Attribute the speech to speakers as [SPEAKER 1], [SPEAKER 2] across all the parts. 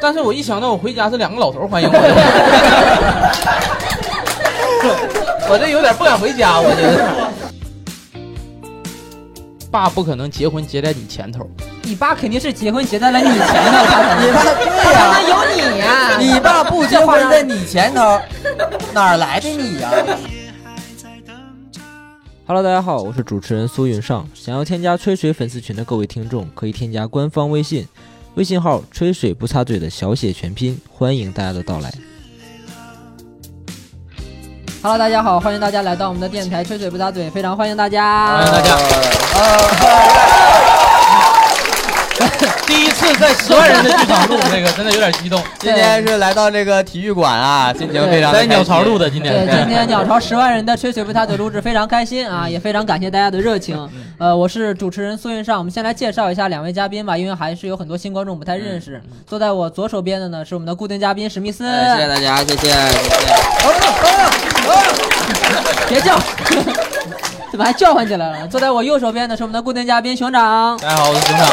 [SPEAKER 1] 但是我一想到我回家是两个老头欢迎我，我这有点不敢回家，我觉得。爸不可能结婚结在你前头，
[SPEAKER 2] 你爸肯定是结婚结在了你前头， 你
[SPEAKER 3] 爸对呀、
[SPEAKER 2] 那有你呀、
[SPEAKER 3] 你爸不结婚在你 前头，哪儿来的你呀、
[SPEAKER 4] Hello，大家好，我是主持人苏云上。想要添加吹水粉丝群的各位听众，可以添加官方微信，微信号“吹水不插嘴”的小写全拼，欢迎大家的到来。
[SPEAKER 2] Hello，大家好，欢迎大家来到我们的电台《吹水不打嘴》，非常欢迎大家。
[SPEAKER 1] 欢迎大
[SPEAKER 3] 哦
[SPEAKER 1] 家。
[SPEAKER 3] 哦
[SPEAKER 1] 第一次在十万人的剧场录这个，真的有点激动。
[SPEAKER 3] 今天是来到这个体育馆啊，心情非常
[SPEAKER 1] 在
[SPEAKER 3] 的开心
[SPEAKER 1] 鸟巢录的今
[SPEAKER 2] 对，
[SPEAKER 1] 天，
[SPEAKER 2] 今天鸟巢十万人的吹水不打嘴录制非常开心啊，也非常感谢大家的热情。
[SPEAKER 3] 嗯
[SPEAKER 2] 呃，我是主持人苏云上，我们先来介绍一下两位嘉宾吧，因为还是有很多新观众不太认识。坐在我左手边的呢是我们的固定嘉宾史密斯，
[SPEAKER 3] 嗯
[SPEAKER 1] 呃
[SPEAKER 3] 哎谢谢大家，谢谢谢谢。
[SPEAKER 2] 别叫， 怎么还叫唤起来了？坐在我右手边的是我们的固定嘉宾熊掌。
[SPEAKER 1] 大家好，我是熊掌。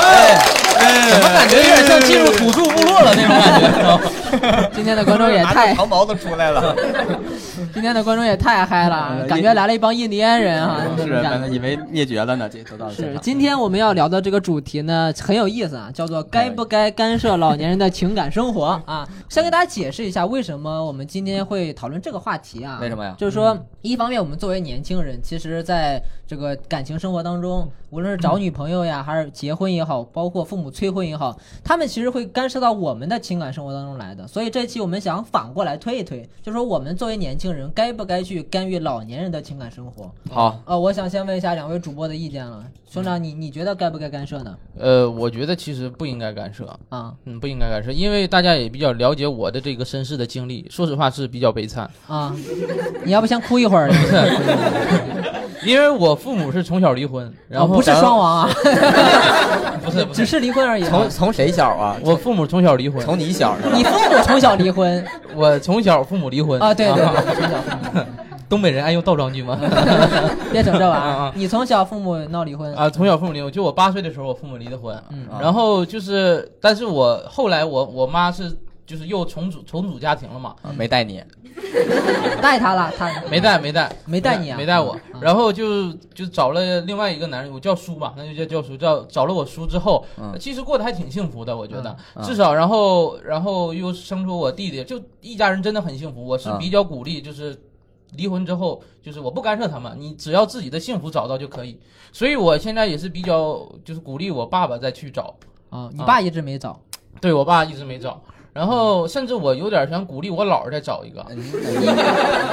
[SPEAKER 1] 哎，怎么感觉有点像进入土著部落了那种感觉？
[SPEAKER 3] 哎
[SPEAKER 2] 今天的观众也
[SPEAKER 3] 拿着
[SPEAKER 2] 太，
[SPEAKER 3] 长毛都出来了， 呃
[SPEAKER 2] 今天的观众也太嗨了，感觉来了一帮印第安人啊！
[SPEAKER 3] 是
[SPEAKER 2] 感觉
[SPEAKER 3] 本来以为灭绝了呢，这都到了现
[SPEAKER 2] 是，
[SPEAKER 3] 场
[SPEAKER 2] 今天我们要聊的这个主题呢很有意思啊，叫做“该不该干涉老年人的情感生活”啊。先给大家解释一下，为什么我们今天会讨论这个话题啊？
[SPEAKER 3] 为什么呀嗯
[SPEAKER 2] 就是说，一方面我们作为年轻人，其实在这个感情生活当中，无论是
[SPEAKER 3] 嗯
[SPEAKER 2] 找女朋友呀，还是结婚也好，包括父母催婚也好，他们其实会干涉到我们的情感生活当中来的。所以这期我们想反过来推一推，就说我们作为年轻人，该不该去干预老年人的情感生活？
[SPEAKER 3] 好，
[SPEAKER 2] 呃，我想先问一下两位主播的意见了，兄
[SPEAKER 1] 嗯
[SPEAKER 2] 长，你你觉得该不该干涉呢？
[SPEAKER 1] 呃，我觉得其实不应该干涉，
[SPEAKER 2] 啊
[SPEAKER 1] 嗯，不应该干涉，因为大家也比较了解我的这个身世的经历，说实话是比较悲惨，
[SPEAKER 2] 啊，你要不先哭一会 儿？啊
[SPEAKER 1] 因为我父母是从小离婚，然后、
[SPEAKER 2] 啊不是双亡啊，
[SPEAKER 1] 不是不
[SPEAKER 2] 只
[SPEAKER 1] 是，
[SPEAKER 2] 是离婚而已啊。
[SPEAKER 3] 从从谁小啊？
[SPEAKER 1] 我父母从小离婚，
[SPEAKER 3] 从你小是吧？
[SPEAKER 2] 你父母从小 离婚
[SPEAKER 1] 我从小父母离婚
[SPEAKER 2] 啊？对 对对，从小父母
[SPEAKER 1] 东北人爱用倒装句吗？
[SPEAKER 2] 别整这玩
[SPEAKER 1] 啊
[SPEAKER 2] 意儿
[SPEAKER 1] 啊。
[SPEAKER 2] 你从小父母闹离婚，
[SPEAKER 1] 啊，从小父母离婚，就我八岁的时候，我父母离的婚，
[SPEAKER 2] 嗯
[SPEAKER 1] 然后就是，但是我后来我我妈是就是又重组重组家庭了嘛，
[SPEAKER 3] 啊没带你，
[SPEAKER 2] 带他了，他
[SPEAKER 1] 没带没带
[SPEAKER 2] 没带你啊
[SPEAKER 1] 没带我
[SPEAKER 2] 嗯，
[SPEAKER 1] 然后就就找了另外一个男人，我叫叔吧，那就叫叫叔，叫找了我叔之后
[SPEAKER 3] 嗯，
[SPEAKER 1] 其实过得还挺幸福的，我觉得
[SPEAKER 3] 嗯嗯
[SPEAKER 1] 至少，然后然后又生出我弟弟，就一家人真的很幸福，我是
[SPEAKER 3] 嗯
[SPEAKER 1] 比较鼓励就是。离婚之后，就是我不干涉他们，你只要自己的幸福找到就可以。所以我现在也是比较，就是鼓励我爸爸再去找，
[SPEAKER 2] 啊，你爸一直没找，
[SPEAKER 1] 对我爸一直没找，然后甚至我有点想鼓励我姥儿再找一个，
[SPEAKER 2] 哎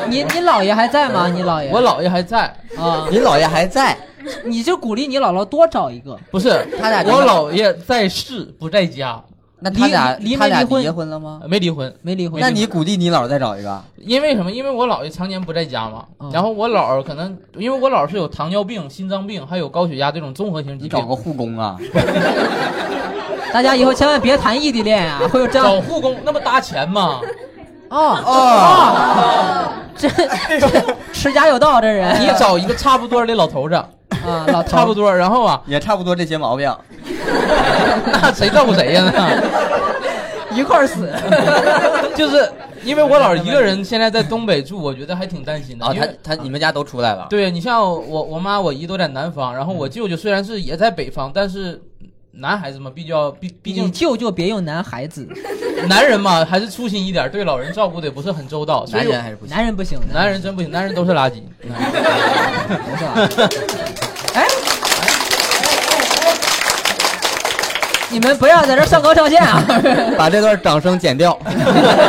[SPEAKER 2] 你你姥爷还在吗？你姥爷
[SPEAKER 1] 我姥爷还在，
[SPEAKER 2] 啊，
[SPEAKER 3] 你姥爷还在，
[SPEAKER 2] 你就鼓励你姥姥多找一个。
[SPEAKER 1] 不是
[SPEAKER 3] 他俩
[SPEAKER 1] 我姥爷在世不在家，
[SPEAKER 3] 那他俩
[SPEAKER 2] 离离没
[SPEAKER 3] 他俩
[SPEAKER 2] 离婚
[SPEAKER 3] 结婚了吗？
[SPEAKER 1] 没离婚，
[SPEAKER 2] 没离婚，
[SPEAKER 3] 那你鼓励你姥儿再找一个？
[SPEAKER 1] 因为什么？因为我姥爷常年不在家嘛
[SPEAKER 2] 嗯，
[SPEAKER 1] 然后我姥儿可能因为我姥儿是有糖尿病、心脏病，还有高血压这种综合性疾
[SPEAKER 3] 你找个
[SPEAKER 1] 病。
[SPEAKER 3] 护工啊？
[SPEAKER 2] 大家以后千万别谈异地恋啊，会有这样
[SPEAKER 1] 找护工那不搭钱吗？
[SPEAKER 2] 哦哦，这这持家有道，这人
[SPEAKER 1] 你找一个差不多的老头子，
[SPEAKER 2] 啊，老头
[SPEAKER 1] 差不多，然后啊，
[SPEAKER 3] 也差不多这些毛病。
[SPEAKER 1] 那谁照顾谁呀？ 那
[SPEAKER 2] 一块儿 死，
[SPEAKER 1] 就是因为我姥儿一个人现在在东北住，我觉得还挺担心的。
[SPEAKER 3] 啊，
[SPEAKER 1] 因
[SPEAKER 3] 他
[SPEAKER 1] 为
[SPEAKER 3] 他你们家都出来了？
[SPEAKER 1] 对你像我我妈我姨都在南方，然后
[SPEAKER 3] 嗯
[SPEAKER 1] 我舅舅虽然是也在北方，但是男孩子嘛，比较毕毕
[SPEAKER 2] 你
[SPEAKER 1] 竟
[SPEAKER 2] 舅舅别用男孩子，
[SPEAKER 3] 嗯
[SPEAKER 1] 男人嘛还是粗心一点，对老人照顾的也不是很周到。所以
[SPEAKER 3] 男人还嗯是不行。
[SPEAKER 2] 男人不行，
[SPEAKER 1] 男人真不行，男人都是垃圾。
[SPEAKER 2] 不是吧？
[SPEAKER 3] 啊
[SPEAKER 2] 哎。你们不要在这儿上纲上线啊！
[SPEAKER 3] 把这段掌声剪掉。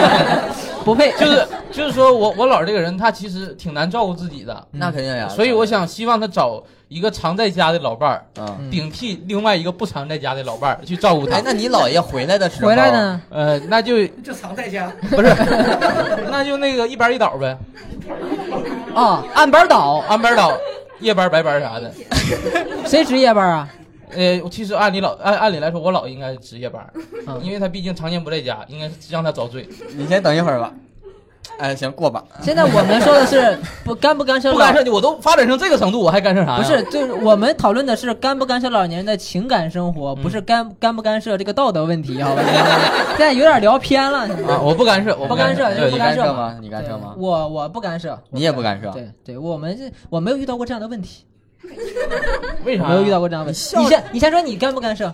[SPEAKER 2] 不配，
[SPEAKER 1] 就是就是说我我姥儿这个人，他其实挺难照顾自己的，
[SPEAKER 3] 嗯那肯定呀。
[SPEAKER 1] 所以我想希望他找一个常在家的老伴儿，
[SPEAKER 3] 嗯，
[SPEAKER 1] 顶替另外一个不常在家的老伴儿去照顾他
[SPEAKER 3] 哎，。那你姥爷回来的时候，
[SPEAKER 2] 回来呢？
[SPEAKER 1] 呃，那就
[SPEAKER 5] 就藏在家，
[SPEAKER 1] 不是， 那就那个一班一倒呗，
[SPEAKER 2] 哦，按班倒，
[SPEAKER 1] 安班倒，夜班白班啥的。
[SPEAKER 2] 谁值夜班啊？
[SPEAKER 1] 呃，其实按理老按按理来说，我姥爷应该是值夜班儿，
[SPEAKER 2] 嗯
[SPEAKER 1] 因为他毕竟常年不在家，应该是让他遭罪。
[SPEAKER 3] 你先等一会儿吧。哎，行，过吧。
[SPEAKER 2] 现在我们说的是不干不干涉
[SPEAKER 1] 不
[SPEAKER 2] 老
[SPEAKER 1] 干涉你，我都发展成这个程度，我还干涉
[SPEAKER 3] 啊
[SPEAKER 1] 啥呀？
[SPEAKER 2] 不是，就是我们讨论的是干不干涉老年人的情感生活，
[SPEAKER 3] 嗯
[SPEAKER 2] 不是干干不干涉这个道德问题，好吧？ 现在有点聊偏了，现在
[SPEAKER 1] 啊，我不干涉，我
[SPEAKER 2] 不干涉
[SPEAKER 1] 对
[SPEAKER 2] 就是
[SPEAKER 3] 你
[SPEAKER 2] 不
[SPEAKER 1] 对
[SPEAKER 2] 干
[SPEAKER 3] 干
[SPEAKER 2] 涉
[SPEAKER 3] 涉
[SPEAKER 2] 嘛
[SPEAKER 3] 吗？你干涉吗？
[SPEAKER 2] 我我不干涉，
[SPEAKER 3] 你也不干涉。
[SPEAKER 2] 对对，我们是我没有遇到过这样的问题，
[SPEAKER 1] 为啥
[SPEAKER 2] 我
[SPEAKER 1] 呀？
[SPEAKER 2] 没有遇到过这样的问题。
[SPEAKER 3] 笑
[SPEAKER 2] 你先你先说你干不干涉？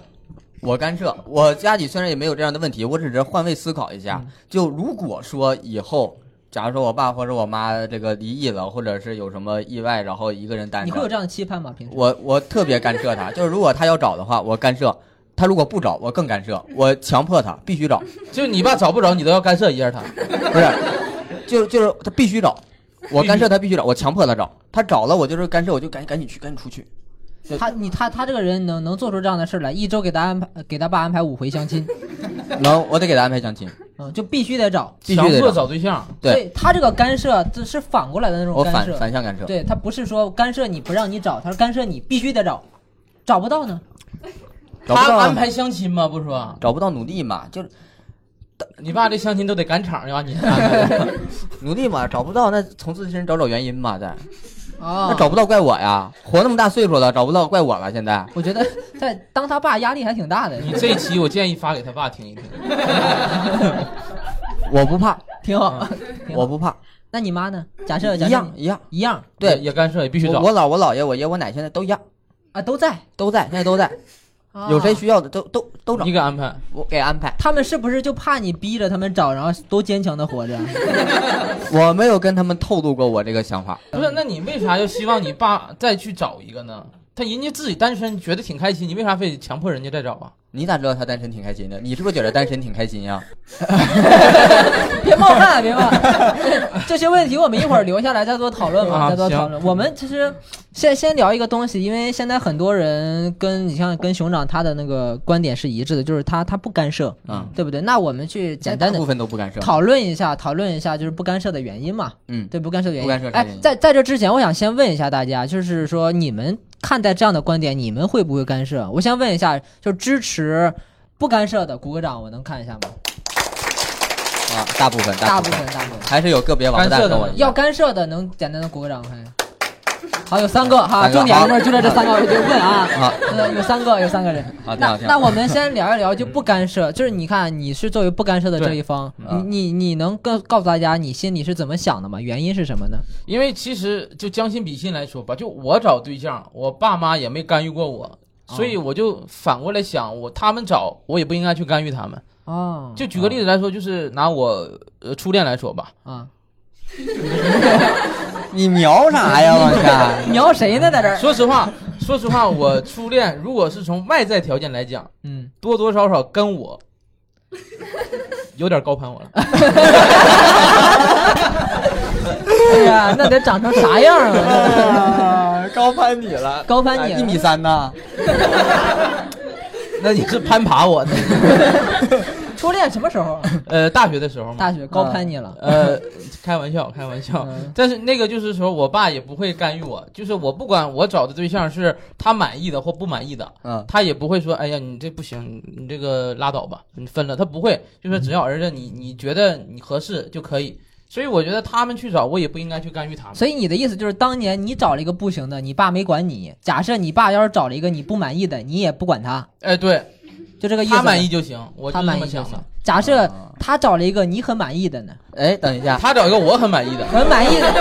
[SPEAKER 3] 我干涉，我家里虽然也没有这样的问题，我只是换位思考一下。
[SPEAKER 2] 嗯
[SPEAKER 3] 就如果说以后，假如说我爸或者我妈这个离异了，或者是有什么意外，然后一个人单
[SPEAKER 2] 你会有
[SPEAKER 3] 着，
[SPEAKER 2] 这样的期盼吗？平时
[SPEAKER 3] 我我特别干涉他。就是如果他要找的话，我干涉；他如果不找，我更干涉，我强迫他必须找，
[SPEAKER 1] 就你爸找不着，你都要干涉一下他。
[SPEAKER 3] 不是，就就是他必须找，我干涉他必须找，我强迫他找，他找了我就是干涉，我就赶紧赶紧去，赶紧出去。
[SPEAKER 2] 他你他他这个人能能做出这样的事儿来，一周给他安排给他爸安排五回相亲，
[SPEAKER 3] 能，我得给他安排相亲，
[SPEAKER 2] 嗯，就必须得找。
[SPEAKER 3] 必须
[SPEAKER 1] 强
[SPEAKER 3] 得
[SPEAKER 1] 迫找对象，
[SPEAKER 3] 对
[SPEAKER 2] 所以他这个干涉这是反过来的那种
[SPEAKER 3] 我
[SPEAKER 2] 干
[SPEAKER 3] 反
[SPEAKER 2] 涉，
[SPEAKER 3] 反向干涉。
[SPEAKER 2] 对他不是说干涉你不让你找，他是干涉你必须得找，找不到呢。
[SPEAKER 3] 找不
[SPEAKER 1] 他
[SPEAKER 3] 到啊
[SPEAKER 1] 安排相亲吗？不是说
[SPEAKER 3] 找不到努力嘛，就是
[SPEAKER 1] 你爸这相亲都得赶场就把你安排了。
[SPEAKER 3] 努力嘛，找不到那从自己身上找找原因嘛，在
[SPEAKER 2] 啊
[SPEAKER 3] 那找不到怪我呀，活那么大岁数了，找不到怪我了，现在
[SPEAKER 2] 我觉得在当他爸压力还挺大的，
[SPEAKER 1] 你这期我建议发给他爸听一 听。
[SPEAKER 3] 我不怕，
[SPEAKER 2] 挺好。 挺好
[SPEAKER 3] 我不怕，
[SPEAKER 2] 那你妈呢？假设假
[SPEAKER 3] 嗯一
[SPEAKER 2] 设
[SPEAKER 3] 样
[SPEAKER 2] 你
[SPEAKER 3] 一样，
[SPEAKER 2] 一样
[SPEAKER 1] 也
[SPEAKER 3] 对，
[SPEAKER 1] 也干涉，也必须
[SPEAKER 3] 我
[SPEAKER 1] 找。
[SPEAKER 3] 我姥我姥爷我爷我奶现在都一样，
[SPEAKER 2] 啊，都在。
[SPEAKER 3] 都在现在都在，
[SPEAKER 2] 啊
[SPEAKER 3] 有谁需要的都都都找
[SPEAKER 1] 你，给安排，
[SPEAKER 3] 我给安排，
[SPEAKER 2] 他们是不是就怕你逼着他们找，然后都坚强的活着？
[SPEAKER 3] 我没有跟他们透露过我这个想法，
[SPEAKER 1] 不是？那你为啥要希望你爸 再去找一个呢？他人家自己单身觉得挺开心，你为啥非得强迫人家再找啊？
[SPEAKER 3] 你咋知道他单身挺开心的？你是不是觉得单身挺开心呀？
[SPEAKER 2] 别冒汗，别冒汗。 这些问题我们一会儿留下来再多讨论吧，
[SPEAKER 1] 啊
[SPEAKER 2] 再多讨论。我们其实先先聊一个东西，因为现在很多人跟你像跟熊掌他的那个观点是一致的，就是他他不干涉，
[SPEAKER 3] 嗯，
[SPEAKER 2] 对不对？那我们去简单
[SPEAKER 3] 大
[SPEAKER 2] 的
[SPEAKER 3] 部分都不干涉，
[SPEAKER 2] 讨论一下，讨论一下就是不干涉的原因嘛。
[SPEAKER 3] 嗯，
[SPEAKER 2] 对不干涉的原因。
[SPEAKER 3] 不干涉
[SPEAKER 2] 哎
[SPEAKER 3] 原因，
[SPEAKER 2] 在在这之前，我想先问一下大家，就是说你们看待这样的观点，你们会不会干涉？我先问一下，就支持不干涉的，鼓个掌，我能看一下吗？
[SPEAKER 3] 啊，大部分
[SPEAKER 2] 大
[SPEAKER 3] 部
[SPEAKER 2] 部
[SPEAKER 3] 分
[SPEAKER 2] 分大部分
[SPEAKER 3] 还是有个别王八
[SPEAKER 1] 干涉的
[SPEAKER 3] 蛋跟我
[SPEAKER 1] 吗
[SPEAKER 3] 一样
[SPEAKER 2] 要干涉的，能简单的鼓个掌，我看一下。好，有三个哈，
[SPEAKER 3] 三个
[SPEAKER 2] 重点
[SPEAKER 3] 好
[SPEAKER 2] 哥们儿就在这三个，我就问啊。
[SPEAKER 3] 啊，
[SPEAKER 2] 呃有三个，有三个人。
[SPEAKER 3] 好啊挺
[SPEAKER 2] 那
[SPEAKER 3] 好挺
[SPEAKER 2] 那
[SPEAKER 3] 好，
[SPEAKER 2] 我们先聊一聊，就不干涉，就是你看，你是作为不干涉的这一方，
[SPEAKER 3] 嗯
[SPEAKER 2] 你你你能告告诉大家你心里是怎么想的吗？原因是什么呢？
[SPEAKER 1] 因为其实就将心比心来说吧，就我找对象，我爸妈也没干预过我，所以我就反过来想，我他们找我也不应该去干预他们。
[SPEAKER 2] 哦，
[SPEAKER 1] 就举个例子来说，就是拿我呃初恋来说 吧，
[SPEAKER 2] 啊，
[SPEAKER 3] 你瞄啥呀， 王天？
[SPEAKER 2] 瞄谁呢？在这儿？
[SPEAKER 1] 说实话，说实话，我初恋如果是从外在条件来讲，
[SPEAKER 2] 嗯。
[SPEAKER 1] 多多少少跟我有点高攀我了。
[SPEAKER 2] 哎呀，那得长成啥样啊？
[SPEAKER 3] 啊，高攀你了，哎
[SPEAKER 2] 高攀
[SPEAKER 1] 哎
[SPEAKER 2] 你了
[SPEAKER 3] 一米三呢，
[SPEAKER 1] 那你是攀爬我呢？
[SPEAKER 2] 初恋什么时候啊？
[SPEAKER 1] 呃，大学的时候嘛，
[SPEAKER 2] 大学高攀你了。
[SPEAKER 1] 呃，开玩笑，开玩笑
[SPEAKER 2] 嗯。
[SPEAKER 1] 但是那个就是说，我爸也不会干预我，就是我不管我找的对象是他满意的或不满意的，
[SPEAKER 3] 嗯，
[SPEAKER 1] 他也不会说，哎呀，你这不行，你这个拉倒吧，你分了。他不会，就是只要儿子你你觉得你合适就可以。所以我觉得他们去找，我也不应该去干预他们。
[SPEAKER 2] 所以你的意思就是，当年你找了一个不行的，你爸没管你。假设你爸要是找了一个你不满意的，你也不管他，
[SPEAKER 1] 哎，对
[SPEAKER 2] 就这个意思。
[SPEAKER 1] 他满意，啊就行，我就
[SPEAKER 2] 他
[SPEAKER 1] 是这
[SPEAKER 2] 满
[SPEAKER 1] 么
[SPEAKER 2] 意就
[SPEAKER 1] 想
[SPEAKER 2] 行
[SPEAKER 1] 的。。
[SPEAKER 2] 假设他找了一个你很满意的呢，
[SPEAKER 3] 哎，等一下，
[SPEAKER 1] 他找一个我很满意的，
[SPEAKER 2] 很满意的，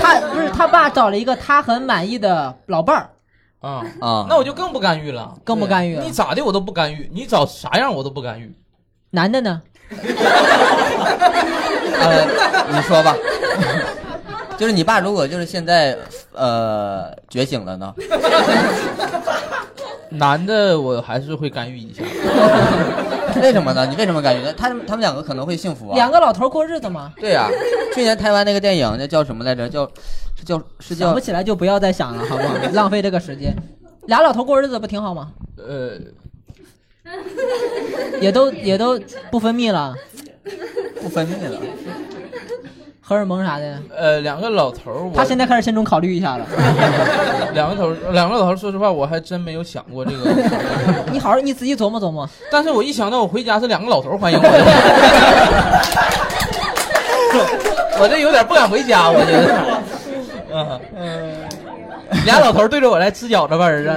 [SPEAKER 2] 他不是他爸找了一个他很满意的老伴儿，
[SPEAKER 1] 啊、
[SPEAKER 3] 啊，
[SPEAKER 1] 那我就更不干预了。
[SPEAKER 2] 更不干预了
[SPEAKER 1] 你。咋的我都不干预，你找啥样我都不干预。
[SPEAKER 2] 男的呢？
[SPEAKER 3] 呃，你 说吧，就是你爸如果就是现在呃觉醒了呢，
[SPEAKER 1] 男的我还是会干预一下。
[SPEAKER 3] 为什么呢？你为什么感觉他们他们两个可能会幸福啊？
[SPEAKER 2] 两个老头儿过日子吗？
[SPEAKER 3] 对呀、去年台湾那个电影那叫什么来着？叫是叫是
[SPEAKER 2] 想
[SPEAKER 3] 叫
[SPEAKER 2] 不起来就不要再想了，好不好？ 浪费这个时间。俩老头儿过日子不挺好吗？
[SPEAKER 1] 呃，
[SPEAKER 2] 也都也都不分泌了，
[SPEAKER 3] 不分泌了，
[SPEAKER 2] 荷尔蒙啥的。
[SPEAKER 1] 呃，两个老头儿，我
[SPEAKER 2] 他现在开始慎重考虑一下了。
[SPEAKER 1] 两个头儿，两个老头儿，说实话，我还真没有想过这个。
[SPEAKER 2] 你好好，你仔细琢磨琢磨。
[SPEAKER 1] 但是我一想到我回家是两个老头儿欢迎我， 我这有点不敢回家，我觉得。嗯俩老头对着我来吃饺子吧，儿子，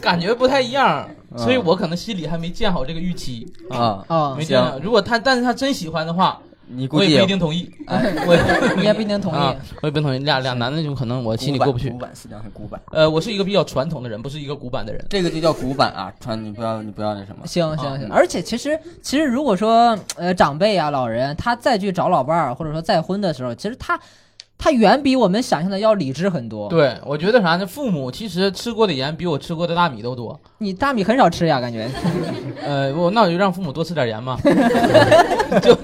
[SPEAKER 1] 感觉不太一样，所以我可能心里还没建好这个预期，
[SPEAKER 3] 啊，
[SPEAKER 2] 啊
[SPEAKER 1] 没，建好。
[SPEAKER 3] 行
[SPEAKER 1] 如果他，但是他真喜欢的话，
[SPEAKER 3] 你估
[SPEAKER 1] 我
[SPEAKER 3] 计
[SPEAKER 1] 也不一定同意。
[SPEAKER 3] 哎
[SPEAKER 1] 我也
[SPEAKER 2] 你也不一定同意。
[SPEAKER 1] 啊我也不同意。俩俩男的就可能我心里过不去
[SPEAKER 3] 古。板思想很古板，
[SPEAKER 1] 呃，我是一个比较传统的人，不是一个古板的人。
[SPEAKER 3] 这个就叫古板啊！川，你不要你不要那什么，
[SPEAKER 2] 行行
[SPEAKER 3] 啊
[SPEAKER 2] 行，而且其实其实如果说呃长辈啊老人他再去找老伴儿或者说再婚的时候，其实他他远比我们想象的要理智很多。
[SPEAKER 1] 对，我觉得啥呢？父母其实吃过的盐比我吃过的大米都多。
[SPEAKER 2] 你大米很少吃呀，感觉。
[SPEAKER 1] 呃，我那我就让父母多吃点盐嘛， 就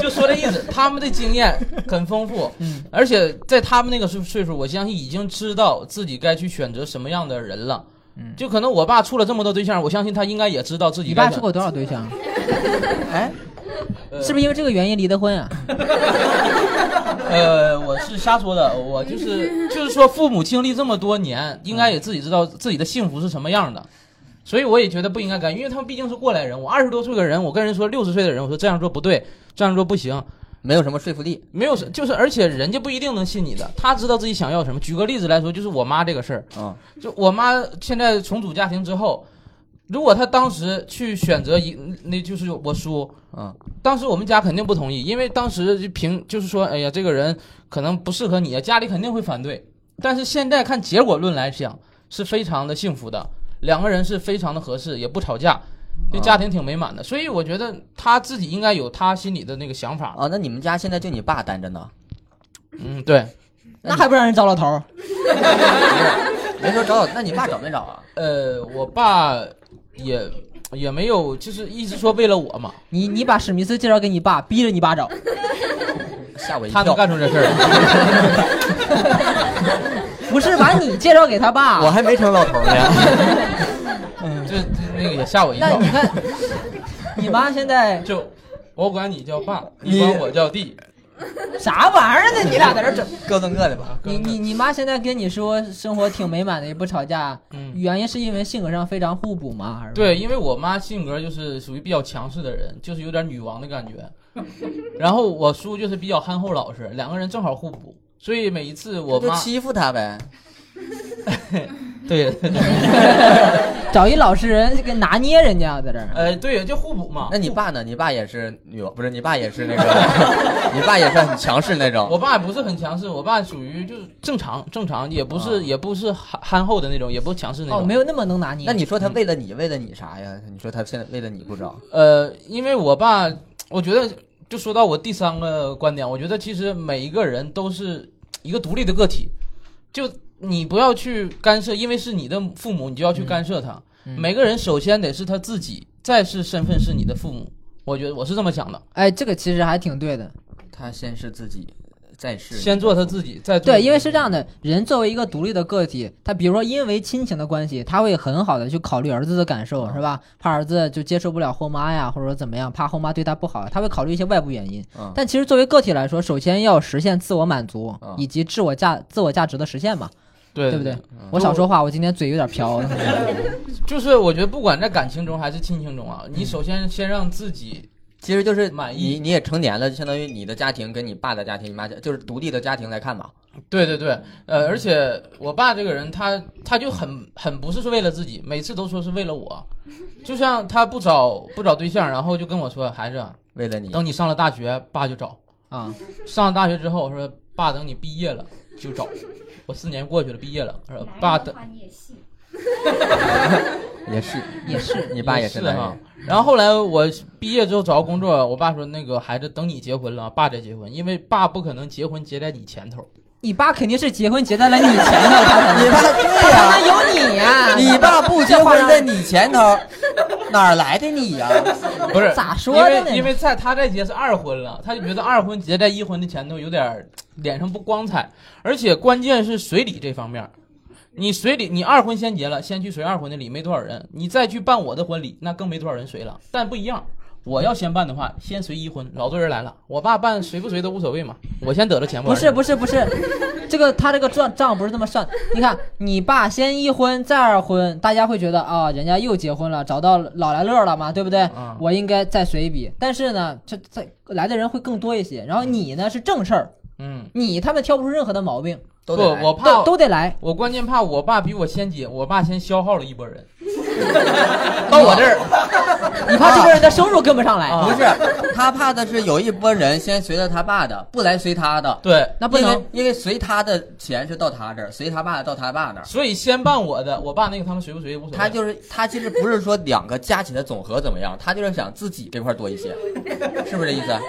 [SPEAKER 1] 就说这意思。他们的经验很丰富，
[SPEAKER 2] 嗯
[SPEAKER 1] 而且在他们那个岁岁数，我相信已经知道自己该去选择什么样的人了。
[SPEAKER 2] 嗯
[SPEAKER 1] 就可能我爸处了这么多对象，我相信他应该也知道自己
[SPEAKER 2] 你
[SPEAKER 1] 该
[SPEAKER 2] 爸
[SPEAKER 1] 选
[SPEAKER 2] 处过多少对 象？啊呃
[SPEAKER 3] 哎，
[SPEAKER 2] 是不是因为这个原因离的婚啊？
[SPEAKER 1] 呃，我是瞎说的，我就是就是说，父母经历这么多年，应该也自己知道自己的幸福是什么样的，所以我也觉得不应该干，因为他们毕竟是过来人。我二十多岁的人，我跟人说六十岁的人，我说这样做不对，这样做不行，
[SPEAKER 3] 没有什么说服力
[SPEAKER 1] 没有什就是，而且人家不一定能信你的，他知道自己想要什么。举个例子来说，就是我妈这个事儿，
[SPEAKER 3] 啊！
[SPEAKER 1] 就我妈现在重组家庭之后，如果她当时去选择一，那就是我叔，
[SPEAKER 3] 嗯，
[SPEAKER 1] 当时我们家肯定不同意，因为当时就凭就是说，哎呀，这个人可能不适合你，家里肯定会反对。但是现在看结果论来讲，是非常的幸福的，两个人是非常的合适，也不吵架，对家庭挺美满的。所以我觉得他自己应该有他心里的那个想法。
[SPEAKER 3] 啊，那你们家现在就你爸单着呢？
[SPEAKER 1] 嗯，对，
[SPEAKER 2] 那还不让人糟老头儿？
[SPEAKER 3] 没说找，那你爸找没找啊？
[SPEAKER 1] 呃，我爸也也没有，就是一直说为了我嘛，
[SPEAKER 2] 你你把史密斯介绍给你爸，逼着你爸找。
[SPEAKER 3] 吓我一
[SPEAKER 1] 他能
[SPEAKER 3] 跳！
[SPEAKER 1] 干出这事儿。
[SPEAKER 2] 不是把你介绍给他爸。啊
[SPEAKER 3] 我还没成老头呢。
[SPEAKER 1] 这这嗯那个也吓我一
[SPEAKER 2] 那
[SPEAKER 1] 跳
[SPEAKER 2] 你。看，你妈现在
[SPEAKER 1] 就我管你叫爸，
[SPEAKER 3] 你
[SPEAKER 1] 你管我叫弟。
[SPEAKER 2] 啥玩意儿呢？你俩在这整。
[SPEAKER 3] 各奔各的吧。
[SPEAKER 2] 你你你妈现在跟你说生活挺美满的，也不吵架，
[SPEAKER 1] 嗯
[SPEAKER 2] 原因是因为性格上非常互补吗？还是
[SPEAKER 1] 对，因为我妈性格就是属于比较强势的人，就是有点女王的感觉。然后我叔就是比较憨厚老实，两个人正好互补。所以每一次我
[SPEAKER 3] 就
[SPEAKER 1] 妈
[SPEAKER 3] 欺负他呗。
[SPEAKER 1] 对，
[SPEAKER 2] 找一老实人给拿捏人家啊在这儿。
[SPEAKER 1] 呃，对，就互补嘛
[SPEAKER 3] 那。你爸呢？你爸也是女王，不是？你爸也是那个， 你爸也是很强势那
[SPEAKER 1] 我
[SPEAKER 3] 种。
[SPEAKER 1] 爸不是很强势，我爸属于就是正常正常，也不是、也不是憨憨厚的那种，也不强势那
[SPEAKER 2] 哦，
[SPEAKER 1] 种。
[SPEAKER 2] 没有那么能拿捏。
[SPEAKER 3] 那你说他为了你，为了你啥呀？你说他现在为了你不找，
[SPEAKER 1] 呃，因为我爸，我觉得就说到我第三个观点，我觉得其实每一个人都是一个独立的个体，就你不要去干涉，因为是你的父母，你就要去干涉他。
[SPEAKER 2] 嗯
[SPEAKER 1] 每个人首先得是他自己，再是身份是你的父母。我觉得我是这么想的，
[SPEAKER 2] 哎，这个其实还挺对的。
[SPEAKER 3] 他先是自己，再是
[SPEAKER 1] 先做他自己，再做
[SPEAKER 2] 对，因为
[SPEAKER 1] 你
[SPEAKER 2] 是这样的，人作为一个独立的个体，他比如说因为亲情的关系，他会很好的去考虑儿子的感受，
[SPEAKER 3] 嗯
[SPEAKER 2] 是吧？怕儿子就接受不了后妈呀，或者说怎么样，怕后妈对他不好，他会考虑一些外部原因。
[SPEAKER 3] 嗯
[SPEAKER 2] 但其实作为个体来说，首先要实现自我满足、
[SPEAKER 3] 嗯
[SPEAKER 2] 以及自我价自我价值的实现嘛，
[SPEAKER 1] 对
[SPEAKER 2] 对不对？？我少说话，我今天嘴有点啊瓢。
[SPEAKER 1] 就是我觉得不管在感情中还是亲情中啊，
[SPEAKER 2] 嗯
[SPEAKER 1] 你首先先让自己
[SPEAKER 3] 其实就是
[SPEAKER 1] 满意
[SPEAKER 3] 你你也成年了，就相当于你的家庭跟你爸的家庭、你妈家就是独立的家庭来看嘛。
[SPEAKER 1] 对对对，呃，而且我爸这个人，他他就很很不是说为了自己，每次都说是为了我，就像他不找不找对象，然后就跟我说，孩子，
[SPEAKER 3] 为了你，
[SPEAKER 1] 等你上了大学，爸就找。
[SPEAKER 2] 啊，
[SPEAKER 1] 上了大学之后，说爸，等你毕业了就找。我四年过去了，毕业了，说爸
[SPEAKER 5] 爸
[SPEAKER 1] 等
[SPEAKER 5] 的话你也信，
[SPEAKER 3] 也是
[SPEAKER 2] 也是
[SPEAKER 3] 你爸也是
[SPEAKER 1] 是
[SPEAKER 3] 男
[SPEAKER 1] 哈
[SPEAKER 3] 人，。
[SPEAKER 1] 然后后来我毕业之后找到工作，我爸说那个孩子，等你结婚了，爸再结婚，因为爸不可能结婚结在你前头。
[SPEAKER 2] 你爸肯定是结婚结在了你前头，他才能
[SPEAKER 3] 你爸
[SPEAKER 2] 他
[SPEAKER 3] 对
[SPEAKER 2] 才
[SPEAKER 3] 呀、
[SPEAKER 2] 能有你呀、
[SPEAKER 3] 你爸不结婚在你前头， 哪儿来的你呀、
[SPEAKER 1] 不是
[SPEAKER 2] 咋说的
[SPEAKER 1] 因
[SPEAKER 2] 呢
[SPEAKER 1] 为因为在他在结是二婚了，他就觉得二婚结在一婚的前头有点儿脸上不光彩，而且关键是随礼这方面儿，你随礼你二婚先结了，先去随二婚的礼没多少人，你再去办我的婚礼，那更没多少人随了，但不一样。我要先办的话，先随一婚，老多人来了，我爸办随不随都无所谓嘛，我先得了钱
[SPEAKER 2] 不是不
[SPEAKER 1] 是，
[SPEAKER 2] 是不是， 这个他这个账账不是这么算。你看，你爸先一婚再二婚，大家会觉得啊、人家又结婚了，找到老来乐了嘛，对不对？
[SPEAKER 1] 嗯
[SPEAKER 2] 我应该再随一笔。但是呢，这这来的人会更多一些。然后你呢是正事儿，
[SPEAKER 1] 嗯，
[SPEAKER 2] 你他们挑不出任何的毛病，
[SPEAKER 3] 都
[SPEAKER 1] 不，
[SPEAKER 3] 得来
[SPEAKER 1] 我
[SPEAKER 2] 都
[SPEAKER 1] 怕
[SPEAKER 2] 都得来。
[SPEAKER 1] 我关键怕我爸比我先结，我爸先消耗了一波 人。
[SPEAKER 3] 到我这儿
[SPEAKER 2] 你怕这个人的收入跟不上来，
[SPEAKER 1] 啊
[SPEAKER 3] 不是，他怕的是有一波人先随着他爸的，不来随他的。
[SPEAKER 1] 对，
[SPEAKER 2] 那不
[SPEAKER 3] 因为
[SPEAKER 2] 能。
[SPEAKER 3] 因为随他的钱是到他这儿，随他爸的到他爸那儿。
[SPEAKER 1] 所以先办我的，我爸那个他们随不随无所谓。
[SPEAKER 3] 他就是他其实不是说两个加起来总和怎么样，他就是想自己这块多一些，是不是这意思？啊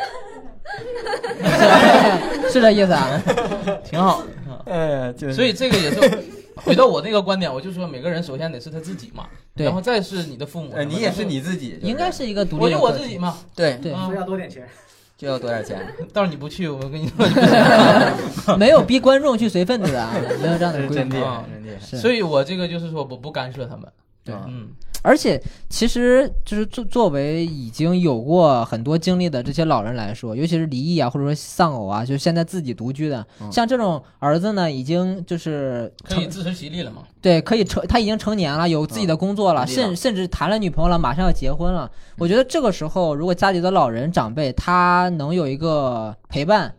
[SPEAKER 2] 是这意思啊？
[SPEAKER 1] 挺好的。
[SPEAKER 3] 哎，就
[SPEAKER 1] 所以这个也是回到我 那个观点，我就说每个人首先得是他自己嘛，
[SPEAKER 2] 对
[SPEAKER 1] 然后再是你的父母。
[SPEAKER 3] 呃，你也是，你自己，就是
[SPEAKER 2] 应该是一个独
[SPEAKER 1] 我
[SPEAKER 2] 立
[SPEAKER 1] 就
[SPEAKER 2] 的
[SPEAKER 1] 我
[SPEAKER 2] 个
[SPEAKER 1] 自己
[SPEAKER 2] 体。
[SPEAKER 1] 嘛。
[SPEAKER 3] 对，
[SPEAKER 2] 对，
[SPEAKER 1] 啊
[SPEAKER 5] 所以要多点钱。
[SPEAKER 3] 就要多点钱。
[SPEAKER 1] 到时候你不去，我跟你说。
[SPEAKER 2] 没有逼观众去随份子的啊，没有这样的规矩。
[SPEAKER 1] 厉害
[SPEAKER 3] 真厉害！
[SPEAKER 2] 是
[SPEAKER 1] 所以我这个就是说，我不干涉他们。
[SPEAKER 3] 对
[SPEAKER 1] 嗯，
[SPEAKER 2] 而且，其实就是作作为已经有过很多经历的这些老人来说，尤其是离异啊，或者说丧偶啊，就是现在自己独居的，像这种儿子呢，已经就是
[SPEAKER 1] 嗯可以
[SPEAKER 2] 成
[SPEAKER 1] 自食其力了嘛？
[SPEAKER 2] 对可以成，他已经成年了，有自己的工作
[SPEAKER 1] 嗯
[SPEAKER 2] 了，
[SPEAKER 3] 独立了
[SPEAKER 2] 甚甚至谈了女朋友了，马上要结婚了。我觉得这个时候，如果家里的老人长辈他能有一个陪伴。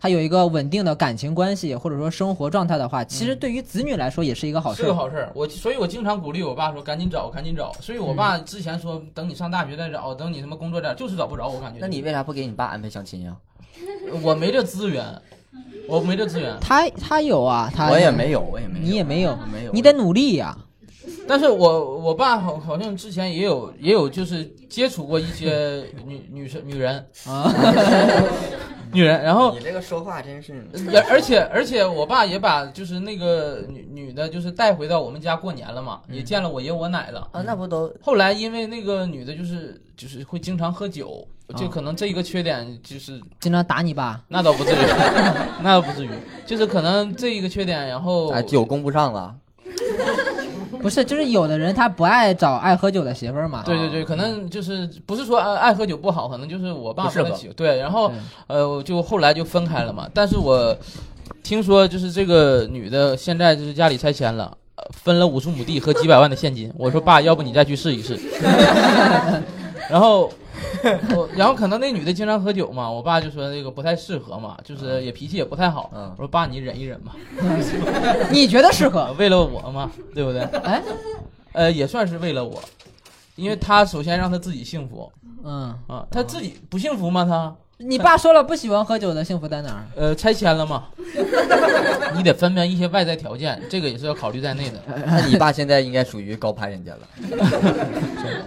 [SPEAKER 2] 他有一个稳定的感情关系，或者说生活状态的话，其实
[SPEAKER 1] 嗯
[SPEAKER 2] 对于子女来说也是一个好事
[SPEAKER 1] 是
[SPEAKER 2] 儿。
[SPEAKER 1] 个好事儿。我所以，我经常鼓励我爸说：“赶紧找，赶紧找。”所以我爸之前说：“等你上大学再找，等你什么工作再找，就是找不着。”我感觉。
[SPEAKER 3] 那你为啥不给你爸安排相亲呀？
[SPEAKER 1] 我没这资源，我没这资源。
[SPEAKER 2] 他他有啊，他
[SPEAKER 3] 我也没有，我也没有，
[SPEAKER 2] 你也没有
[SPEAKER 3] 没有，
[SPEAKER 2] 你得努力呀、
[SPEAKER 1] 但是我我爸好好像之前也有也有就是接触过一些女女生女人
[SPEAKER 2] 啊，
[SPEAKER 1] 女人，然后
[SPEAKER 3] 你这个说话真是，
[SPEAKER 1] 也而且而且我爸也把就是那个女女的，就是带回到我们家过年了嘛，也见了我爷我奶了。
[SPEAKER 2] 呃
[SPEAKER 3] 啊，那不都
[SPEAKER 1] 后来因为那个女的就是就是会经常喝酒，就可能这一个缺点就是
[SPEAKER 2] 经常打你吧？
[SPEAKER 1] 那倒不至于， 那倒不至于，就是可能这一个缺点，然后
[SPEAKER 3] 啊酒供不上了？
[SPEAKER 2] 不是，就是有的人他不爱找爱喝酒的媳妇儿嘛。
[SPEAKER 1] 对对
[SPEAKER 3] 啊
[SPEAKER 1] 对，可能就是不是说爱爱喝酒不好，可能就是我爸
[SPEAKER 3] 嗯不适合嗯
[SPEAKER 1] 喝酒。对，然后
[SPEAKER 2] 对
[SPEAKER 1] 呃，我就后来就分开了嘛。但是我听说就是这个女的现在就是家里拆迁了。呃分了五十亩地和几百万的现金，
[SPEAKER 3] 哎
[SPEAKER 1] 我说爸，要不你再去试一 试。然后，我然后可能那女的经常喝酒嘛，我爸就说那个不太适合嘛，就是也脾气也不太好。
[SPEAKER 3] 嗯
[SPEAKER 1] 我说爸，你忍一忍吧，
[SPEAKER 2] 你觉得适合？
[SPEAKER 1] 为了我嘛，对不对？
[SPEAKER 2] 哎，
[SPEAKER 1] 呃，也算是为了我，因为他首先让他自己幸福，
[SPEAKER 2] 嗯，
[SPEAKER 1] 啊，他自己不幸福吗？他
[SPEAKER 2] 你爸说了不喜欢喝酒的幸福在哪
[SPEAKER 3] 嗯
[SPEAKER 2] 儿？
[SPEAKER 1] 呃拆迁了 吗？你得分辨一些外在条件，这个也是要考虑在内的。
[SPEAKER 3] 那你爸现在应该属于高攀人家了。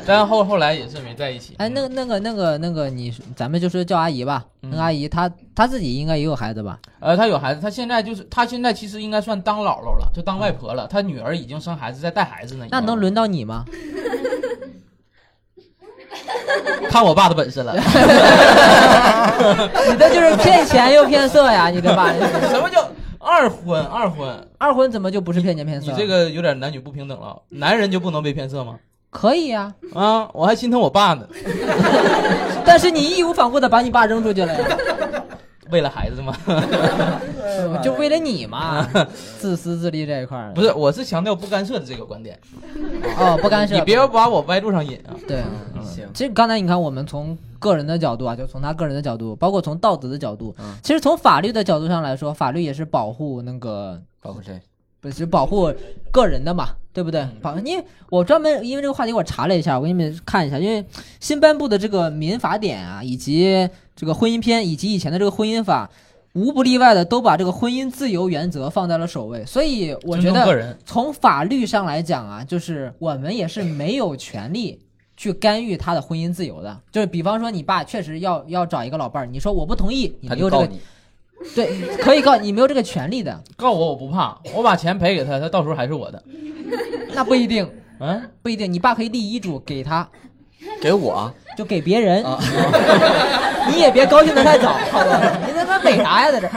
[SPEAKER 1] 但后后来也是没在一起。
[SPEAKER 2] 哎，那个那个那个那个，你咱们就说叫阿姨吧。
[SPEAKER 3] 嗯
[SPEAKER 2] 那个阿姨她她自己应该也有孩子吧？
[SPEAKER 1] 呃，他有孩子，他现在就是他现在其实应该算当姥姥了，就当外婆了。他女儿已经生孩子，在带孩
[SPEAKER 3] 哎
[SPEAKER 1] 子呢。
[SPEAKER 2] 那能轮到你吗？
[SPEAKER 1] 看我爸的本事了。
[SPEAKER 2] 你的就是骗钱又骗色呀！你的爸，
[SPEAKER 1] 什么叫二婚？二婚，
[SPEAKER 2] 二婚怎么就不是骗钱骗
[SPEAKER 1] 你
[SPEAKER 2] 色？
[SPEAKER 1] 这个有点男女不平等了。男人就不能被骗色吗？
[SPEAKER 2] 可以呀、
[SPEAKER 1] 啊，我还心疼我爸呢，
[SPEAKER 2] 但是你义无反顾的把你爸扔出去了呀，
[SPEAKER 1] 为了孩子吗？
[SPEAKER 2] 嗯就为了你嘛，自私自利这一块儿。
[SPEAKER 1] 不是，我是强调不干涉的这个观点。
[SPEAKER 2] 哦，不干涉，
[SPEAKER 1] 你别把我歪路上引啊。
[SPEAKER 2] 对。
[SPEAKER 3] 行，
[SPEAKER 2] 其实刚才你看，我们从个人的角度啊，就从他个人的角度，包括从道德的角度，
[SPEAKER 1] 嗯
[SPEAKER 2] 其实从法律的角度上来说，法律也是保护那个，
[SPEAKER 3] 包括谁？
[SPEAKER 2] 不是保护个人的嘛，对不对？
[SPEAKER 1] 嗯
[SPEAKER 2] 保，因为我专门因为这个话题我查了一下，我给你们看一下，因为新颁布的这个民法典啊，以及这个婚姻篇，以及以前的这个婚姻法。无不例外的都把这个婚姻自由原则放在了首位，所以我觉
[SPEAKER 1] 尊重
[SPEAKER 2] 得
[SPEAKER 1] 个人
[SPEAKER 2] 从法律上来讲啊，就是我们也是没有权利去干预他的婚姻自由的。就是比方说，你爸确实要要找一个老伴儿，你说我不同意，你
[SPEAKER 3] 他
[SPEAKER 2] 没
[SPEAKER 3] 就
[SPEAKER 2] 有这
[SPEAKER 3] 告
[SPEAKER 2] 个
[SPEAKER 3] 你，
[SPEAKER 2] 对，可以告你没有这个权利的，
[SPEAKER 1] 告我我不怕，我把钱赔给他，他到时候还是我的。
[SPEAKER 2] 那不一定，
[SPEAKER 1] 嗯，
[SPEAKER 2] 不一定。你爸可以立遗嘱给他，
[SPEAKER 3] 给我
[SPEAKER 2] 就给别人，
[SPEAKER 3] 啊
[SPEAKER 2] 你也别高兴的太早，好吧？你他妈美啥呀，在这儿？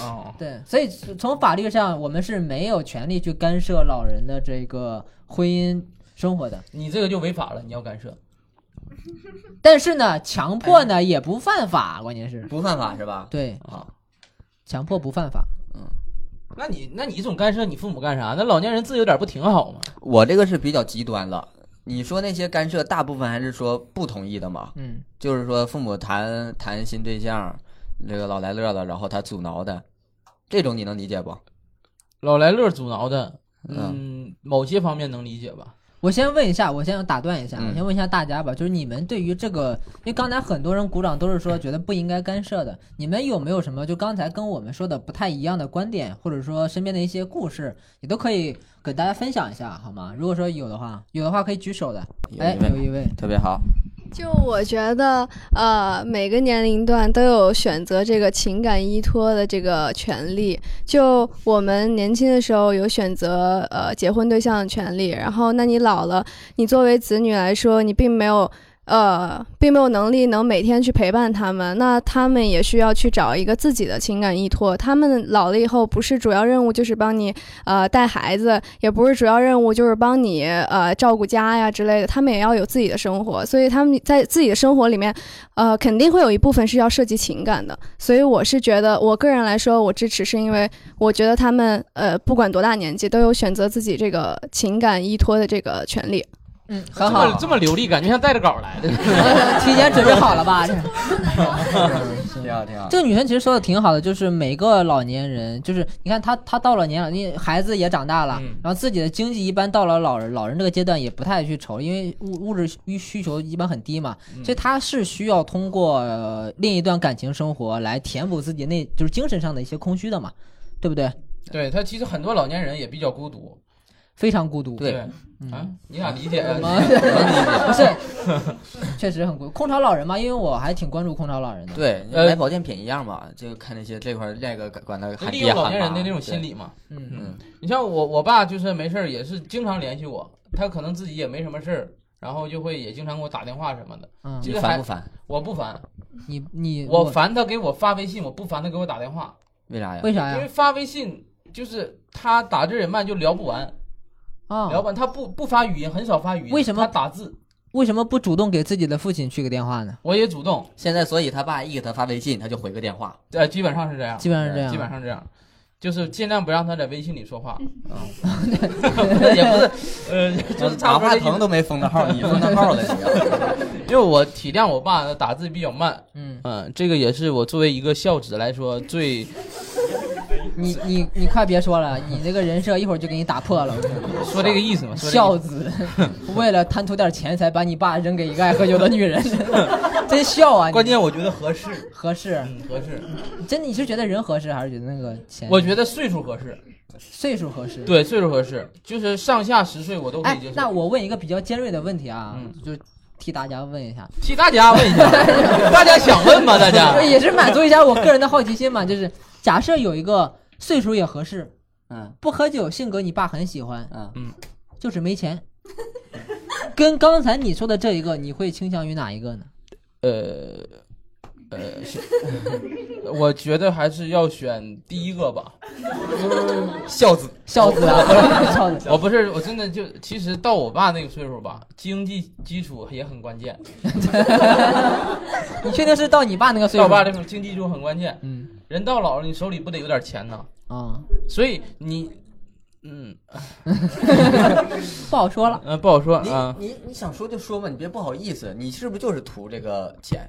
[SPEAKER 1] 哦，
[SPEAKER 2] 对，所以从法律上，我们是没有权利去干涉老人的这个婚姻生活的。
[SPEAKER 1] 你这个就违法了，你要干涉。
[SPEAKER 2] 但是呢，强迫
[SPEAKER 3] 哎
[SPEAKER 2] 呢也不犯法，关键是
[SPEAKER 3] 不犯法是吧？
[SPEAKER 2] 对
[SPEAKER 1] 啊
[SPEAKER 3] 好，
[SPEAKER 2] 强迫不犯法。
[SPEAKER 1] 那你那你总干涉你父母干啥？那老年人自由点不挺好吗？
[SPEAKER 3] 我这个是比较极端了。你说那些干涉，大部分还是说不同意的嘛？
[SPEAKER 2] 嗯，
[SPEAKER 3] 就是说父母谈谈新对象，那个老来乐了，然后他阻挠的，这种你能理解不？
[SPEAKER 1] 老来乐阻挠的，嗯，某些方面能理解吧？
[SPEAKER 2] 我先问一下，我先打断一下，
[SPEAKER 3] 嗯
[SPEAKER 2] 我先问一下大家吧，就是你们对于这个，因为刚才很多人鼓掌都是说觉得不应该干涉的，你们有没有什么就刚才跟我们说的不太一样的观点，或者说身边的一些故事，也都可以给大家分享一下，好吗？如果说有的话，有的话可以举手的。哎，
[SPEAKER 3] 有一位
[SPEAKER 2] 有一位，
[SPEAKER 3] 特别好，
[SPEAKER 5] 就我觉得，呃，每个年龄段都有选择这个情感依托的这个权利。就我们年轻的时候有选择呃结婚对象的权利，然后那你老了，你作为子女来说，你并没有。呃，并没有能力能每天去陪伴他们，那他们也需要去找一个自己的情感依托。他们老了以后，不是主要任务就是帮你呃带孩子，也不是主要任务就是帮你呃照顾家呀之类的，他们也要有自己的生活，所以他们在自己的生活里面，呃，肯定会有一部分是要涉及情感的。所以我是觉得，我个人来说，我支持，是因为我觉得他们呃不管多大年纪，都有选择自己这个情感依托的这个权利。
[SPEAKER 2] 嗯，
[SPEAKER 1] 这
[SPEAKER 2] 很好
[SPEAKER 1] 么，这么流利，感觉像带着稿来的。
[SPEAKER 2] 提前准备好了吧？这嗯
[SPEAKER 3] 挺好挺好。
[SPEAKER 2] 这个女生其实说的挺好的，就是每个老年人，就是你看她她到了年老，因为孩子也长大了，
[SPEAKER 1] 嗯
[SPEAKER 2] 然后自己的经济一般到了老人老人这个阶段也不太去愁，因为物物质需需求一般很低嘛，
[SPEAKER 1] 嗯
[SPEAKER 2] 所以她是需要通过、呃另一段感情生活来填补自己那就是精神上的一些空虚的嘛，对不对？
[SPEAKER 1] 对他其实很多老年人也比较孤独。
[SPEAKER 2] 非常孤独，嗯
[SPEAKER 1] 对，啊，你咋理解啊？
[SPEAKER 2] 吗？不是， 确实很孤独。空巢老人嘛，因为我还挺关注空巢老人的。
[SPEAKER 3] 对，
[SPEAKER 1] 呃
[SPEAKER 3] 买保健品一样嘛，就看那些这块儿那个管他
[SPEAKER 1] 就
[SPEAKER 3] 喊
[SPEAKER 1] 利
[SPEAKER 3] 爹
[SPEAKER 1] 用老
[SPEAKER 3] 喊
[SPEAKER 1] 年人
[SPEAKER 3] 妈
[SPEAKER 1] 的那种心，理嘛。
[SPEAKER 2] 嗯
[SPEAKER 3] 嗯，
[SPEAKER 1] 你像我，我爸就是没事儿也是经常联系我，他可能自己也没什么事儿，然后就会也经常给我打电话什么的。
[SPEAKER 2] 嗯
[SPEAKER 1] 这
[SPEAKER 3] 你
[SPEAKER 1] 个
[SPEAKER 3] 烦
[SPEAKER 1] 还
[SPEAKER 3] 不烦？
[SPEAKER 1] 我不烦，
[SPEAKER 2] 你你
[SPEAKER 1] 我烦他给我发微信，我不烦他给我打电话，
[SPEAKER 3] 为啥呀？
[SPEAKER 2] 为啥
[SPEAKER 1] 因为
[SPEAKER 2] 哎呀？
[SPEAKER 1] 发微信就是他打字也慢，就聊不完，
[SPEAKER 2] 啊，
[SPEAKER 1] 聊不完。他不不发语音，很少发语音，
[SPEAKER 2] 为什么
[SPEAKER 1] 他打字？
[SPEAKER 2] 为什么不主动给自己的父亲去个电话呢？
[SPEAKER 1] 我也主动，
[SPEAKER 3] 现在所以他爸一给他发微信，他就回个电 话。
[SPEAKER 1] 呃，基本上是这样，
[SPEAKER 2] 基本上是这样，
[SPEAKER 1] 基本上这样。就是尽量不让他在微信里说话，
[SPEAKER 3] 也不是，
[SPEAKER 1] 呃，就是差不
[SPEAKER 3] 马
[SPEAKER 1] 多
[SPEAKER 3] 化
[SPEAKER 1] 这意思
[SPEAKER 3] 腾都没封他号，你封他号了，你要。
[SPEAKER 1] 因为我体谅我爸打字比较慢，
[SPEAKER 2] 嗯，
[SPEAKER 1] 嗯，这个也是我作为一个孝子来说最
[SPEAKER 2] 你你你快别说了，你这个人设一会儿就给你打破了。我跟你说
[SPEAKER 1] 说这个意思嘛，说这个意
[SPEAKER 2] 孝
[SPEAKER 1] 思
[SPEAKER 2] 子 为了贪图点钱才把你爸扔给一个爱喝酒的 女人，真孝啊！你
[SPEAKER 1] 关键我觉得合适，
[SPEAKER 2] 合适，
[SPEAKER 1] 嗯，合适，
[SPEAKER 2] 真的你是觉得人合适还是觉得那个钱？
[SPEAKER 1] 我觉得岁数合适，
[SPEAKER 2] 岁数合适。
[SPEAKER 1] 对，岁数合适，就是上下十岁我都可
[SPEAKER 2] 哎
[SPEAKER 1] 以接，受。
[SPEAKER 2] 那我问一个比较尖锐的问题啊，
[SPEAKER 1] 嗯
[SPEAKER 2] 就替大家问一下，
[SPEAKER 1] 替大家问一下，大家想问吗？大家
[SPEAKER 2] 就也是满足一下我个人的好奇心嘛，就是假设有一个岁数也合适，
[SPEAKER 3] 嗯
[SPEAKER 2] 不喝酒，性格你爸很喜欢，
[SPEAKER 3] 嗯，
[SPEAKER 2] 就是没 钱。跟刚才你说的这一个，你会倾向于哪一个呢？
[SPEAKER 1] 呃呃，是我觉得还是要选第一个吧，
[SPEAKER 3] 孝子，
[SPEAKER 2] 孝子 啊，孝子。
[SPEAKER 1] 我不是，我真的就其实到我爸那个岁数吧，经济基础也很关键，
[SPEAKER 2] 你确定是到你爸那个岁
[SPEAKER 1] 到
[SPEAKER 2] 数？
[SPEAKER 1] 我爸这种经济基础很关键，
[SPEAKER 2] 嗯
[SPEAKER 1] 人到老了，你手里不得有点钱呢？
[SPEAKER 2] 啊、
[SPEAKER 1] 所以你，嗯
[SPEAKER 2] 不好说了。
[SPEAKER 1] 呃，不好说
[SPEAKER 3] 你
[SPEAKER 1] 啊。
[SPEAKER 3] 你你想说就说嘛，你别不好意思，你是不是就是图这个钱？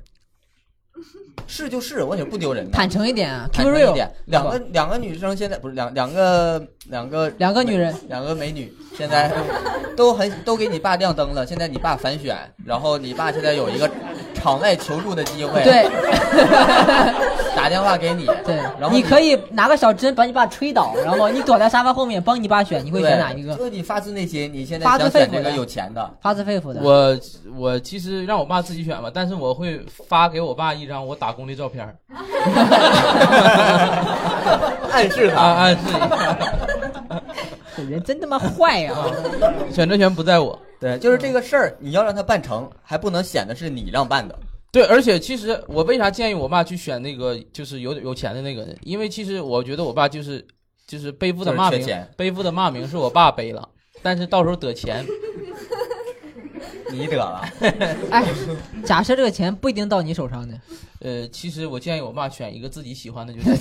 [SPEAKER 3] 是就是，我也不丢人的。
[SPEAKER 2] 坦诚一点啊
[SPEAKER 3] 坦
[SPEAKER 2] ，keep
[SPEAKER 3] 诚
[SPEAKER 2] real
[SPEAKER 3] 一点，两个两个女生现在不是两两个两个
[SPEAKER 2] 两个女人
[SPEAKER 3] 美，两个美女现在都很都给你爸亮灯了。现在你爸反选，然后你爸现在有一个场外求助的机会，
[SPEAKER 2] 对，
[SPEAKER 3] 打电话给你，
[SPEAKER 2] 对
[SPEAKER 3] 然后，
[SPEAKER 2] 你
[SPEAKER 3] 你
[SPEAKER 2] 可以拿个小针把你爸吹倒，然后你躲在沙发后面帮你爸选，你会
[SPEAKER 3] 对
[SPEAKER 2] 选哪一个？
[SPEAKER 3] 就你发自内心，你现在
[SPEAKER 2] 发自
[SPEAKER 3] 想
[SPEAKER 2] 肺
[SPEAKER 3] 选
[SPEAKER 2] 腑
[SPEAKER 3] 这个
[SPEAKER 2] 的
[SPEAKER 3] 有钱的，
[SPEAKER 2] 发自肺腑的。
[SPEAKER 1] 我我其实让我爸自己选吧，但是我会发给我爸一张我打工的照片儿，
[SPEAKER 3] 暗示
[SPEAKER 1] 啊
[SPEAKER 3] 他。
[SPEAKER 1] 啊，是，
[SPEAKER 2] 这人真他妈坏啊呀、
[SPEAKER 1] 选择权不在我。
[SPEAKER 3] 对，就是这个事儿，你要让他办成，还不能显得是你让办的。
[SPEAKER 1] 对，而且其实我为啥建议我爸去选那个就是有有钱的那个？因为其实我觉得我爸就是就是背负的
[SPEAKER 3] 就是
[SPEAKER 1] 骂
[SPEAKER 3] 缺
[SPEAKER 1] 名
[SPEAKER 3] 钱，
[SPEAKER 1] 背负的骂名是我爸背了，但是到时候得钱。
[SPEAKER 3] 你得了，
[SPEAKER 2] 哎，假设这个钱不一定到你手上呢，
[SPEAKER 1] 呃，其实我建议我爸选一个自己喜欢的就行。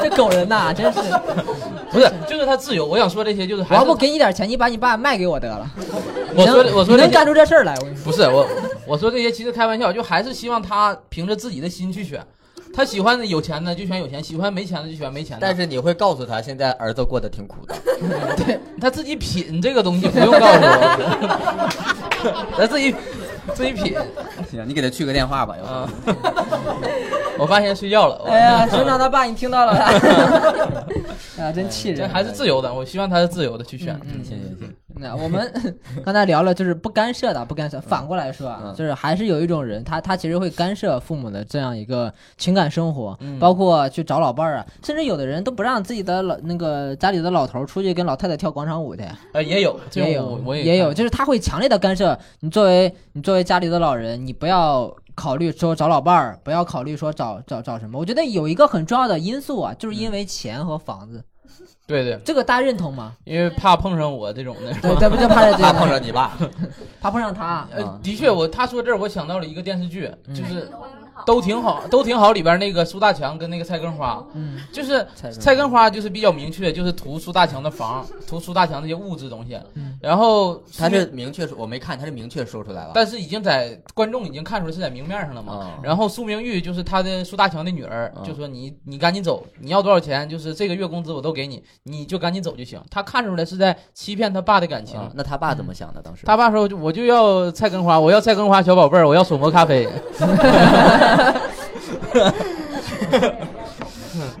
[SPEAKER 2] 这狗人呐，真是！
[SPEAKER 1] 不是，就是他自由。我想说这些就是
[SPEAKER 2] 我
[SPEAKER 1] 还
[SPEAKER 2] 要
[SPEAKER 1] 是
[SPEAKER 2] 不给你点钱，你把你爸卖给我得了。
[SPEAKER 1] 我说的
[SPEAKER 2] 能
[SPEAKER 1] 我说
[SPEAKER 2] 你
[SPEAKER 1] 这
[SPEAKER 2] 能
[SPEAKER 1] 些
[SPEAKER 2] 干出这事儿来，我跟你说。
[SPEAKER 1] 不是我我说这些其实开玩笑，就还是希望他凭着自己的心去选。他喜欢的有钱的就选有钱，喜欢没钱的就选没钱的。
[SPEAKER 3] 但是你会告诉他，现在儿子过得挺苦的，
[SPEAKER 1] 对他自己品这个东西不用告诉我， 他自己自己品
[SPEAKER 3] 行，你给他去个电话吧，要不
[SPEAKER 1] 啊。我爸现在睡觉了。我
[SPEAKER 2] 哎呀，村长他爸，你听 到了？ 啊，真气
[SPEAKER 1] 哎这
[SPEAKER 2] 人！
[SPEAKER 1] 还是自由的，我希望他是自由的去选。
[SPEAKER 2] 嗯，
[SPEAKER 3] 行行行，
[SPEAKER 2] 那我们 刚才聊了，就是不干涉的，不干涉。反过来说啊
[SPEAKER 3] 嗯，
[SPEAKER 2] 就是还是有一种人，他他其实会干涉父母的这样一个情感生活
[SPEAKER 1] 嗯，
[SPEAKER 2] 包括去找老伴儿啊，甚至有的人都不让自己的老那个家里的老头儿出去跟老太太跳广场舞去，
[SPEAKER 1] 呃，也有，这
[SPEAKER 2] 也
[SPEAKER 1] 种
[SPEAKER 2] 有
[SPEAKER 1] 我我
[SPEAKER 2] 也有，
[SPEAKER 1] 看
[SPEAKER 2] 就是他会强烈的干涉你作为你作为家里的老人，你不要。考虑说找老伴儿，不要考虑说找找找什么。我觉得有一个很重要的因素啊，就是因为钱和房子，
[SPEAKER 1] 对对，
[SPEAKER 2] 这个大家认 同吗？
[SPEAKER 1] 因为怕碰上我这种的。
[SPEAKER 2] 对，对不就怕这
[SPEAKER 3] 怕碰上你爸，
[SPEAKER 2] 怕碰上他，
[SPEAKER 1] 呃
[SPEAKER 3] 啊，
[SPEAKER 1] 的确，我他说这儿，我想到了一个电视剧，
[SPEAKER 2] 嗯
[SPEAKER 1] 就是都挺好，都挺好里边那个苏大强跟那个蔡根花，
[SPEAKER 2] 嗯，
[SPEAKER 1] 就是
[SPEAKER 3] 蔡根
[SPEAKER 1] 蔡根花就是比较明确，就是图苏大强的房，图苏大强那些物质东西
[SPEAKER 2] 嗯，
[SPEAKER 1] 然后
[SPEAKER 3] 他是明确说，我没看，他是明确说出来了。
[SPEAKER 1] 但是已经在观众已经看出来是在明面上了嘛。
[SPEAKER 2] 嗯
[SPEAKER 3] 啊，
[SPEAKER 1] 然后苏明玉就是他的苏大强的女儿
[SPEAKER 3] 啊，
[SPEAKER 1] 就说你你赶紧走，你要多少钱，就是这个月工资我都给你，你就赶紧走就行。他看出来是在欺骗他爸的感情。
[SPEAKER 2] 嗯
[SPEAKER 3] 啊那他爸怎么想的？当时
[SPEAKER 1] 他爸说我就我就要菜根花，我要菜根花小宝贝儿，我要手磨咖 啡。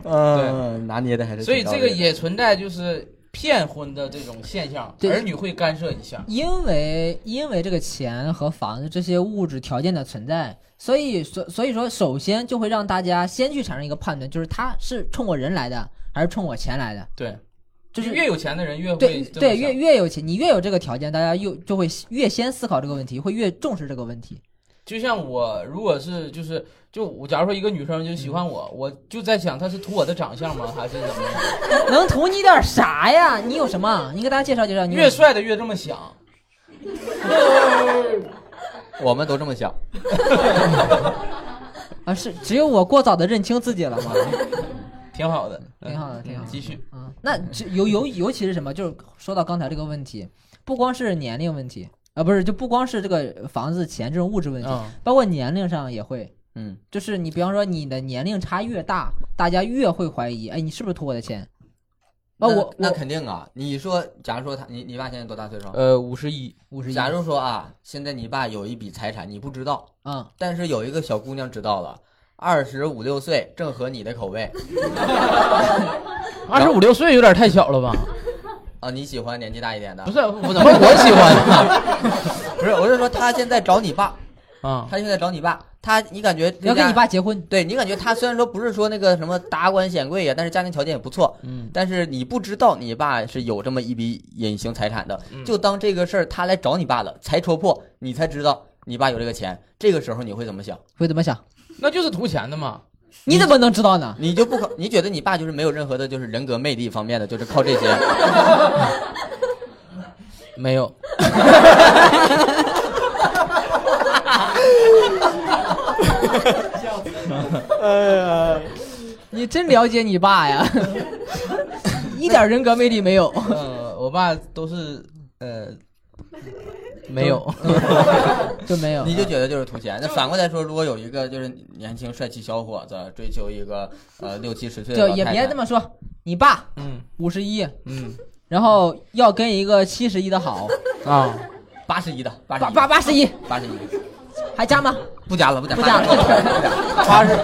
[SPEAKER 3] 呃，拿捏的还是
[SPEAKER 1] 所以
[SPEAKER 3] 挺到
[SPEAKER 1] 这个
[SPEAKER 3] 位的
[SPEAKER 1] 也存在就是骗婚的这种现象，
[SPEAKER 2] 对
[SPEAKER 1] 儿女会干涉一下。
[SPEAKER 2] 因为因为这个钱和房子这些物质条件的存在，所以所所以说，首先就会让大家先去产生一个判断，就是他是冲我人来的，还是冲我钱来的，
[SPEAKER 1] 对，
[SPEAKER 2] 就是
[SPEAKER 1] 越有钱的人越
[SPEAKER 2] 对
[SPEAKER 1] 会这么
[SPEAKER 2] 对，
[SPEAKER 1] 想
[SPEAKER 2] 越越有钱，你越有这个条件，大家又就会越先思考这个问题，会越重视这个 问题。
[SPEAKER 1] 就像我如果是就是就我假如说一个女生就喜欢我，我就在想她是图我的长相吗，还是怎么样？
[SPEAKER 2] 能图你点啥呀？你有什么？你给大家介绍介绍。你有
[SPEAKER 1] 越帅的越这么想。
[SPEAKER 3] 我们都这么想。
[SPEAKER 2] 啊，是只有我过早的认清自己了吗？
[SPEAKER 1] 挺好的，
[SPEAKER 2] 挺好的
[SPEAKER 1] 嗯
[SPEAKER 2] 挺好的
[SPEAKER 1] 继续，
[SPEAKER 2] 嗯，那这尤尤尤其是什么？就是说到刚才这个问题，不光是年龄问题，啊、不是，就不光是这个房子、钱这种物质问题，
[SPEAKER 1] 嗯，
[SPEAKER 2] 包括年龄上也会。
[SPEAKER 3] 嗯，
[SPEAKER 2] 就是你，比方说你的年龄差越大，大家越会怀疑，哎，你是不是图我的钱？啊，
[SPEAKER 3] 那
[SPEAKER 2] 我
[SPEAKER 3] 那
[SPEAKER 2] 我
[SPEAKER 3] 肯定啊。你说，假如说他，你你爸现在多大岁数？
[SPEAKER 1] 呃，五十一，
[SPEAKER 2] 五十一，
[SPEAKER 3] 假如说啊，现在你爸有一笔财产，你不知道，
[SPEAKER 2] 嗯，
[SPEAKER 3] 但是有一个小姑娘知道了，二十五六岁，正合你的口味
[SPEAKER 1] 二十五六岁有点太小了吧？
[SPEAKER 3] 啊，你喜欢年纪大一点的？
[SPEAKER 1] 不是， 我怎么我喜欢
[SPEAKER 3] 不是，我是说他现在找你爸，
[SPEAKER 1] 呢？ 啊，
[SPEAKER 3] 他现在找你爸，他你感觉
[SPEAKER 2] 要
[SPEAKER 3] 这
[SPEAKER 2] 跟
[SPEAKER 3] 家
[SPEAKER 2] 你爸结婚，
[SPEAKER 3] 对你感觉他虽然说不是说那个什么达官显贵呀、但是家庭条件也不错，
[SPEAKER 1] 嗯，
[SPEAKER 3] 但是你不知道你爸是有这么一笔隐形财产的，
[SPEAKER 1] 嗯
[SPEAKER 3] 就当这个事儿他来找你爸了，才戳破，你才知道你爸有这个钱，这个时候你会怎么想？
[SPEAKER 2] 会怎么想？
[SPEAKER 1] 那就是图钱的嘛。
[SPEAKER 2] 你怎么能知道呢？
[SPEAKER 3] 你就不可，你觉得你爸就是没有任何的，就是人格魅力方面的，就是靠这些。
[SPEAKER 1] 没有，
[SPEAKER 2] 你真了解你爸 呀，一点人格魅力没有。
[SPEAKER 1] 呃，我爸都是呃，没有，
[SPEAKER 2] 就没有
[SPEAKER 3] 你就觉得就是图钱。那反过来说，如果有一个就是年轻帅气小伙子追求一个呃六七十岁的
[SPEAKER 2] 就
[SPEAKER 3] 老
[SPEAKER 2] 也
[SPEAKER 3] 太
[SPEAKER 2] 别
[SPEAKER 3] 太
[SPEAKER 2] 这么说，你爸
[SPEAKER 1] 嗯
[SPEAKER 2] 五十一，
[SPEAKER 1] 嗯
[SPEAKER 2] 然后要跟一个七十一的好，
[SPEAKER 1] 啊，
[SPEAKER 3] 八十一的八十
[SPEAKER 2] 八
[SPEAKER 3] 一
[SPEAKER 2] 八八十一
[SPEAKER 3] 八十一
[SPEAKER 2] 还加吗？
[SPEAKER 3] 不加了不加
[SPEAKER 2] 不加了
[SPEAKER 3] 够了不加了
[SPEAKER 1] 八十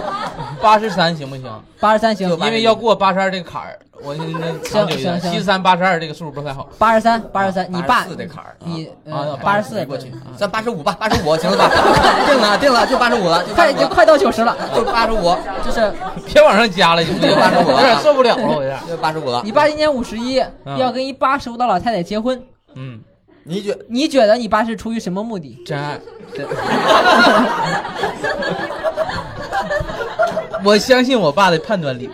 [SPEAKER 1] 八十三行不行？
[SPEAKER 2] 八十三行，
[SPEAKER 1] 因为要过八十二这个坎儿，我现在长久一点，
[SPEAKER 2] 行行行
[SPEAKER 1] 七十三、八十二这个数不太好。
[SPEAKER 2] 八十三八十三，你爸
[SPEAKER 3] 四的坎儿，
[SPEAKER 2] 你
[SPEAKER 1] 啊
[SPEAKER 2] 呃
[SPEAKER 1] 啊
[SPEAKER 2] 八十四
[SPEAKER 3] 没过去，算八十五吧，八十五行了吧？定了定了，就八十五了，就
[SPEAKER 2] 快
[SPEAKER 3] 85
[SPEAKER 2] 就
[SPEAKER 3] 了
[SPEAKER 2] 快到九十了，
[SPEAKER 3] 就八十五，
[SPEAKER 2] 就是
[SPEAKER 1] 别往上加了，行不行？
[SPEAKER 3] 85了
[SPEAKER 1] 有点受不了 了，我有
[SPEAKER 2] 啊
[SPEAKER 1] 点。
[SPEAKER 3] 就八十五了。
[SPEAKER 2] 你爸今年五十一，要跟一八十五的老太太结婚，
[SPEAKER 1] 嗯，
[SPEAKER 3] 你觉
[SPEAKER 2] 你觉得你爸是出于什么目 的？
[SPEAKER 1] 真爱。我相信我爸的判断力。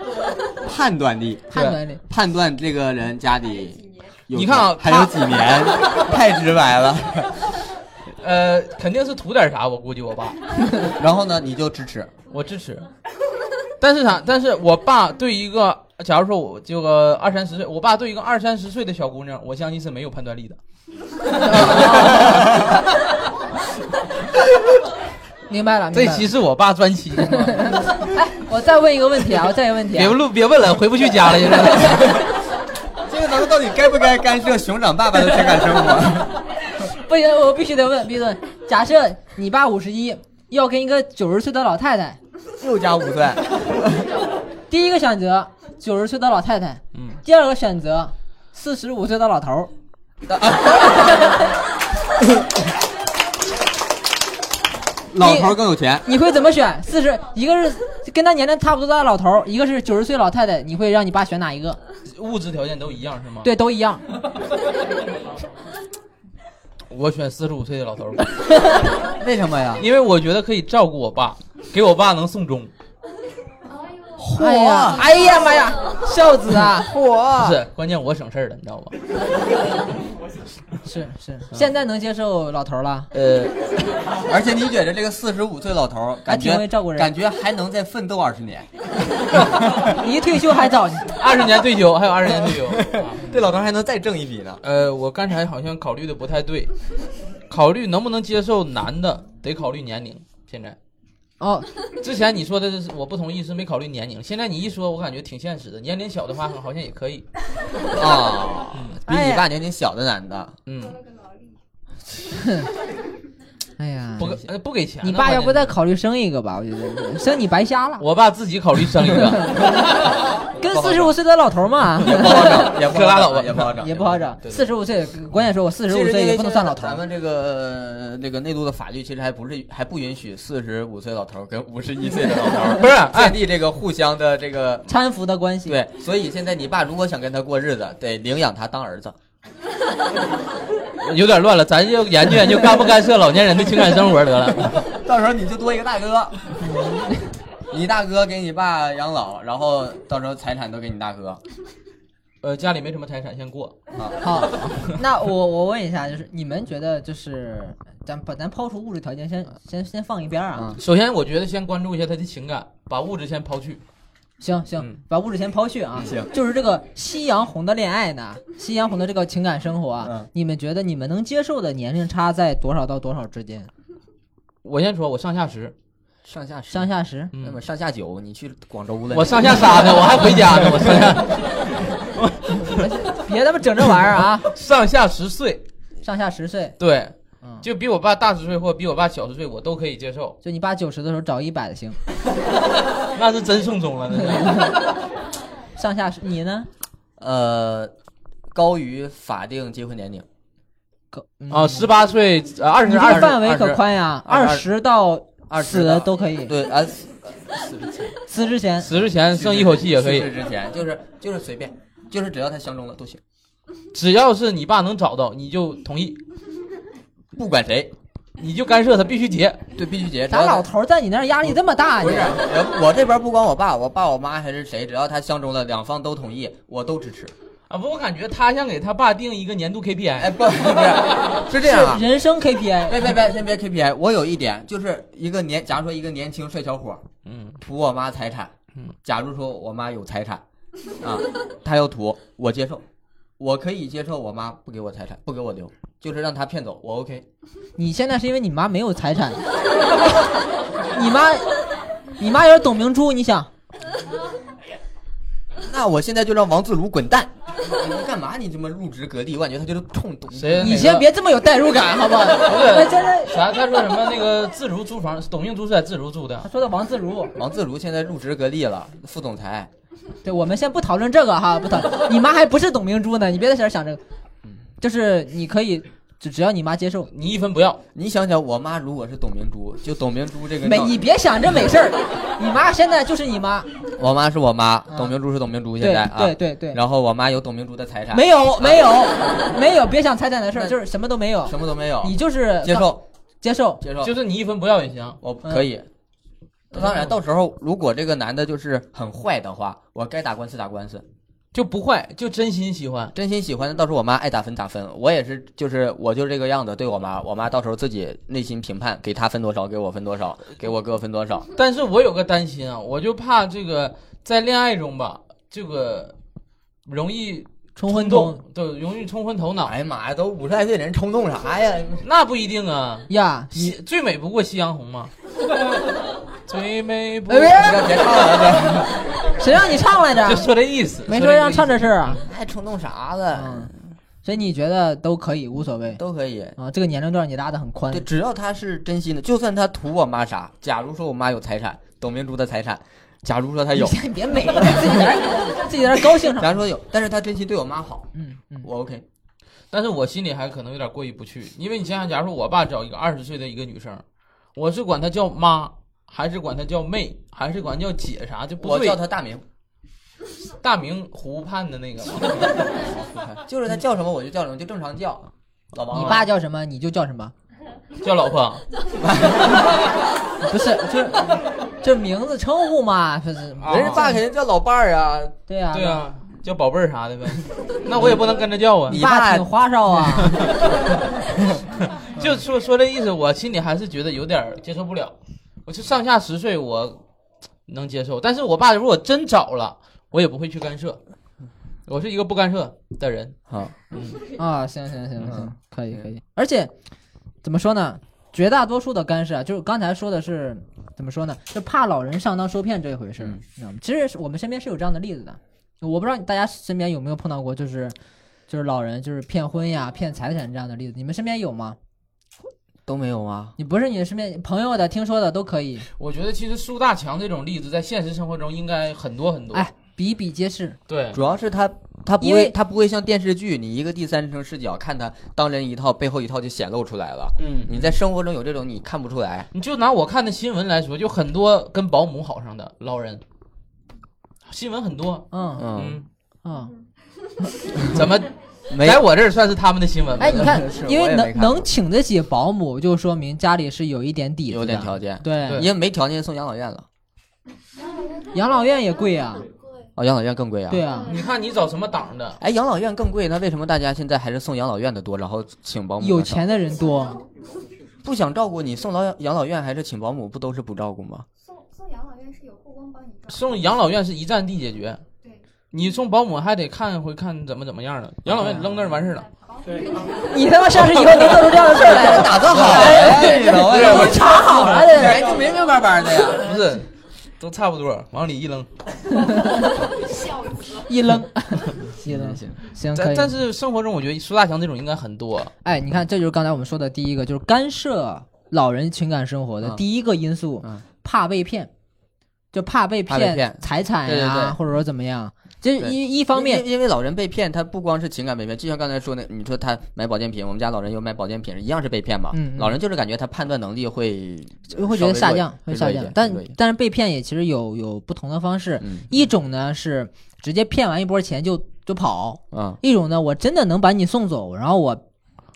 [SPEAKER 3] 判断力，
[SPEAKER 2] 判断力，
[SPEAKER 3] 判断这个人家里有
[SPEAKER 1] 你看啊
[SPEAKER 3] 还有
[SPEAKER 1] 他
[SPEAKER 3] 几年，太直白了。
[SPEAKER 1] 呃，肯定是图点啥，我估计我 爸，
[SPEAKER 3] 然后呢，你就支持，
[SPEAKER 1] 我支持。但是啥？但是我爸对一个，假如说我这个二三十岁，我爸对一个二三十岁的小姑娘，我相信是没有判断力的。
[SPEAKER 2] 明白了，明
[SPEAKER 1] 这
[SPEAKER 2] 白了
[SPEAKER 1] 期是我爸专辑，
[SPEAKER 2] 哎，我再问一个问题啊，我再一个问题
[SPEAKER 1] 别
[SPEAKER 2] 啊，
[SPEAKER 1] 录，别问了，回不去家了。现 在
[SPEAKER 3] 这个咱们到底该不该干涉熊掌爸爸的情感生活？
[SPEAKER 2] 不行，我必须得问，必须得问。假设你爸五十一，要跟一个九十岁的老太 太，
[SPEAKER 3] 又加五岁，
[SPEAKER 2] 第一个选择九十岁的老太太，
[SPEAKER 1] 嗯，
[SPEAKER 2] 第二个选择四十五岁的老头 儿。
[SPEAKER 3] 老头儿更有钱。
[SPEAKER 2] 你会怎么选？四十，一个是跟他年龄差不多大的老头儿，一个是九十岁老太太，你会让你爸选哪一个？
[SPEAKER 1] 物质条件都一样是吗？，
[SPEAKER 2] 对，都一样。
[SPEAKER 1] 我选四十五岁的老头儿，
[SPEAKER 3] 为什么呀？
[SPEAKER 1] 因为我觉得可以照顾我爸，给我爸能送终。
[SPEAKER 2] 哎
[SPEAKER 3] 啊
[SPEAKER 2] 呀，哎呀妈呀，孝子 啊！
[SPEAKER 1] 不
[SPEAKER 3] 嚯！
[SPEAKER 1] 是，关键我省事儿了，你知道吧？
[SPEAKER 2] 是是，现在能接受老头儿了？
[SPEAKER 1] 呃，
[SPEAKER 3] 而且你觉得这个四十五岁老头儿，感觉
[SPEAKER 2] 还挺会照顾人
[SPEAKER 3] 感觉还能再奋斗二十 年。
[SPEAKER 2] 你一退休还早，
[SPEAKER 1] 二十年退休，还有二十年退 休。啊
[SPEAKER 3] 这老头儿还能再挣一笔呢。
[SPEAKER 1] 呃，我刚才好像考虑的不太对，考虑能不能接受男的，得考虑年龄。现在
[SPEAKER 2] 哦，
[SPEAKER 1] 之前你说的这是我不同意，是没考虑年龄。现在你一说，我感觉挺现实的。年龄小的话，好像也可以。
[SPEAKER 3] 啊，比
[SPEAKER 2] 哎
[SPEAKER 3] 你
[SPEAKER 2] 呀
[SPEAKER 3] 爸年龄小的 男的，
[SPEAKER 1] 嗯，
[SPEAKER 2] 哎呀，
[SPEAKER 1] 不给呃不给钱呢。
[SPEAKER 2] 你爸要不
[SPEAKER 1] 关键
[SPEAKER 2] 再
[SPEAKER 1] 是，
[SPEAKER 2] 考虑生一个吧？我觉得生你白 瞎了，
[SPEAKER 1] 我爸自己考虑生一个，
[SPEAKER 2] 跟四十五岁的老头儿嘛。
[SPEAKER 3] 也不好整，也不
[SPEAKER 1] 可
[SPEAKER 3] 好
[SPEAKER 1] 拉倒吧
[SPEAKER 3] 整也不好整，
[SPEAKER 2] 也不好整，
[SPEAKER 1] 对对
[SPEAKER 2] 四十五岁，关键说我四十五岁也不能算老头
[SPEAKER 3] 咱
[SPEAKER 2] 儿。
[SPEAKER 3] 们这个这个内陆的法律其实还不是还不允许四十五岁老头儿跟五十一岁的老头儿
[SPEAKER 1] 不是哎
[SPEAKER 3] 建立这个互相的这个
[SPEAKER 2] 搀扶的关系，，
[SPEAKER 3] 对，所以现在你爸如果想跟他过日子，得领养他当儿子。
[SPEAKER 1] 有点乱了。咱就研究研究干不干涉老年人的情感生活得了。
[SPEAKER 3] 到时候你就多一个大哥， 你大哥给你爸养老，然后到时候财产都给你大哥。
[SPEAKER 1] 呃，家里没什么财产，先过。
[SPEAKER 2] 好，那我我问一下，就是你们觉得就是咱把咱抛除物质条件先先先放一边儿啊，
[SPEAKER 1] 首先，我觉得先关注一下他的情感，把物质先抛去。
[SPEAKER 2] 行行
[SPEAKER 1] 嗯，
[SPEAKER 2] 把物质先抛去啊，
[SPEAKER 3] 嗯行，
[SPEAKER 2] 就是这个夕阳红的恋爱呢，夕阳红的这个情感生活啊
[SPEAKER 3] 嗯，
[SPEAKER 2] 你们觉得你们能接受的年龄差在多少到多少之间？
[SPEAKER 1] 我先说，我上下十，
[SPEAKER 3] 上下十
[SPEAKER 2] 上下十，
[SPEAKER 1] 嗯
[SPEAKER 3] 那么上下九，你去广州了？
[SPEAKER 1] 我上下仨呢，我还回家呢，我上 下。
[SPEAKER 2] 别他妈整这玩意儿啊，
[SPEAKER 1] 上下十岁，
[SPEAKER 2] 上下十岁，
[SPEAKER 1] 对，
[SPEAKER 2] 嗯，
[SPEAKER 1] 就比我爸大十岁或比我爸小十岁，我都可以接受。
[SPEAKER 2] 就你爸九十的时候找一百的行，
[SPEAKER 1] 那是真送终了，那是。
[SPEAKER 2] 上下十你呢？
[SPEAKER 3] 呃，高于法定结婚年龄。
[SPEAKER 2] 可嗯
[SPEAKER 1] 啊，十八岁，二
[SPEAKER 2] 你
[SPEAKER 1] 十
[SPEAKER 2] 这
[SPEAKER 1] 二
[SPEAKER 2] 个
[SPEAKER 1] 十
[SPEAKER 2] 范围可宽呀，
[SPEAKER 3] 二十
[SPEAKER 2] 十到
[SPEAKER 3] 20
[SPEAKER 2] 死
[SPEAKER 3] 到
[SPEAKER 2] 都可以，
[SPEAKER 3] 对，啊，死死之前，
[SPEAKER 2] 死之
[SPEAKER 1] 死
[SPEAKER 2] 前
[SPEAKER 1] 之前剩一口气也可
[SPEAKER 3] 去
[SPEAKER 1] 以，
[SPEAKER 3] 世之前就是就是随便，就是只要他相中了都行，
[SPEAKER 1] 只要是你爸能找到，你就同意，
[SPEAKER 3] 不管谁，
[SPEAKER 1] 你就干涉他必须结。
[SPEAKER 3] 对，必须结。只
[SPEAKER 2] 咱
[SPEAKER 3] 要他
[SPEAKER 2] 老头儿在你那儿压力这么大，
[SPEAKER 3] 不是
[SPEAKER 2] 你
[SPEAKER 3] 我我这边不光我爸，我爸我妈还是谁，只要他相中了，两方都同意，我都支持。
[SPEAKER 1] 啊不，我感觉他想给他爸定一个年度 KPI，
[SPEAKER 3] 哎，不不是，是这样啊。
[SPEAKER 2] 人生 KPI
[SPEAKER 3] 别别别，先别 KPI。我有一点，就是一个年，假如说一个年轻帅小伙儿
[SPEAKER 1] 嗯，
[SPEAKER 3] 图我妈财产
[SPEAKER 1] 嗯，
[SPEAKER 3] 假如说我妈有财产，啊，他要图，我接受，我可以接受我妈不给我财产，不给我留，就是让他骗走，我 OK。
[SPEAKER 2] 你现在是因为你妈没有财产，你妈，你妈要是董明珠，你想
[SPEAKER 3] 那我现在就让王自如滚蛋！你干嘛？你这么入职格力？我感觉他就是冲动。
[SPEAKER 1] 谁
[SPEAKER 2] 你先别这么有代入感，好不 好？我现在
[SPEAKER 1] 啥？他说什么那个自如租房，董明珠是在自如住
[SPEAKER 2] 他
[SPEAKER 1] 的，
[SPEAKER 2] 说的王自如，
[SPEAKER 3] 王自如现在入职格力了，副总裁。
[SPEAKER 2] 对，我们先不讨论这个哈，不讨，你妈还不是董明珠呢，你别在这儿想这个，就是你可以，只只要你妈接受，
[SPEAKER 1] 你一分不要。
[SPEAKER 3] 你想想，我妈如果是董明珠，就董明珠这个
[SPEAKER 2] 没
[SPEAKER 3] 闹
[SPEAKER 2] 你别想着没事儿，你妈现在就是你妈，
[SPEAKER 3] 我妈是我妈
[SPEAKER 2] 啊，
[SPEAKER 3] 董明珠是董明珠，现
[SPEAKER 2] 对
[SPEAKER 3] 在啊，
[SPEAKER 2] 对对对。
[SPEAKER 3] 然后我妈有董明珠的财产，
[SPEAKER 2] 没有没有没有，别想财产的事儿，
[SPEAKER 3] 那
[SPEAKER 2] 就是什么都没有，
[SPEAKER 3] 什么都没有，
[SPEAKER 2] 你就是
[SPEAKER 3] 接受
[SPEAKER 2] 接受。
[SPEAKER 3] 接受，
[SPEAKER 1] 就是你一分不要也行。
[SPEAKER 3] 我可以。嗯当然，到时候如果这个男的就是很坏的话，我该打官司打官司，
[SPEAKER 1] 就不坏，就真心喜欢。
[SPEAKER 3] 真心喜欢的，到时候我妈爱打分打分，我也是，就是我就是这个样子，对我妈，我妈到时候自己内心评判，给她分多少，给我分多少，给我哥分多少。
[SPEAKER 1] 但是我有个担心啊，我就怕这个在恋爱中吧，这个容易
[SPEAKER 2] 冲昏
[SPEAKER 1] 动
[SPEAKER 2] 头，
[SPEAKER 1] 对，容易冲昏头脑。
[SPEAKER 3] 哎呀妈呀，都五十来岁人冲动啥呀？
[SPEAKER 1] 那不一定啊，
[SPEAKER 2] 呀，
[SPEAKER 1] 夕最美不过夕阳红 嘛。最美不
[SPEAKER 2] 哎别
[SPEAKER 3] 别别 唱了，
[SPEAKER 2] 谁让你唱来
[SPEAKER 1] 就
[SPEAKER 2] 着？
[SPEAKER 1] 说这意思，
[SPEAKER 2] 没
[SPEAKER 1] 说
[SPEAKER 2] 说
[SPEAKER 1] 这
[SPEAKER 2] 让
[SPEAKER 1] 意
[SPEAKER 2] 唱
[SPEAKER 1] 思
[SPEAKER 2] 这事儿啊。
[SPEAKER 3] 这爱哎冲动啥的
[SPEAKER 2] 嗯，所以你觉得都可以，无所谓
[SPEAKER 3] 都可以。
[SPEAKER 2] 啊。这个年龄段你拉的很宽
[SPEAKER 3] 对，，只要他是真心的，就算他图我妈啥，假如说我妈有财产，董明珠的财产，假如说他有，
[SPEAKER 2] 你别美了，自己在那儿自己在那儿高兴上。
[SPEAKER 3] 假如说有，但是他真心对我妈好，
[SPEAKER 2] 嗯嗯，
[SPEAKER 3] 我 OK。
[SPEAKER 1] 但是我心里还可能有点过意不去，因为你想想，假如说我爸找一个二十岁的一个女生，我是管她叫妈，还是管她叫妹，还是管她叫姐啥，就不
[SPEAKER 3] 我
[SPEAKER 1] 对
[SPEAKER 3] 叫。他大名，
[SPEAKER 1] 大明湖畔的那个，
[SPEAKER 3] 就是他叫什么我就叫什么，就正常叫。老王，
[SPEAKER 2] 啊你爸叫什么你就叫什么，
[SPEAKER 1] 叫老 婆，
[SPEAKER 2] 不是就是这名字称呼嘛，就是
[SPEAKER 1] 啊
[SPEAKER 3] 人家爸肯定叫老伴儿啊，
[SPEAKER 2] 对啊
[SPEAKER 1] 对啊，叫宝贝儿啥的呗。那我也不能跟着叫啊。
[SPEAKER 3] 你
[SPEAKER 2] 爸
[SPEAKER 3] 爸
[SPEAKER 2] 挺花哨啊。
[SPEAKER 3] 嗯
[SPEAKER 1] 就说说这意思，我心里还是觉得有点儿接受不了。我就上下十岁，我能接受，但是我爸如果真找了，我也不会去干涉。我是一个不干涉的人，嗯
[SPEAKER 3] 好，
[SPEAKER 2] 啊，行行行行
[SPEAKER 3] 嗯，
[SPEAKER 2] 可以
[SPEAKER 3] 对
[SPEAKER 2] 可以。而且怎么说呢？绝大多数的干涉啊，就是刚才说的是怎么说呢？就怕老人上当受骗这一回事儿，
[SPEAKER 3] 嗯
[SPEAKER 2] 你知道吗？其实是我们身边是有这样的例子的，我不知道大家身边有没有碰到过，就是就是老人就是骗婚呀、骗财产这样的例子，你们身边有吗？
[SPEAKER 3] 都没有啊吗？
[SPEAKER 2] 你不是你身边朋友的、听说的都可以，
[SPEAKER 1] 我觉得其实苏大强这种例子在现实生活中应该很多很多。
[SPEAKER 2] 哎，比比皆是。
[SPEAKER 1] 对，
[SPEAKER 3] 主要是他他不
[SPEAKER 2] 因为
[SPEAKER 3] 会他不会像电视剧，你一个第三人称视角看他当人一套，背后一套就显露出来了。
[SPEAKER 1] 嗯，
[SPEAKER 3] 你在生活中有这种你看不出来，
[SPEAKER 1] 你就拿我看的新闻来说，就很多跟保姆好上的老人，新闻很多。
[SPEAKER 2] 嗯
[SPEAKER 3] 嗯，
[SPEAKER 1] 嗯，
[SPEAKER 2] 嗯，
[SPEAKER 1] 怎么
[SPEAKER 3] 没
[SPEAKER 1] 在我这儿算是他们的新闻吧？
[SPEAKER 2] 哎，你看
[SPEAKER 3] 是，
[SPEAKER 2] 因
[SPEAKER 3] 我
[SPEAKER 2] 为
[SPEAKER 3] 也没
[SPEAKER 2] 能
[SPEAKER 3] 看过
[SPEAKER 2] 能请得起保姆，就说明家里是有一点底子的，
[SPEAKER 3] 有点条件，
[SPEAKER 2] 对
[SPEAKER 1] 对，
[SPEAKER 3] 因为没条件送养老院了。
[SPEAKER 2] 养老院也贵啊，
[SPEAKER 3] 哦，养老院更贵啊。
[SPEAKER 2] 对啊，
[SPEAKER 1] 你看你找什么党的？
[SPEAKER 3] 哎，养老院更贵，那为什么大家现在还是送养老院的多，然后请保姆？
[SPEAKER 2] 有钱的人多，
[SPEAKER 3] 不想照顾你，送老养老院还是请保姆，不都是不照顾吗？
[SPEAKER 6] 送送养老院是有护工帮你照顾。
[SPEAKER 1] 送养老院是一站地解决
[SPEAKER 6] 对。
[SPEAKER 1] 你送保姆还得看回看怎么怎么样的，养老院扔那儿完事儿了。
[SPEAKER 2] 你他妈上市以后能做出这样的事儿来，
[SPEAKER 3] 打造好
[SPEAKER 2] 哎
[SPEAKER 3] 哎了，你
[SPEAKER 2] 我查好了
[SPEAKER 1] 哎
[SPEAKER 2] 的。
[SPEAKER 3] 就明明白白的呀。
[SPEAKER 1] 不是，都差不多，往里一扔。
[SPEAKER 2] 一扔，一扔，
[SPEAKER 3] 行，
[SPEAKER 2] 行，可
[SPEAKER 1] 但
[SPEAKER 2] 以。
[SPEAKER 1] 但是生活中，我觉得苏大强这种应该很多。
[SPEAKER 2] 哎，你看，这就是刚才我们说的第一个，就是干涉老人情感生活的
[SPEAKER 3] 嗯
[SPEAKER 2] 第一个因素，
[SPEAKER 3] 嗯
[SPEAKER 2] 怕被骗，就怕被
[SPEAKER 3] 怕被骗
[SPEAKER 2] 财产呀、
[SPEAKER 3] 对对对
[SPEAKER 2] 或者说怎么样，这
[SPEAKER 3] 对
[SPEAKER 2] 一一方面
[SPEAKER 3] 因，因为老人被骗，他不光是情感被骗，就像刚才说那，你说他买保健品，我们家老人有买保健品，一样是被骗嘛。
[SPEAKER 2] 嗯嗯
[SPEAKER 3] 老人就是感觉他判断能力会
[SPEAKER 2] 会觉得
[SPEAKER 3] 稍
[SPEAKER 2] 下
[SPEAKER 3] 微弱一
[SPEAKER 2] 降，会
[SPEAKER 3] 会
[SPEAKER 2] 下
[SPEAKER 3] 弱一
[SPEAKER 2] 降
[SPEAKER 3] 点。
[SPEAKER 2] 但
[SPEAKER 3] 会弱一点
[SPEAKER 2] 但是被骗也其实有有不同的方式，
[SPEAKER 3] 嗯
[SPEAKER 2] 一种呢是直接骗完一波钱就就跑，
[SPEAKER 3] 啊
[SPEAKER 2] 一种呢，我真的能把你送走，然后我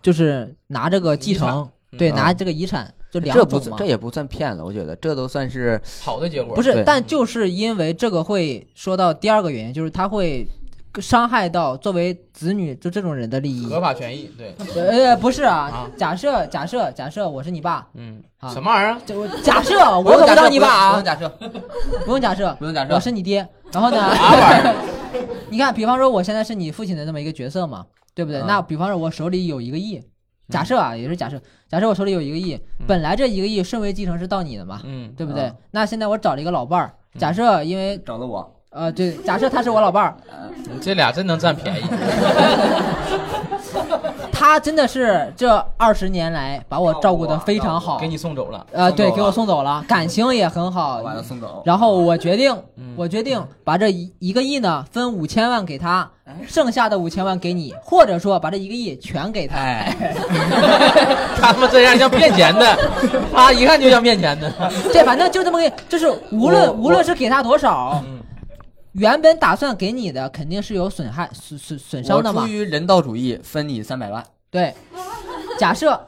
[SPEAKER 2] 就是拿这个继承，
[SPEAKER 1] 嗯
[SPEAKER 2] 对，
[SPEAKER 3] 嗯
[SPEAKER 2] 拿这个遗产，就两
[SPEAKER 3] 这不
[SPEAKER 2] 种
[SPEAKER 3] 算
[SPEAKER 2] 嘛
[SPEAKER 3] 这。也不算骗了，我觉得这都算是
[SPEAKER 1] 好的结果
[SPEAKER 2] 不是，
[SPEAKER 3] 对
[SPEAKER 2] 但就是因为这个会说到第二个原因，就是他会伤害到作为子女就这种人的利益。
[SPEAKER 1] 合法权益，对，
[SPEAKER 2] 呃，不是啊
[SPEAKER 1] 啊，
[SPEAKER 2] 假设假设假设我是你爸，
[SPEAKER 1] 嗯
[SPEAKER 2] 啊，
[SPEAKER 1] 什么玩意儿啊？
[SPEAKER 2] 这我假设我可不当你爸啊
[SPEAKER 3] 不用，假设，
[SPEAKER 2] 不用假设，
[SPEAKER 3] 不用假设
[SPEAKER 2] 我是你爹。然后呢？
[SPEAKER 1] 啥玩意儿？
[SPEAKER 2] 你看，比方说我现在是你父亲的这么一个角色嘛，对不对？
[SPEAKER 3] 啊
[SPEAKER 2] 那比方说我手里有一个亿，假设啊，也是假设，假设我手里有一个亿，本来这一个亿顺位继承是到你的嘛，
[SPEAKER 1] 嗯，
[SPEAKER 2] 对不对
[SPEAKER 3] 啊？
[SPEAKER 2] 那现在我找了一个老伴儿，假设因为
[SPEAKER 3] 找了我，呃
[SPEAKER 2] 呃，对，假设他是我老伴儿，
[SPEAKER 1] 你这俩真能占便宜。
[SPEAKER 2] 他真的是这二十年来把我照顾的非常好
[SPEAKER 1] 给，你送走了，
[SPEAKER 2] 呃，对，
[SPEAKER 3] 送走了
[SPEAKER 2] 给我送走了，感情也很好，
[SPEAKER 3] 送走
[SPEAKER 2] 然后我决定
[SPEAKER 1] 哦嗯，哎
[SPEAKER 2] 我决定把这一一个亿呢分五千万给他，剩下的五千万给你，或者说把这一个亿全给他。
[SPEAKER 1] 哎
[SPEAKER 3] 哎
[SPEAKER 1] 他们这样像骗钱的，他一看就像骗钱的。
[SPEAKER 2] 对，反正就这么给，就是无论
[SPEAKER 3] 我
[SPEAKER 2] 无论是给他多少
[SPEAKER 1] 嗯，
[SPEAKER 2] 原本打算给你的肯定是有损害损损损伤
[SPEAKER 3] 我
[SPEAKER 2] 的
[SPEAKER 3] 出
[SPEAKER 2] 嘛。
[SPEAKER 3] 于人道主义分你三百万，
[SPEAKER 2] 对，假设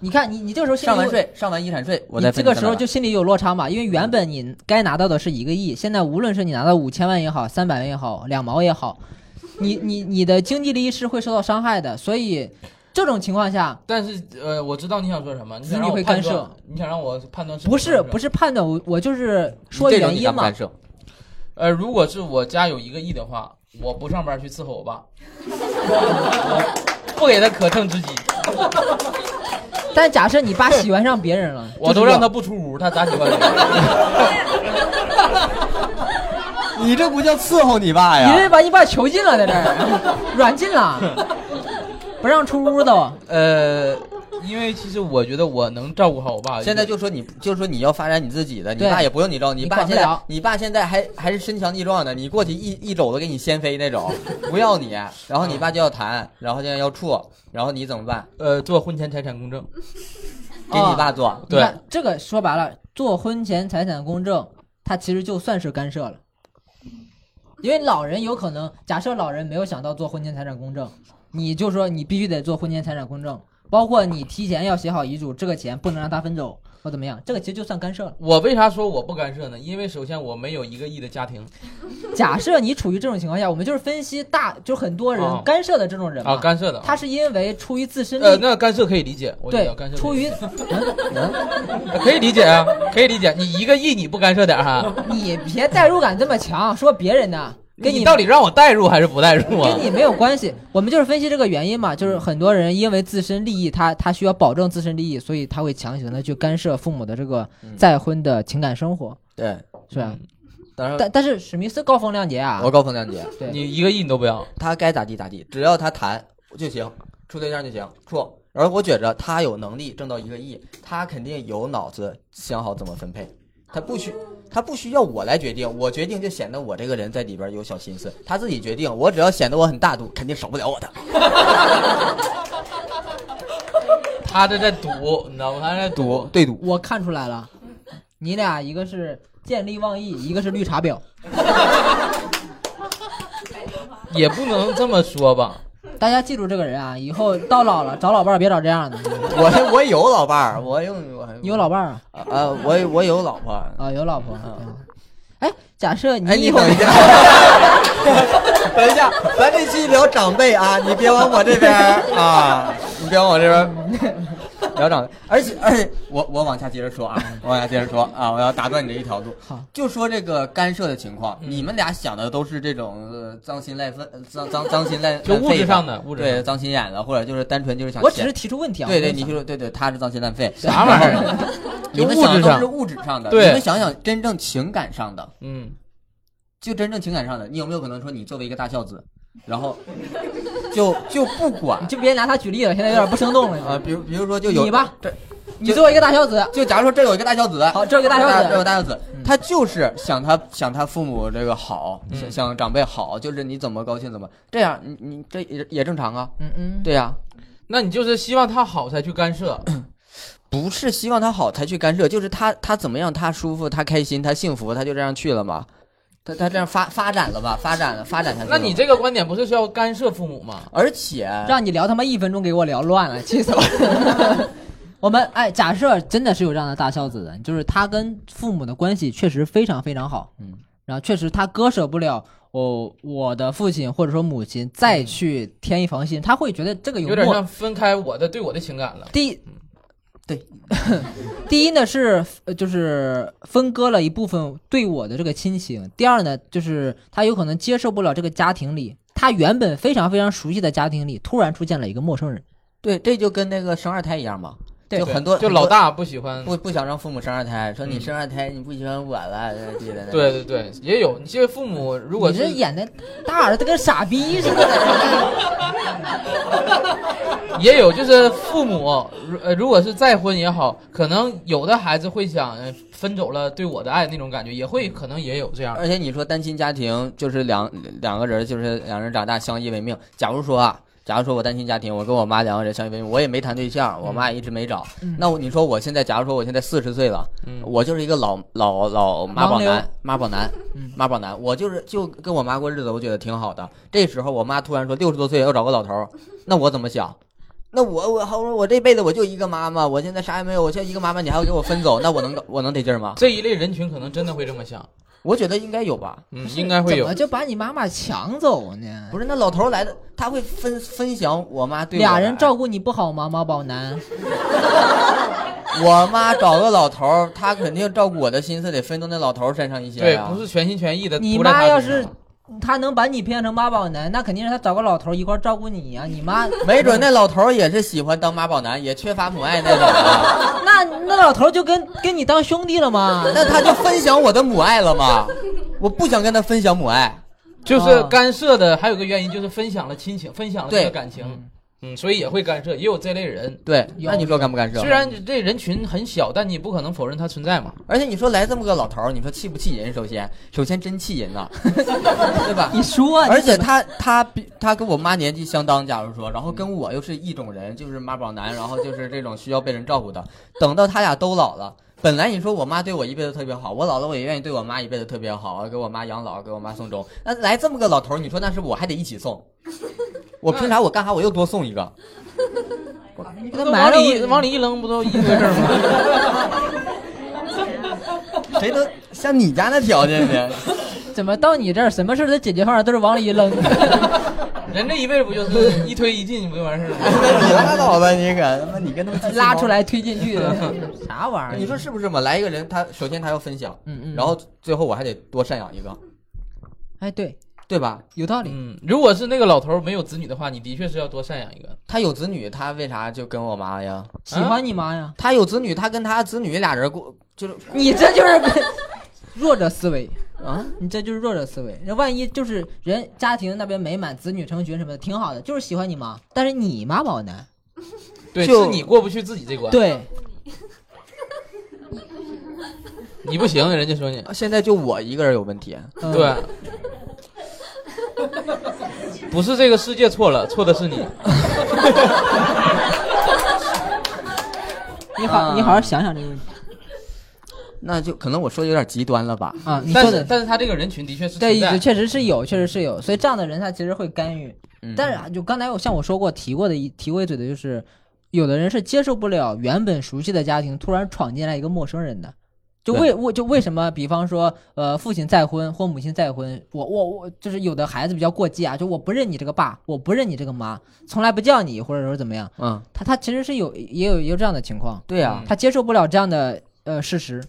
[SPEAKER 2] 你看你你这个时候心
[SPEAKER 3] 上
[SPEAKER 2] 里
[SPEAKER 3] 完
[SPEAKER 2] 有。
[SPEAKER 3] 税，上完遗产税，我
[SPEAKER 2] 你
[SPEAKER 3] 再
[SPEAKER 2] 这
[SPEAKER 3] 分
[SPEAKER 2] 个
[SPEAKER 3] 300
[SPEAKER 2] 时候
[SPEAKER 3] 万
[SPEAKER 2] 就心里有落差嘛，因为原本你该拿到的是一个亿，现在无论是你拿到五千万也好，三百万也好，两毛也好，你你你的经济利益是会受到伤害的，所以这种情况下
[SPEAKER 1] 但是呃，我知道你想说什么，你
[SPEAKER 2] 子
[SPEAKER 1] 想
[SPEAKER 2] 女
[SPEAKER 1] 让我
[SPEAKER 2] 会
[SPEAKER 1] 判
[SPEAKER 2] 干涉
[SPEAKER 1] 断，你想让我判断是
[SPEAKER 2] 不是
[SPEAKER 1] 不
[SPEAKER 2] 不是判断，我我就是说
[SPEAKER 3] 这种
[SPEAKER 2] 原
[SPEAKER 3] 你
[SPEAKER 2] 因
[SPEAKER 3] 敢不
[SPEAKER 2] 嘛
[SPEAKER 3] 干。涉？
[SPEAKER 1] 呃，如果是我家有一个亿的话，我不上班去伺候我 爸，我不给他可乘之机，
[SPEAKER 2] 但假设你爸喜欢上别人了，
[SPEAKER 1] 我都让他不出屋，他咋喜欢
[SPEAKER 3] 你这不叫伺候你爸
[SPEAKER 2] 你这
[SPEAKER 3] 呀？
[SPEAKER 2] 把你爸囚禁了，在这儿软禁了，不让出屋都。
[SPEAKER 1] 我？呃， 因为其实我觉得我能照顾好我爸。
[SPEAKER 3] 现在就说你，就说你要发展你自己的，你
[SPEAKER 2] 对
[SPEAKER 3] 爸也不用你照顾，
[SPEAKER 2] 你
[SPEAKER 3] 你
[SPEAKER 2] 管
[SPEAKER 3] 爸
[SPEAKER 2] 不
[SPEAKER 3] 现在
[SPEAKER 2] 了，
[SPEAKER 3] 你爸现在还还是身强力壮的，你过去一一肘子给你掀飞那种，不要你，然后你爸就要谈，然后现在要处，然后你怎么办？
[SPEAKER 1] 呃做婚前财产公证，
[SPEAKER 3] 给你爸做，
[SPEAKER 2] 你
[SPEAKER 1] 对
[SPEAKER 2] 看这个说白了，做婚前财产公证，它其实就算是干涉了。因为老人有可能，假设老人没有想到做婚前财产公证，你就说你必须得做婚前财产公证，包括你提前要写好遗嘱，这个钱不能让他分走或怎么样，这个其实就算干涉了。
[SPEAKER 1] 我为啥说我不干涉呢？因为首先我没有一个亿的家庭
[SPEAKER 2] 假设你处于这种情况下，我们就是分析大，就很多
[SPEAKER 1] 哦
[SPEAKER 2] 人干涉的这种人嘛，
[SPEAKER 1] 啊，干涉的。
[SPEAKER 2] 他是因为出于自身利
[SPEAKER 1] 呃，
[SPEAKER 2] 益，
[SPEAKER 1] 那干涉可以理解，我觉得干
[SPEAKER 2] 对，
[SPEAKER 1] 涉
[SPEAKER 2] 出
[SPEAKER 1] 可以
[SPEAKER 2] 于
[SPEAKER 1] 理解可以理解啊，可以理解。你一个亿你不干涉点儿哈？
[SPEAKER 2] 你别代入感这么强，说别人的，跟
[SPEAKER 1] 你到
[SPEAKER 2] 底。
[SPEAKER 1] 底让我代入还是不代入啊
[SPEAKER 2] 跟？你没有关系，我们就是分析这个原因嘛，就是很多人因为自身利益，他他需要保证自身利益，所以他会强行的去干涉父母的这个
[SPEAKER 3] 嗯
[SPEAKER 2] 再婚的情感生活，
[SPEAKER 3] 对，
[SPEAKER 2] 是吧？
[SPEAKER 3] 当然
[SPEAKER 2] 但但是史密斯高风亮节啊
[SPEAKER 3] 我，告诉亮姐，
[SPEAKER 2] 对
[SPEAKER 1] 你一个亿你都不要，
[SPEAKER 3] 他该咋地咋地，只要他谈就行，处对象就行，处。而我觉着他有能力挣到一个亿，他肯定有脑子想好怎么分配，他不
[SPEAKER 2] 哦
[SPEAKER 3] 需他不需要我来决定，我决定就显得我这个人在里边有小心思，他自己决定，我只要显得我很大度，肯定少不了我的。
[SPEAKER 1] 他这在赌，你知道吗？他在赌。
[SPEAKER 3] 赌对赌，
[SPEAKER 2] 我看出来了，你俩一个是见利忘义，一个是绿茶婊，
[SPEAKER 1] 也不能这么说吧。
[SPEAKER 2] 大家记住这个人啊，以后到老了找老伴儿别找这样的，
[SPEAKER 3] 我我有老伴儿，我有我
[SPEAKER 2] 你有老伴儿啊？
[SPEAKER 3] 啊、我我有老婆。
[SPEAKER 2] 啊，有老婆。嗯哎，假设
[SPEAKER 3] 哎，
[SPEAKER 2] 你以
[SPEAKER 3] 你
[SPEAKER 2] 后
[SPEAKER 3] 等一 下，等一下，咱这期聊长辈啊，你别往我这边儿啊，你别往我这边 儿聊长辈。而且，而且，我我往下接着说啊， 我往下接着说啊，我要打断你这一条路。
[SPEAKER 2] 好，
[SPEAKER 3] 就说这个干涉的情况，
[SPEAKER 1] 嗯
[SPEAKER 3] 你们俩想的都是这种呃脏心赖肺、呃脏脏脏心赖，
[SPEAKER 1] 就物质上
[SPEAKER 3] 的，
[SPEAKER 1] 的物质
[SPEAKER 3] 对
[SPEAKER 1] 上的。
[SPEAKER 3] 脏心眼了，或者就是单纯就是想
[SPEAKER 2] 我只
[SPEAKER 3] 钱
[SPEAKER 2] 是提出问题啊。
[SPEAKER 3] 对
[SPEAKER 2] 我没
[SPEAKER 3] 对，你
[SPEAKER 2] 有
[SPEAKER 3] 就
[SPEAKER 2] 想
[SPEAKER 3] 是对对，他是脏心烂肺，
[SPEAKER 1] 啥玩意儿
[SPEAKER 3] 然后？ 你
[SPEAKER 1] 就
[SPEAKER 3] 们
[SPEAKER 1] 物
[SPEAKER 3] 想
[SPEAKER 1] 质
[SPEAKER 3] 的都
[SPEAKER 1] 上
[SPEAKER 3] 是物质上的，
[SPEAKER 1] 对
[SPEAKER 3] 你们想想真正情感上的，
[SPEAKER 1] 嗯，
[SPEAKER 3] 就真正情感上的，你有没有可能说你作为一个大孝子，然后就就不管
[SPEAKER 2] 你就别拿他举例了，现在有点不生动了。
[SPEAKER 3] 啊？比如比如说就有
[SPEAKER 2] 你吧，
[SPEAKER 3] 这
[SPEAKER 2] 你作为一个大孝子，
[SPEAKER 3] 就假如说这有一个大孝子，
[SPEAKER 2] 好这有一个大孝子嗯
[SPEAKER 3] 这有个大孝子，他就是想他想他父母这个好，
[SPEAKER 1] 嗯
[SPEAKER 3] 想想长辈好，就是你怎么高兴怎么这样，你你这也也正常啊，
[SPEAKER 2] 嗯嗯，
[SPEAKER 3] 对呀、
[SPEAKER 1] 那你就是希望他好才去干涉，
[SPEAKER 3] 不是希望他好才去干涉，就是他他怎么样，他舒服，他开心，他幸福，他就这样去了嘛。他他这样发发展了吧，发展了，发展下去了
[SPEAKER 1] 那
[SPEAKER 3] 嘛。
[SPEAKER 1] 你这个观点不是需要干涉父母吗？
[SPEAKER 3] 而且
[SPEAKER 2] 让你聊他妈一分钟给我聊乱了，气死我了。 我们哎，假设真的是有这样的大孝子的，就是他跟父母的关系确实非常非常好，
[SPEAKER 3] 嗯，
[SPEAKER 2] 然后确实他割舍不了我、我的父亲或者说母亲再去添一房心，他会觉得这个
[SPEAKER 1] 有
[SPEAKER 2] 有
[SPEAKER 1] 点
[SPEAKER 2] 莫
[SPEAKER 1] 像分开我的对我的情感了。
[SPEAKER 2] 第一
[SPEAKER 3] 对，
[SPEAKER 2] 第一呢是呃就是分割了一部分对我的这个亲情，第二呢就是他有可能接受不了这个家庭里他原本非常非常熟悉的家庭里突然出现了一个陌生人，
[SPEAKER 3] 对，这就跟那个生二胎一样嘛，
[SPEAKER 2] 对
[SPEAKER 3] 就很多
[SPEAKER 1] 就老大不喜欢。
[SPEAKER 3] 不不想让父母生二胎，说你
[SPEAKER 1] 嗯
[SPEAKER 3] 生二胎你不喜欢我了，对的。
[SPEAKER 1] 对对对，也有。你这个父母如果
[SPEAKER 2] 你
[SPEAKER 1] 是
[SPEAKER 2] 这演的大儿子跟傻逼似的，
[SPEAKER 1] 也有，就是父母如呃如果是再婚也好，可能有的孩子会想呃分走了对我的爱那种感觉，也会可能也有这样。
[SPEAKER 3] 而且你说单亲家庭就是两两个人就是两人长大相依为命。假如说啊，假如说我单亲家庭，我跟我妈两个人相依为命，我也没谈对象，我妈也一直没找。
[SPEAKER 2] 嗯
[SPEAKER 3] 那我你说我现在，假如说我现在四十岁了，
[SPEAKER 1] 嗯，
[SPEAKER 3] 我就是一个老老老妈宝
[SPEAKER 2] 盲
[SPEAKER 3] 男
[SPEAKER 2] 流，
[SPEAKER 3] 妈宝男
[SPEAKER 2] 嗯，
[SPEAKER 3] 妈宝男，我就是就跟我妈过日子，我觉得挺好的。这时候我妈突然说六十多岁要找个老头儿，那我怎么想？那我我好我这辈子我就一个妈妈，我现在啥也没有，我现在一个妈妈，你还要给我分走，那我能我能得劲儿吗？
[SPEAKER 1] 这一类人群可能真的会这么想。
[SPEAKER 3] 我觉得应该有吧。
[SPEAKER 1] 嗯， 应该会
[SPEAKER 2] 怎
[SPEAKER 1] 有
[SPEAKER 2] 么。就把你妈妈抢走呢？
[SPEAKER 3] 不是，那老头儿来的，他会分分享我妈对我
[SPEAKER 2] 俩
[SPEAKER 3] 的
[SPEAKER 2] 人
[SPEAKER 3] 爱
[SPEAKER 2] 照顾你不好吗？妈宝男，
[SPEAKER 3] 我妈找个老头儿，他肯定照顾我的心思得分到那老头儿身上一些啊
[SPEAKER 1] 对，
[SPEAKER 3] 呀。
[SPEAKER 1] 不是全心全意的。
[SPEAKER 2] 你妈要是他能把你培养成妈宝男，那肯定是他找个老头一块儿照顾你呀、啊你妈
[SPEAKER 3] 没准那老头儿也是喜欢当妈宝男，也缺乏母爱那种啊。
[SPEAKER 2] 那那老头就跟跟你当兄弟了吗？
[SPEAKER 3] 那他就分享我的母爱了吗？我不想跟他分享母爱。
[SPEAKER 1] 就是
[SPEAKER 2] 啊
[SPEAKER 1] 干涉的，还有个原因就是分享了亲情，分享了这
[SPEAKER 3] 对
[SPEAKER 1] 个感情，嗯，所以也会干涉，也有这类人。
[SPEAKER 3] 对，
[SPEAKER 2] 有
[SPEAKER 3] 那你说干不干涉？
[SPEAKER 1] 虽然这人群很小，但你不可能否认它存在嘛。
[SPEAKER 3] 而且你说来这么个老头儿，你说气不气人？首先，首先真气人呐、 对吧？
[SPEAKER 2] 你说、
[SPEAKER 3] 而且他他比他跟我妈年纪相当，假如说，然后跟我又是一种人，就是妈宝男，然后就是这种需要被人照顾的。 等到他俩都老了，本来你说我妈对我一辈子特别好，我老了我也愿意对我妈一辈子特别好，给我妈养老，给我妈送终。那来这么个老头儿，你说那是不是我还得一起送？我凭啥我干啥我又多送一个？
[SPEAKER 2] 你给
[SPEAKER 1] 那
[SPEAKER 2] 他
[SPEAKER 1] 往
[SPEAKER 2] 埋了
[SPEAKER 1] 里一往里一扔，不都一回事 儿吗？
[SPEAKER 3] 谁能像你家那条件呢？
[SPEAKER 2] 怎么到你这儿什么事儿的解决方案都是往里一扔？
[SPEAKER 1] 人这一辈子不就是一推一进不就完事儿了吗？
[SPEAKER 3] 那你拉倒吧，你可他妈你跟他们
[SPEAKER 2] 拉出。来推进去的， 啥玩意儿？
[SPEAKER 3] 你说是不是嘛？来一个人，他首先他要分享，
[SPEAKER 2] 嗯嗯
[SPEAKER 3] 然后最后我还得多赡养一个，
[SPEAKER 2] 哎，对，
[SPEAKER 3] 对吧？
[SPEAKER 2] 有道理。
[SPEAKER 1] 嗯，如果是那个老头儿没有子女的话，你的确是要多赡养一个。
[SPEAKER 3] 他有子女，他为啥就跟我妈呀？
[SPEAKER 2] 喜欢你妈呀？
[SPEAKER 3] 他有子女，他跟他子女俩人过，就是
[SPEAKER 2] 你这就是 弱者思维，
[SPEAKER 3] 啊，
[SPEAKER 2] 你这就是弱者思维。那万一就是人家庭那边美满，子女成群什么的，挺好的，就是喜欢你妈，但是你妈宝男，
[SPEAKER 1] 对，
[SPEAKER 3] 就是
[SPEAKER 1] 你过不去自己这关，
[SPEAKER 2] 对，
[SPEAKER 1] 你不行，人家说你
[SPEAKER 3] 现在就我一个人有问题。
[SPEAKER 2] 嗯、
[SPEAKER 1] 对，不是这个世界错了，错的是你。
[SPEAKER 2] 你好，
[SPEAKER 3] 嗯
[SPEAKER 2] 你好好想想这个问题
[SPEAKER 3] 那就可能我说的有点极端了吧？
[SPEAKER 2] 啊，你
[SPEAKER 1] 但
[SPEAKER 2] 说
[SPEAKER 1] 是
[SPEAKER 2] 的。
[SPEAKER 1] 但是他这个人群的确是
[SPEAKER 2] 对
[SPEAKER 1] 存，在
[SPEAKER 2] 确实是有，确实是有，所以这样的人他其实会干预。
[SPEAKER 3] 嗯
[SPEAKER 2] 但是啊就刚才我像我说过提过的一提过一嘴的，就是有的人是接受不了原本熟悉的家庭突然闯进来一个陌生人的。就为我就为什么，比方说，呃，父亲再婚或母亲再婚，我我我就是有的孩子比较过激啊，就我不认你这个爸，我不认你这个妈，从来不叫你，或者说怎么样，
[SPEAKER 3] 嗯，
[SPEAKER 2] 他他其实是有也有也有这样的情况，
[SPEAKER 3] 对呀
[SPEAKER 1] 嗯，
[SPEAKER 2] 他接受不了这样的呃事实，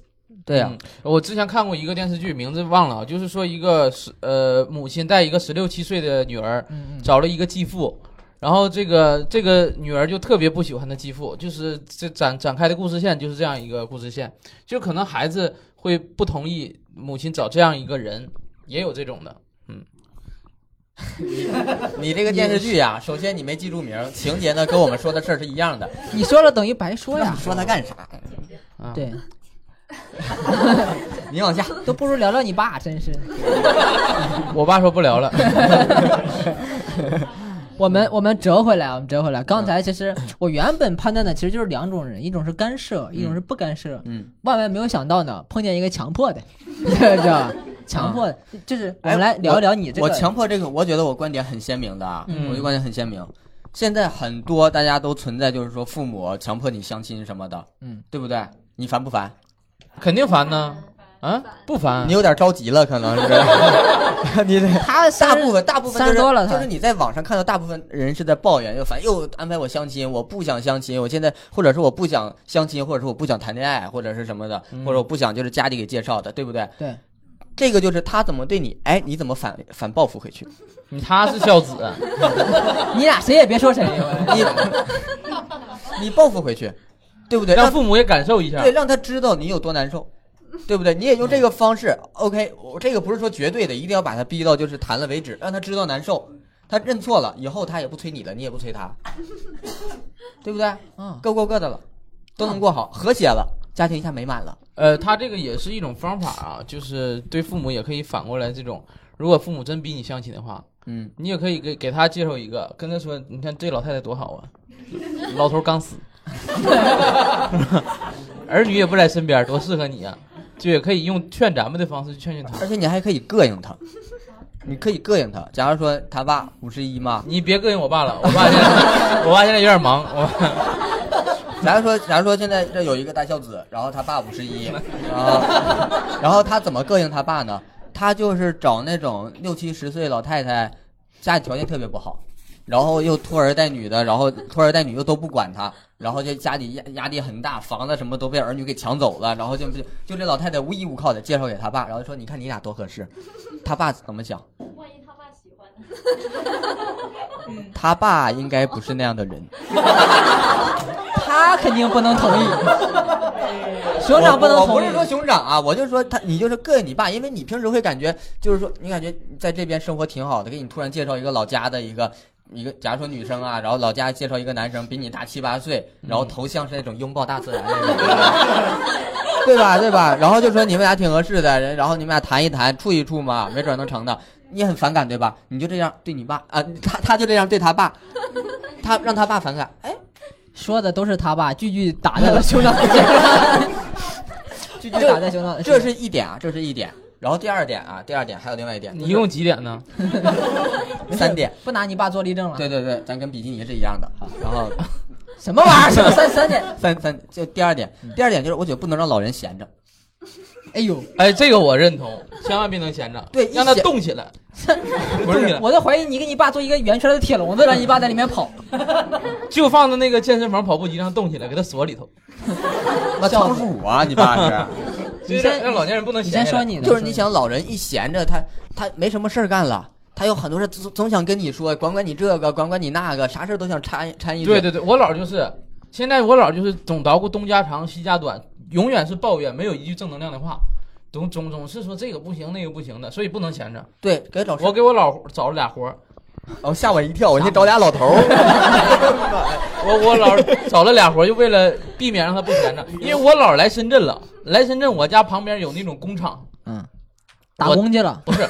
[SPEAKER 3] 对啊呀
[SPEAKER 1] 嗯，我之前看过一个电视剧，名字忘了啊，就是说一个十呃母亲带一个十六七岁的女儿，
[SPEAKER 2] 嗯嗯，
[SPEAKER 1] 找了一个继父，然后这个这个女儿就特别不喜欢她继父，就是这展展开的故事线就是这样一个故事线，就可能孩子会不同意母亲找这样一个人，也有这种的。
[SPEAKER 3] 你这个电视剧呀，首先你没记住名儿，情节呢跟我们说的事儿是一样的。
[SPEAKER 2] 你说了等于白说
[SPEAKER 3] 那
[SPEAKER 2] 呀
[SPEAKER 3] 你，说他干啥？
[SPEAKER 1] 啊，，
[SPEAKER 2] 对，
[SPEAKER 3] 你往下，
[SPEAKER 2] 都不如聊聊你爸，真是。
[SPEAKER 1] 我爸说不聊了。
[SPEAKER 2] 我们我们折回来，我们折回来。刚
[SPEAKER 3] 嗯
[SPEAKER 2] 才其实我原本判断的其实就是两种人，一种是干涉，一种是不干涉。
[SPEAKER 3] 嗯，
[SPEAKER 2] 万万没有想到呢，碰见一个强迫的， 你知道吧？强迫的就是我们来聊一聊你这个。
[SPEAKER 3] 哎我强迫这个，我觉得我观点很鲜明的啊，
[SPEAKER 2] 嗯
[SPEAKER 3] 我的观点很鲜明。现在很多大家都存在，就是说父母强迫你相亲什么的，
[SPEAKER 2] 嗯，
[SPEAKER 3] 对不对？你烦不烦？
[SPEAKER 1] 肯定烦 呢。啊，不烦
[SPEAKER 2] 嗯
[SPEAKER 3] 你。有点着急了，可能 是。你这
[SPEAKER 2] 他
[SPEAKER 3] 大
[SPEAKER 2] 三十
[SPEAKER 3] 部分大部分
[SPEAKER 2] 三十
[SPEAKER 3] 就是
[SPEAKER 2] 多了他
[SPEAKER 3] 就是你在网上看到大部分人是在抱怨，又烦又安排我相亲，我不想相亲，我现在或者是我不想相亲，或者是我不想谈恋爱，或者是什么的，
[SPEAKER 1] 嗯
[SPEAKER 3] 或者我不想就是家里给介绍的，对不对？
[SPEAKER 2] 对，
[SPEAKER 3] 这个就是他怎么对你，哎，你怎么反反报复回去？
[SPEAKER 1] 你他是孝子，
[SPEAKER 2] 你俩谁也别说谁。
[SPEAKER 3] 你你报复回去， 对不对？
[SPEAKER 1] 让父母也感受一下
[SPEAKER 3] 对，。让他知道你有多难受，对不对？你也用这个方式、o k 我这个不是说绝对的，一定要把他逼到就是谈了为止，让他知道难受，他认错了以后他也不催你了，你也不催他，对不对？
[SPEAKER 2] 嗯，
[SPEAKER 3] 各过各的了，都能过好，和谐了，家庭一下美满了。
[SPEAKER 1] 呃，他这个也是一种方法啊，就是对父母也可以反过来这种。如果父母真逼你相亲的话，
[SPEAKER 3] 嗯，
[SPEAKER 1] 你也可以给给他介绍一个，跟他说，你看这老太太多好啊， 老头刚死， 儿女也不在身边，多适合你啊！就也可以用劝咱们的方式去劝劝他，
[SPEAKER 3] 而且你还可以膈应他，你可以膈应他。假如说他爸五十一嘛，
[SPEAKER 1] 你别膈应我爸了，我爸现在我爸现在有点忙，我
[SPEAKER 3] 假如说，假如说现在这有一个大孝子，然后他爸五十一啊，然后他怎么膈应他爸呢？他就是找那种六七十岁老太太，家里条件特别不好，然后又拖儿带女的，然后拖儿带女又都不管他，然后就家里压压力很大，房子什么都被儿女给抢走了，然后就就就这老太太无依无靠的介绍给他爸，然后说你看你俩多合适，他爸怎么想？
[SPEAKER 6] 万一他爸喜欢 呢？
[SPEAKER 3] 他爸应该不是那样的人。
[SPEAKER 2] 他肯定不能同意，熊掌不能
[SPEAKER 3] 我我
[SPEAKER 2] 同
[SPEAKER 3] 不
[SPEAKER 2] 意
[SPEAKER 3] 是。说熊掌啊，我就说他，你就是膈应你爸，因为你平时会感觉，就是说你感觉在这边生活挺好的，给你突然介绍一个老家的一个一个，假如说女生啊，然后老家介绍一个男生比你大七八岁，
[SPEAKER 2] 嗯
[SPEAKER 3] 然后头像是那种拥抱大自然那种。 对吧？对吧？然后就说你们俩挺合适的，然然后你们俩谈一谈，处一处嘛，没准能成的。你很反感对吧？你就这样对你爸啊、他他就这样对他爸，他让他爸反感。哎，
[SPEAKER 2] 说的都是他爸，句句打在了熊掌的身上，句句打在熊掌的身
[SPEAKER 3] 这
[SPEAKER 2] 上。
[SPEAKER 3] 是一点啊，这是一点。然后第二点啊，第二点还有另外一点，
[SPEAKER 1] 你一共几点呢？
[SPEAKER 3] 三点。
[SPEAKER 2] 不拿你爸做例证了。
[SPEAKER 3] 对对对，咱跟比基尼是一样的。然后
[SPEAKER 2] 什么玩意儿？什么三三点？
[SPEAKER 3] 三三就第二点，第二点就是我觉得不能让老人闲着。
[SPEAKER 2] 哎呦，
[SPEAKER 1] 哎，这个我认同，千万别能闲着，
[SPEAKER 3] 对一
[SPEAKER 1] 让他
[SPEAKER 3] 闲
[SPEAKER 1] 动起来，
[SPEAKER 2] 不
[SPEAKER 1] 动起来，
[SPEAKER 2] 我都怀疑你给你爸做一个圆圈的铁笼子，让你爸在里面跑。
[SPEAKER 1] 就放到那个健身房跑步机上动起来，给他锁里头。
[SPEAKER 3] 那仓鼠啊，你爸是？
[SPEAKER 1] 就
[SPEAKER 2] 你
[SPEAKER 1] 是
[SPEAKER 2] 先
[SPEAKER 1] 让老年人不能
[SPEAKER 2] 你
[SPEAKER 1] 闲
[SPEAKER 2] 先
[SPEAKER 1] 下来
[SPEAKER 2] 说你的，
[SPEAKER 3] 就是你想老人一闲着，他他没什么事儿干了。他有很多事总总想跟你说，管管你这个，管管你那个，啥事儿都想掺掺一嘴。
[SPEAKER 1] 对对对，我姥儿就是，现在我姥儿就是总捣鼓东家长西家短，永远是抱怨，没有一句正能量的话，总总总是说这个不行那个不行的，所以不能闲着。
[SPEAKER 3] 对给老师
[SPEAKER 1] 我给我姥儿找了俩活儿，
[SPEAKER 3] 哦吓我一跳，我先找俩老头儿。
[SPEAKER 1] 我我姥儿找了俩活儿，就为了避免让他不闲 着，因为我姥儿来深圳了，来深圳我家旁边有那种工厂，
[SPEAKER 2] 嗯，打工去了。
[SPEAKER 1] 不是，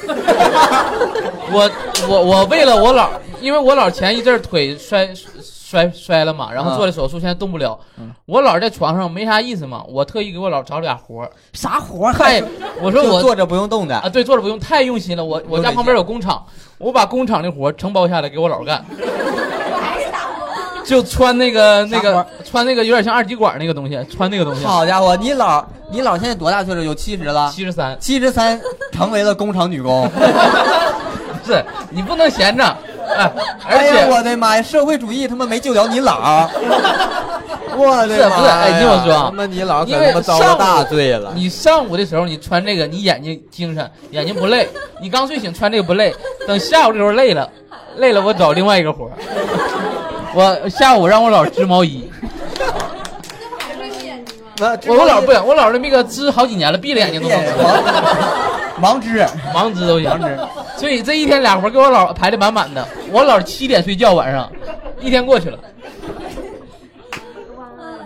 [SPEAKER 1] 我我我为了我姥儿，因为我姥儿前一阵儿腿摔摔摔了嘛，然
[SPEAKER 3] 嗯
[SPEAKER 1] 后做了手术，现在动不了。我姥儿在床上没啥意思嘛，我特意给我姥儿找俩活儿，
[SPEAKER 2] 啥活儿？
[SPEAKER 1] 太我说
[SPEAKER 3] 就
[SPEAKER 1] 我
[SPEAKER 3] 坐着不用动的
[SPEAKER 1] 啊，，对，做的不用太用心了。我我家旁边有工厂，我把工厂的活儿承包下来给我姥儿干，
[SPEAKER 6] 还是打工啊？
[SPEAKER 1] 就穿那个那
[SPEAKER 2] 啥活
[SPEAKER 1] 个
[SPEAKER 2] 儿
[SPEAKER 1] 穿那个有点像二极管那个东西，穿那个东西。
[SPEAKER 3] 好家伙，你姥你姥现在多大岁数？有七十了，
[SPEAKER 1] 七十三，
[SPEAKER 3] 七十三成为了工厂女工。
[SPEAKER 1] 是你不能闲着，哎， 而
[SPEAKER 3] 哎
[SPEAKER 1] 且、
[SPEAKER 3] 呀，我的妈呀！社会主义他妈没救了你姥儿， 我的
[SPEAKER 1] 是
[SPEAKER 3] 妈
[SPEAKER 1] 不是
[SPEAKER 3] 呀！
[SPEAKER 1] 哎你听我说啊
[SPEAKER 3] 他妈你姥儿
[SPEAKER 1] 因
[SPEAKER 3] 可
[SPEAKER 1] 为
[SPEAKER 3] 他妈遭
[SPEAKER 1] 上
[SPEAKER 3] 了
[SPEAKER 1] 午
[SPEAKER 3] 大罪了。
[SPEAKER 1] 你上午的时候你穿这个，你眼睛精神，眼睛不累。你刚睡醒穿这个不累，等下午的时候累了，累了我找另外一个活儿。我下午让我姥织毛衣，
[SPEAKER 3] 那
[SPEAKER 1] 我我姥不行，我姥那个织好几年了，闭着眼睛都能织，
[SPEAKER 3] 盲之，
[SPEAKER 1] 盲织都行。所以这一天俩活儿给我姥排的满满的。我姥七点睡觉晚上，一天过去了。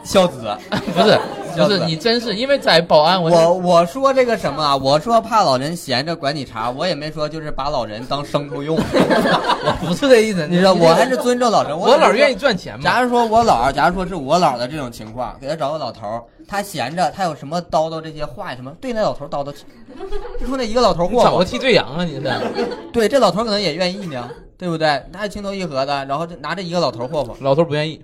[SPEAKER 3] 孝子。
[SPEAKER 1] 不是不是，你真是因为在保安我
[SPEAKER 3] 我我说这个什么啊？我说怕老人闲着管你茬，我也没说就是把老人当牲口用，
[SPEAKER 1] 我不是这意思，
[SPEAKER 3] 你知
[SPEAKER 1] 这
[SPEAKER 3] 道，
[SPEAKER 1] 个
[SPEAKER 3] 我还是尊重老人。
[SPEAKER 1] 我姥愿意
[SPEAKER 3] 意。
[SPEAKER 1] 赚钱嘛。
[SPEAKER 3] 假如说我姥，假如说是我姥的这种情况，给他找个老头儿，他闲着，他有什么叨叨这些话什么，对那老头儿叨叨去，就说那一个老头儿
[SPEAKER 1] 你找
[SPEAKER 3] 霍
[SPEAKER 1] 个
[SPEAKER 3] 霍，
[SPEAKER 1] 替罪羊啊！ 你是
[SPEAKER 3] 对这老头儿可能也愿意呢，对不对？他也情投意合的，然后就拿这一个老头儿霍霍，
[SPEAKER 1] 老头不愿意，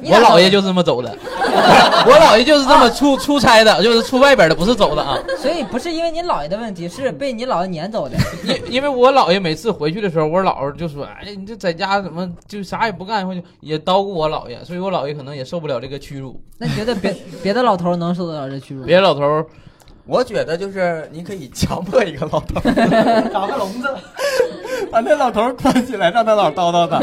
[SPEAKER 2] 你
[SPEAKER 1] 我
[SPEAKER 2] 俩
[SPEAKER 1] 姥爷就是这么走的， 我姥爷就是这么出出差的，就是出外边的，不是走的啊。
[SPEAKER 2] 所以不是因为你姥爷的问题，是被你姥爷撵走的。
[SPEAKER 1] 因因为我姥爷每次回去的时候，我姥儿就说：“哎，你这在家怎么就啥也不干，或者也叨咕我姥爷，所以我姥爷可能也受不了这个屈辱。
[SPEAKER 2] 那你觉得别别的老头能受得了这屈辱吗？
[SPEAKER 1] 别的老头儿
[SPEAKER 3] 我觉得就是你可以强迫一个老头 儿打个笼子，把那老头儿关起来，让他老叨 叨他。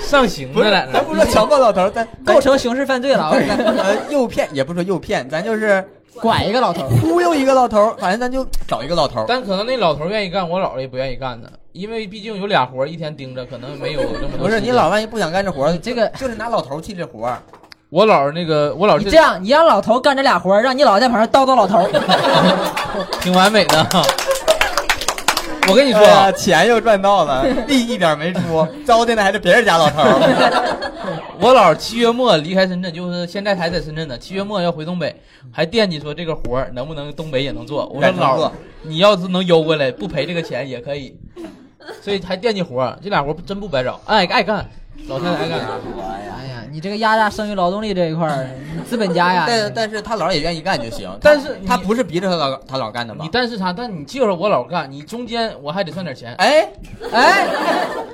[SPEAKER 1] 上刑
[SPEAKER 3] 不
[SPEAKER 1] 的
[SPEAKER 3] 是
[SPEAKER 1] 来，
[SPEAKER 3] 咱
[SPEAKER 1] 着，
[SPEAKER 3] 不是说强迫老头儿，咱
[SPEAKER 2] 构成刑事犯罪了，我跟你说
[SPEAKER 3] 呃诱骗，也不是说诱骗，咱就是
[SPEAKER 2] 拐一个老头。
[SPEAKER 3] 忽悠一个老头儿，反正咱就找一个老头儿。
[SPEAKER 1] 但可能那老头儿愿意干，我姥爷不愿意干的，因为毕竟有俩活儿，一天盯着，可能没有那么多时间。
[SPEAKER 3] 不是你老万一不想干这活儿，
[SPEAKER 2] 这个
[SPEAKER 3] 就是拿老头儿替这活儿。
[SPEAKER 1] 我姥儿那个我姥儿
[SPEAKER 2] 你
[SPEAKER 1] 是
[SPEAKER 2] 这样，你让老头干这俩活儿，让你姥爷在旁边叨叨老头。
[SPEAKER 1] 挺完美的。我跟你
[SPEAKER 3] 你
[SPEAKER 1] 说啊，
[SPEAKER 3] 哎钱又赚到 了，利一点没出，糟践的还是别人家老头
[SPEAKER 2] 哎
[SPEAKER 3] 儿。
[SPEAKER 1] 我姥儿七月末离开深圳，就是现在还在深圳呢。七月末要回东北，还惦记说这个活儿能不能东北也能做。我说
[SPEAKER 3] 远程
[SPEAKER 1] 姥儿
[SPEAKER 3] 做，
[SPEAKER 1] 你要是能邮过来，不赔这个钱也可以。所以还惦记活儿，这俩活儿真不白找，爱爱干，老太太爱干。
[SPEAKER 2] 哎呀，你这个压榨剩余劳动力这一块儿，你资本家呀，
[SPEAKER 3] 但但是他姥儿也愿意干就行，
[SPEAKER 1] 但是
[SPEAKER 3] 他他
[SPEAKER 1] 你
[SPEAKER 3] 不是逼着他姥他姥儿干的吧
[SPEAKER 1] 你？但是啥？但你就是我老干，你中间我还得赚点钱。
[SPEAKER 3] 哎，
[SPEAKER 2] 哎，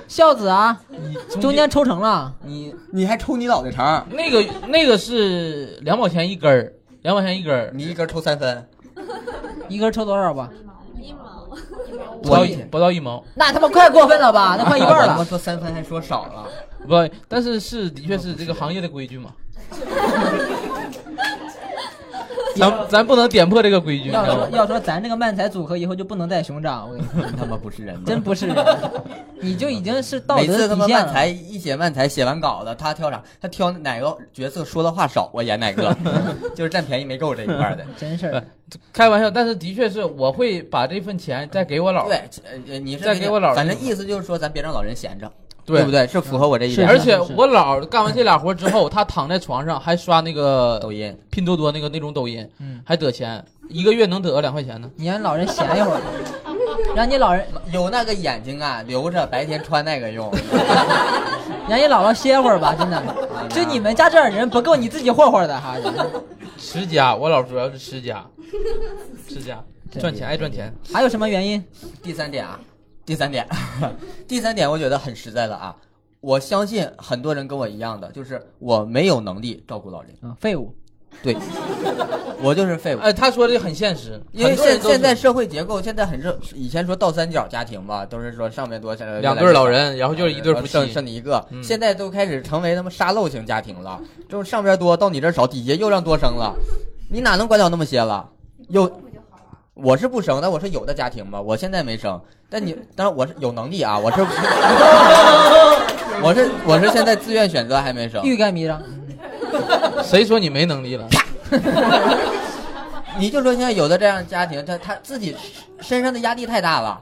[SPEAKER 2] 孝子啊，
[SPEAKER 1] 你
[SPEAKER 2] 中间抽成了，
[SPEAKER 1] 你
[SPEAKER 3] 你还抽你老的成儿，
[SPEAKER 1] 那个那个是两毛钱一根儿，两毛钱一根儿。
[SPEAKER 3] 你一根抽三分，
[SPEAKER 2] 一根抽多少吧？
[SPEAKER 6] 一毛，
[SPEAKER 1] 不到一
[SPEAKER 3] 我
[SPEAKER 1] 不到一毛，
[SPEAKER 2] 那他妈快过分了吧？那快一半
[SPEAKER 3] 我
[SPEAKER 2] 了。
[SPEAKER 3] 说三分还说少 了，
[SPEAKER 1] 不，但是是的确是这个行业的规矩嘛。咱咱不能点破这个规矩，你知
[SPEAKER 2] 要
[SPEAKER 1] 道
[SPEAKER 2] 说
[SPEAKER 1] 吗？
[SPEAKER 2] 要说咱这个漫才组合以后就不能带熊掌，我跟你说，
[SPEAKER 3] 真他 妈不是人，
[SPEAKER 2] 真。不是人，你就已经是道
[SPEAKER 3] 每
[SPEAKER 2] 德
[SPEAKER 3] 次他
[SPEAKER 2] 底
[SPEAKER 3] 妈
[SPEAKER 2] 线
[SPEAKER 3] 漫才
[SPEAKER 2] 了。
[SPEAKER 3] 一写漫才写完稿子，他挑啥？他挑哪个角色说的话少，我演哪 个，就是占便宜没够这一块儿的。
[SPEAKER 2] 真事儿，
[SPEAKER 1] 开玩笑，但是的确是我会把这份钱再给我姥
[SPEAKER 3] 对
[SPEAKER 1] 儿。，
[SPEAKER 3] 呃，你是
[SPEAKER 1] 再给我姥儿
[SPEAKER 3] 反
[SPEAKER 1] 一
[SPEAKER 3] 正
[SPEAKER 1] 个
[SPEAKER 3] 意思就是说，咱别让老人闲着，
[SPEAKER 1] 对
[SPEAKER 3] 不对？是符合我这一点。
[SPEAKER 1] 而且我姥儿干完这俩活之后，她躺在床上还刷那个呃
[SPEAKER 3] 抖音，
[SPEAKER 1] 拼多多那个那种抖音，
[SPEAKER 2] 嗯，
[SPEAKER 1] 还得钱，一个月能得两块钱呢。
[SPEAKER 2] 你让老人闲一会儿，让你老人
[SPEAKER 3] 有那个眼睛啊，留着白天穿那个用。
[SPEAKER 2] 让你姥姥歇会儿吧，真的。就你们家这点人不够你自己霍霍的哈。
[SPEAKER 1] 持家，我姥主要是持家，持家
[SPEAKER 2] 真
[SPEAKER 1] 赚钱爱赚钱。
[SPEAKER 2] 还有什么原因？
[SPEAKER 3] 第三点啊，第三点， 第三点，我觉得很实在了啊。我相信很多人跟我一样的，就是我没有能力照顾老人，
[SPEAKER 2] 嗯，废物。
[SPEAKER 3] 对 我就是废物。
[SPEAKER 1] 哎，他说的很现实，
[SPEAKER 3] 因为
[SPEAKER 1] 很多人
[SPEAKER 3] 现
[SPEAKER 1] 都是
[SPEAKER 3] 现在社会结构现在很热，以前说倒三角家庭嘛，都是说上面多下面
[SPEAKER 1] 两对儿老，人，然后就是一对儿夫
[SPEAKER 3] 呃剩
[SPEAKER 1] 妻，
[SPEAKER 3] 剩你一个。
[SPEAKER 1] 嗯
[SPEAKER 3] 现在都开始成为他妈沙漏型家庭了，就是上边多到你这儿少，底下又让多生了，你哪能管了那么些了？有， 我是不生，但我是有的家庭嘛，我现在没生，但你当然我是有能力啊，我是，我是我是现在自愿选择 还没生，
[SPEAKER 2] 欲盖弥彰。
[SPEAKER 1] 谁说你没能力了？
[SPEAKER 3] 你就说现在有的这样家庭，他他自己身上的压力太大了。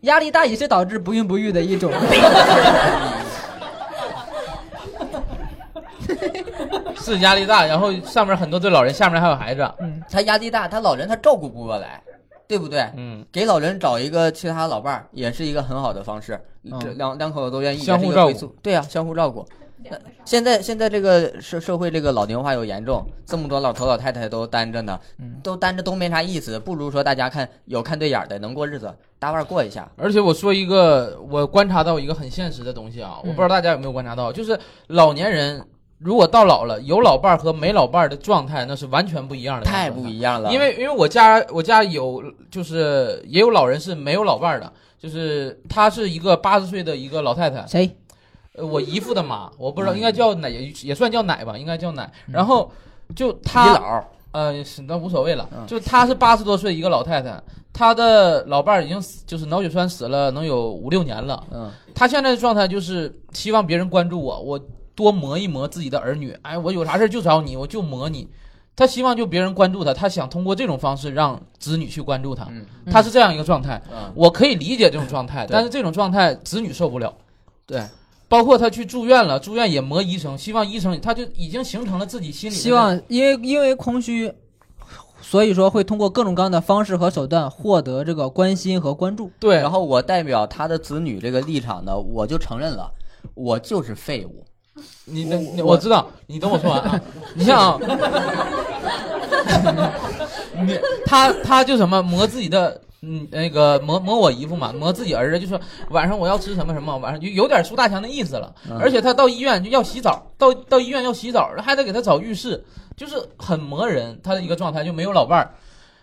[SPEAKER 2] 压力大也是导致不孕不育的一种。
[SPEAKER 1] 是压力大，然后上面很多对老人，下面还有孩子，
[SPEAKER 3] 他压力大，他老人他照顾不过来，对不对？
[SPEAKER 1] 嗯，
[SPEAKER 3] 给老人找一个其他老伴儿也是一个很好的方式，这两两口子都愿意，
[SPEAKER 1] 嗯相互
[SPEAKER 3] 也是一个
[SPEAKER 1] 照
[SPEAKER 3] 回
[SPEAKER 1] 顾
[SPEAKER 3] 溯。对呀、啊相互照顾。那现在现在这个社社会这个老龄化又严重，这么多老头老太太都单着呢，
[SPEAKER 1] 嗯
[SPEAKER 3] 都单着都没啥意思，不如说大家看有看对眼儿的能过日子，搭伴儿过一下。
[SPEAKER 1] 而且我说一个，我观察到一个很现实的东西啊，我不
[SPEAKER 3] 嗯
[SPEAKER 1] 知道大家有没有观察到，就是老年人如果到老了，有老伴儿和没老伴儿的状态，那是完全不一样的，
[SPEAKER 3] 太不一样了，
[SPEAKER 1] 因为因为我家我家有就是也有老人是没有老伴儿的，就是她是一个八十岁的一个老太太，
[SPEAKER 2] 谁？
[SPEAKER 1] 呃，我姨父的妈，我不知道
[SPEAKER 3] 嗯
[SPEAKER 1] 应该叫奶，也也算叫奶吧，应该叫奶。然后就
[SPEAKER 3] 你姥
[SPEAKER 1] 她，
[SPEAKER 3] 儿
[SPEAKER 1] 呃，是那无所谓了
[SPEAKER 3] 嗯。
[SPEAKER 1] 就她是八十多岁一个老太太，她的老伴儿已经死，就是脑血栓死了，能有五六年了。
[SPEAKER 3] 嗯，
[SPEAKER 1] 她现在的状态就是希望别人关注我，我多磨一磨自己的儿女。哎，我有啥事儿就找你，我就磨你。她希望就别人关注她，她想通过这种方式让子女去关注她，
[SPEAKER 3] 嗯
[SPEAKER 1] 她是这样一个状态。
[SPEAKER 3] 嗯，
[SPEAKER 1] 我可以理解这种状态，
[SPEAKER 3] 对
[SPEAKER 1] 但是这种状态子女受不了。
[SPEAKER 3] 对，
[SPEAKER 1] 包括他去住院了，住院也磨医生，希望医生他就已经形成了自己心里的
[SPEAKER 2] 希望因为因为空虚，所以说会通过各种各样的方式和手段获得这个关心和关注。
[SPEAKER 1] 对，
[SPEAKER 3] 然后我代表他的子女这个立场呢，我就承认了，我就是废物。
[SPEAKER 1] 你等你我知道，你等我说完啊。你像 啊，你他他就什么磨自己的。嗯，那个磨磨我姨夫嘛，磨自己儿子，就说晚上我要吃什么什么，晚上就有点苏大强的意思了。
[SPEAKER 3] 嗯
[SPEAKER 1] 而且他到医院就要洗澡，到到医院要洗澡，还得给他找浴室，就是很磨人。他的一个状态就没有老伴儿，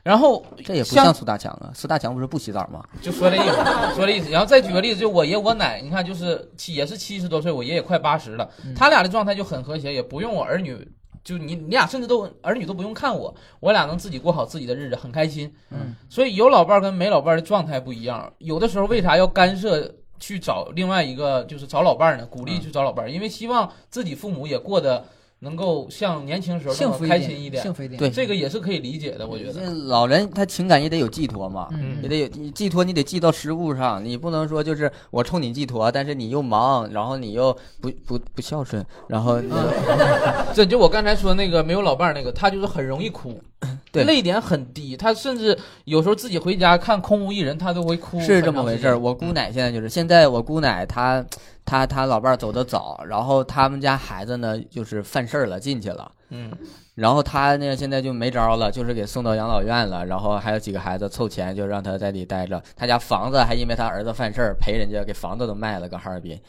[SPEAKER 1] 然后
[SPEAKER 3] 这也不
[SPEAKER 1] 像
[SPEAKER 3] 像苏大强啊，苏大强不是不洗澡吗？
[SPEAKER 1] 就说这意思，说这意思。然后再举个例子，就我爷我奶，你看就是七也是七十多岁，我爷也快八十了，
[SPEAKER 2] 嗯
[SPEAKER 1] 他俩的状态就很和谐，也不用我儿女，就你你俩甚至都儿女都不用看我，我俩能自己过好自己的日子，很开心。
[SPEAKER 2] 嗯，
[SPEAKER 1] 所以有老伴儿跟没老伴儿的状态不一样，有的时候为啥要干涉？去找另外一个就是找老伴儿呢，鼓励去找老伴儿，因为希望自己父母也过得能够像年轻时候那
[SPEAKER 2] 幸
[SPEAKER 1] 么
[SPEAKER 2] 福
[SPEAKER 1] 开心一
[SPEAKER 2] 点，
[SPEAKER 1] 点。
[SPEAKER 2] 幸福一点。
[SPEAKER 3] 对
[SPEAKER 1] 这个也是可以理解的，我觉
[SPEAKER 3] 这
[SPEAKER 1] 得。
[SPEAKER 3] 老人他情感也得有寄托嘛，
[SPEAKER 2] 嗯嗯
[SPEAKER 3] 也得有你寄托，你得寄到食物上，你不能说就是我冲你寄托，但是你又忙，然后你又不不不孝顺，然后那个
[SPEAKER 1] 这就我刚才说那个没有老伴儿那个，他就是很容易哭，
[SPEAKER 3] 对
[SPEAKER 1] 泪点很低，他甚至有时候自己回家看空无一人，他都会哭。
[SPEAKER 3] 是这么回事
[SPEAKER 1] 嗯
[SPEAKER 3] 儿。。我姑奶现在就是，现在我姑奶她她她老伴儿走得早，然后他们家孩子呢就是犯事儿了进去了，
[SPEAKER 1] 嗯，
[SPEAKER 3] 然后她呢现在就没招儿了，就是给送到养老院了，然后还有几个孩子凑钱就让她在里待着。她家房子还因为她儿子犯事儿赔人家，给房子都卖了，搁哈尔滨。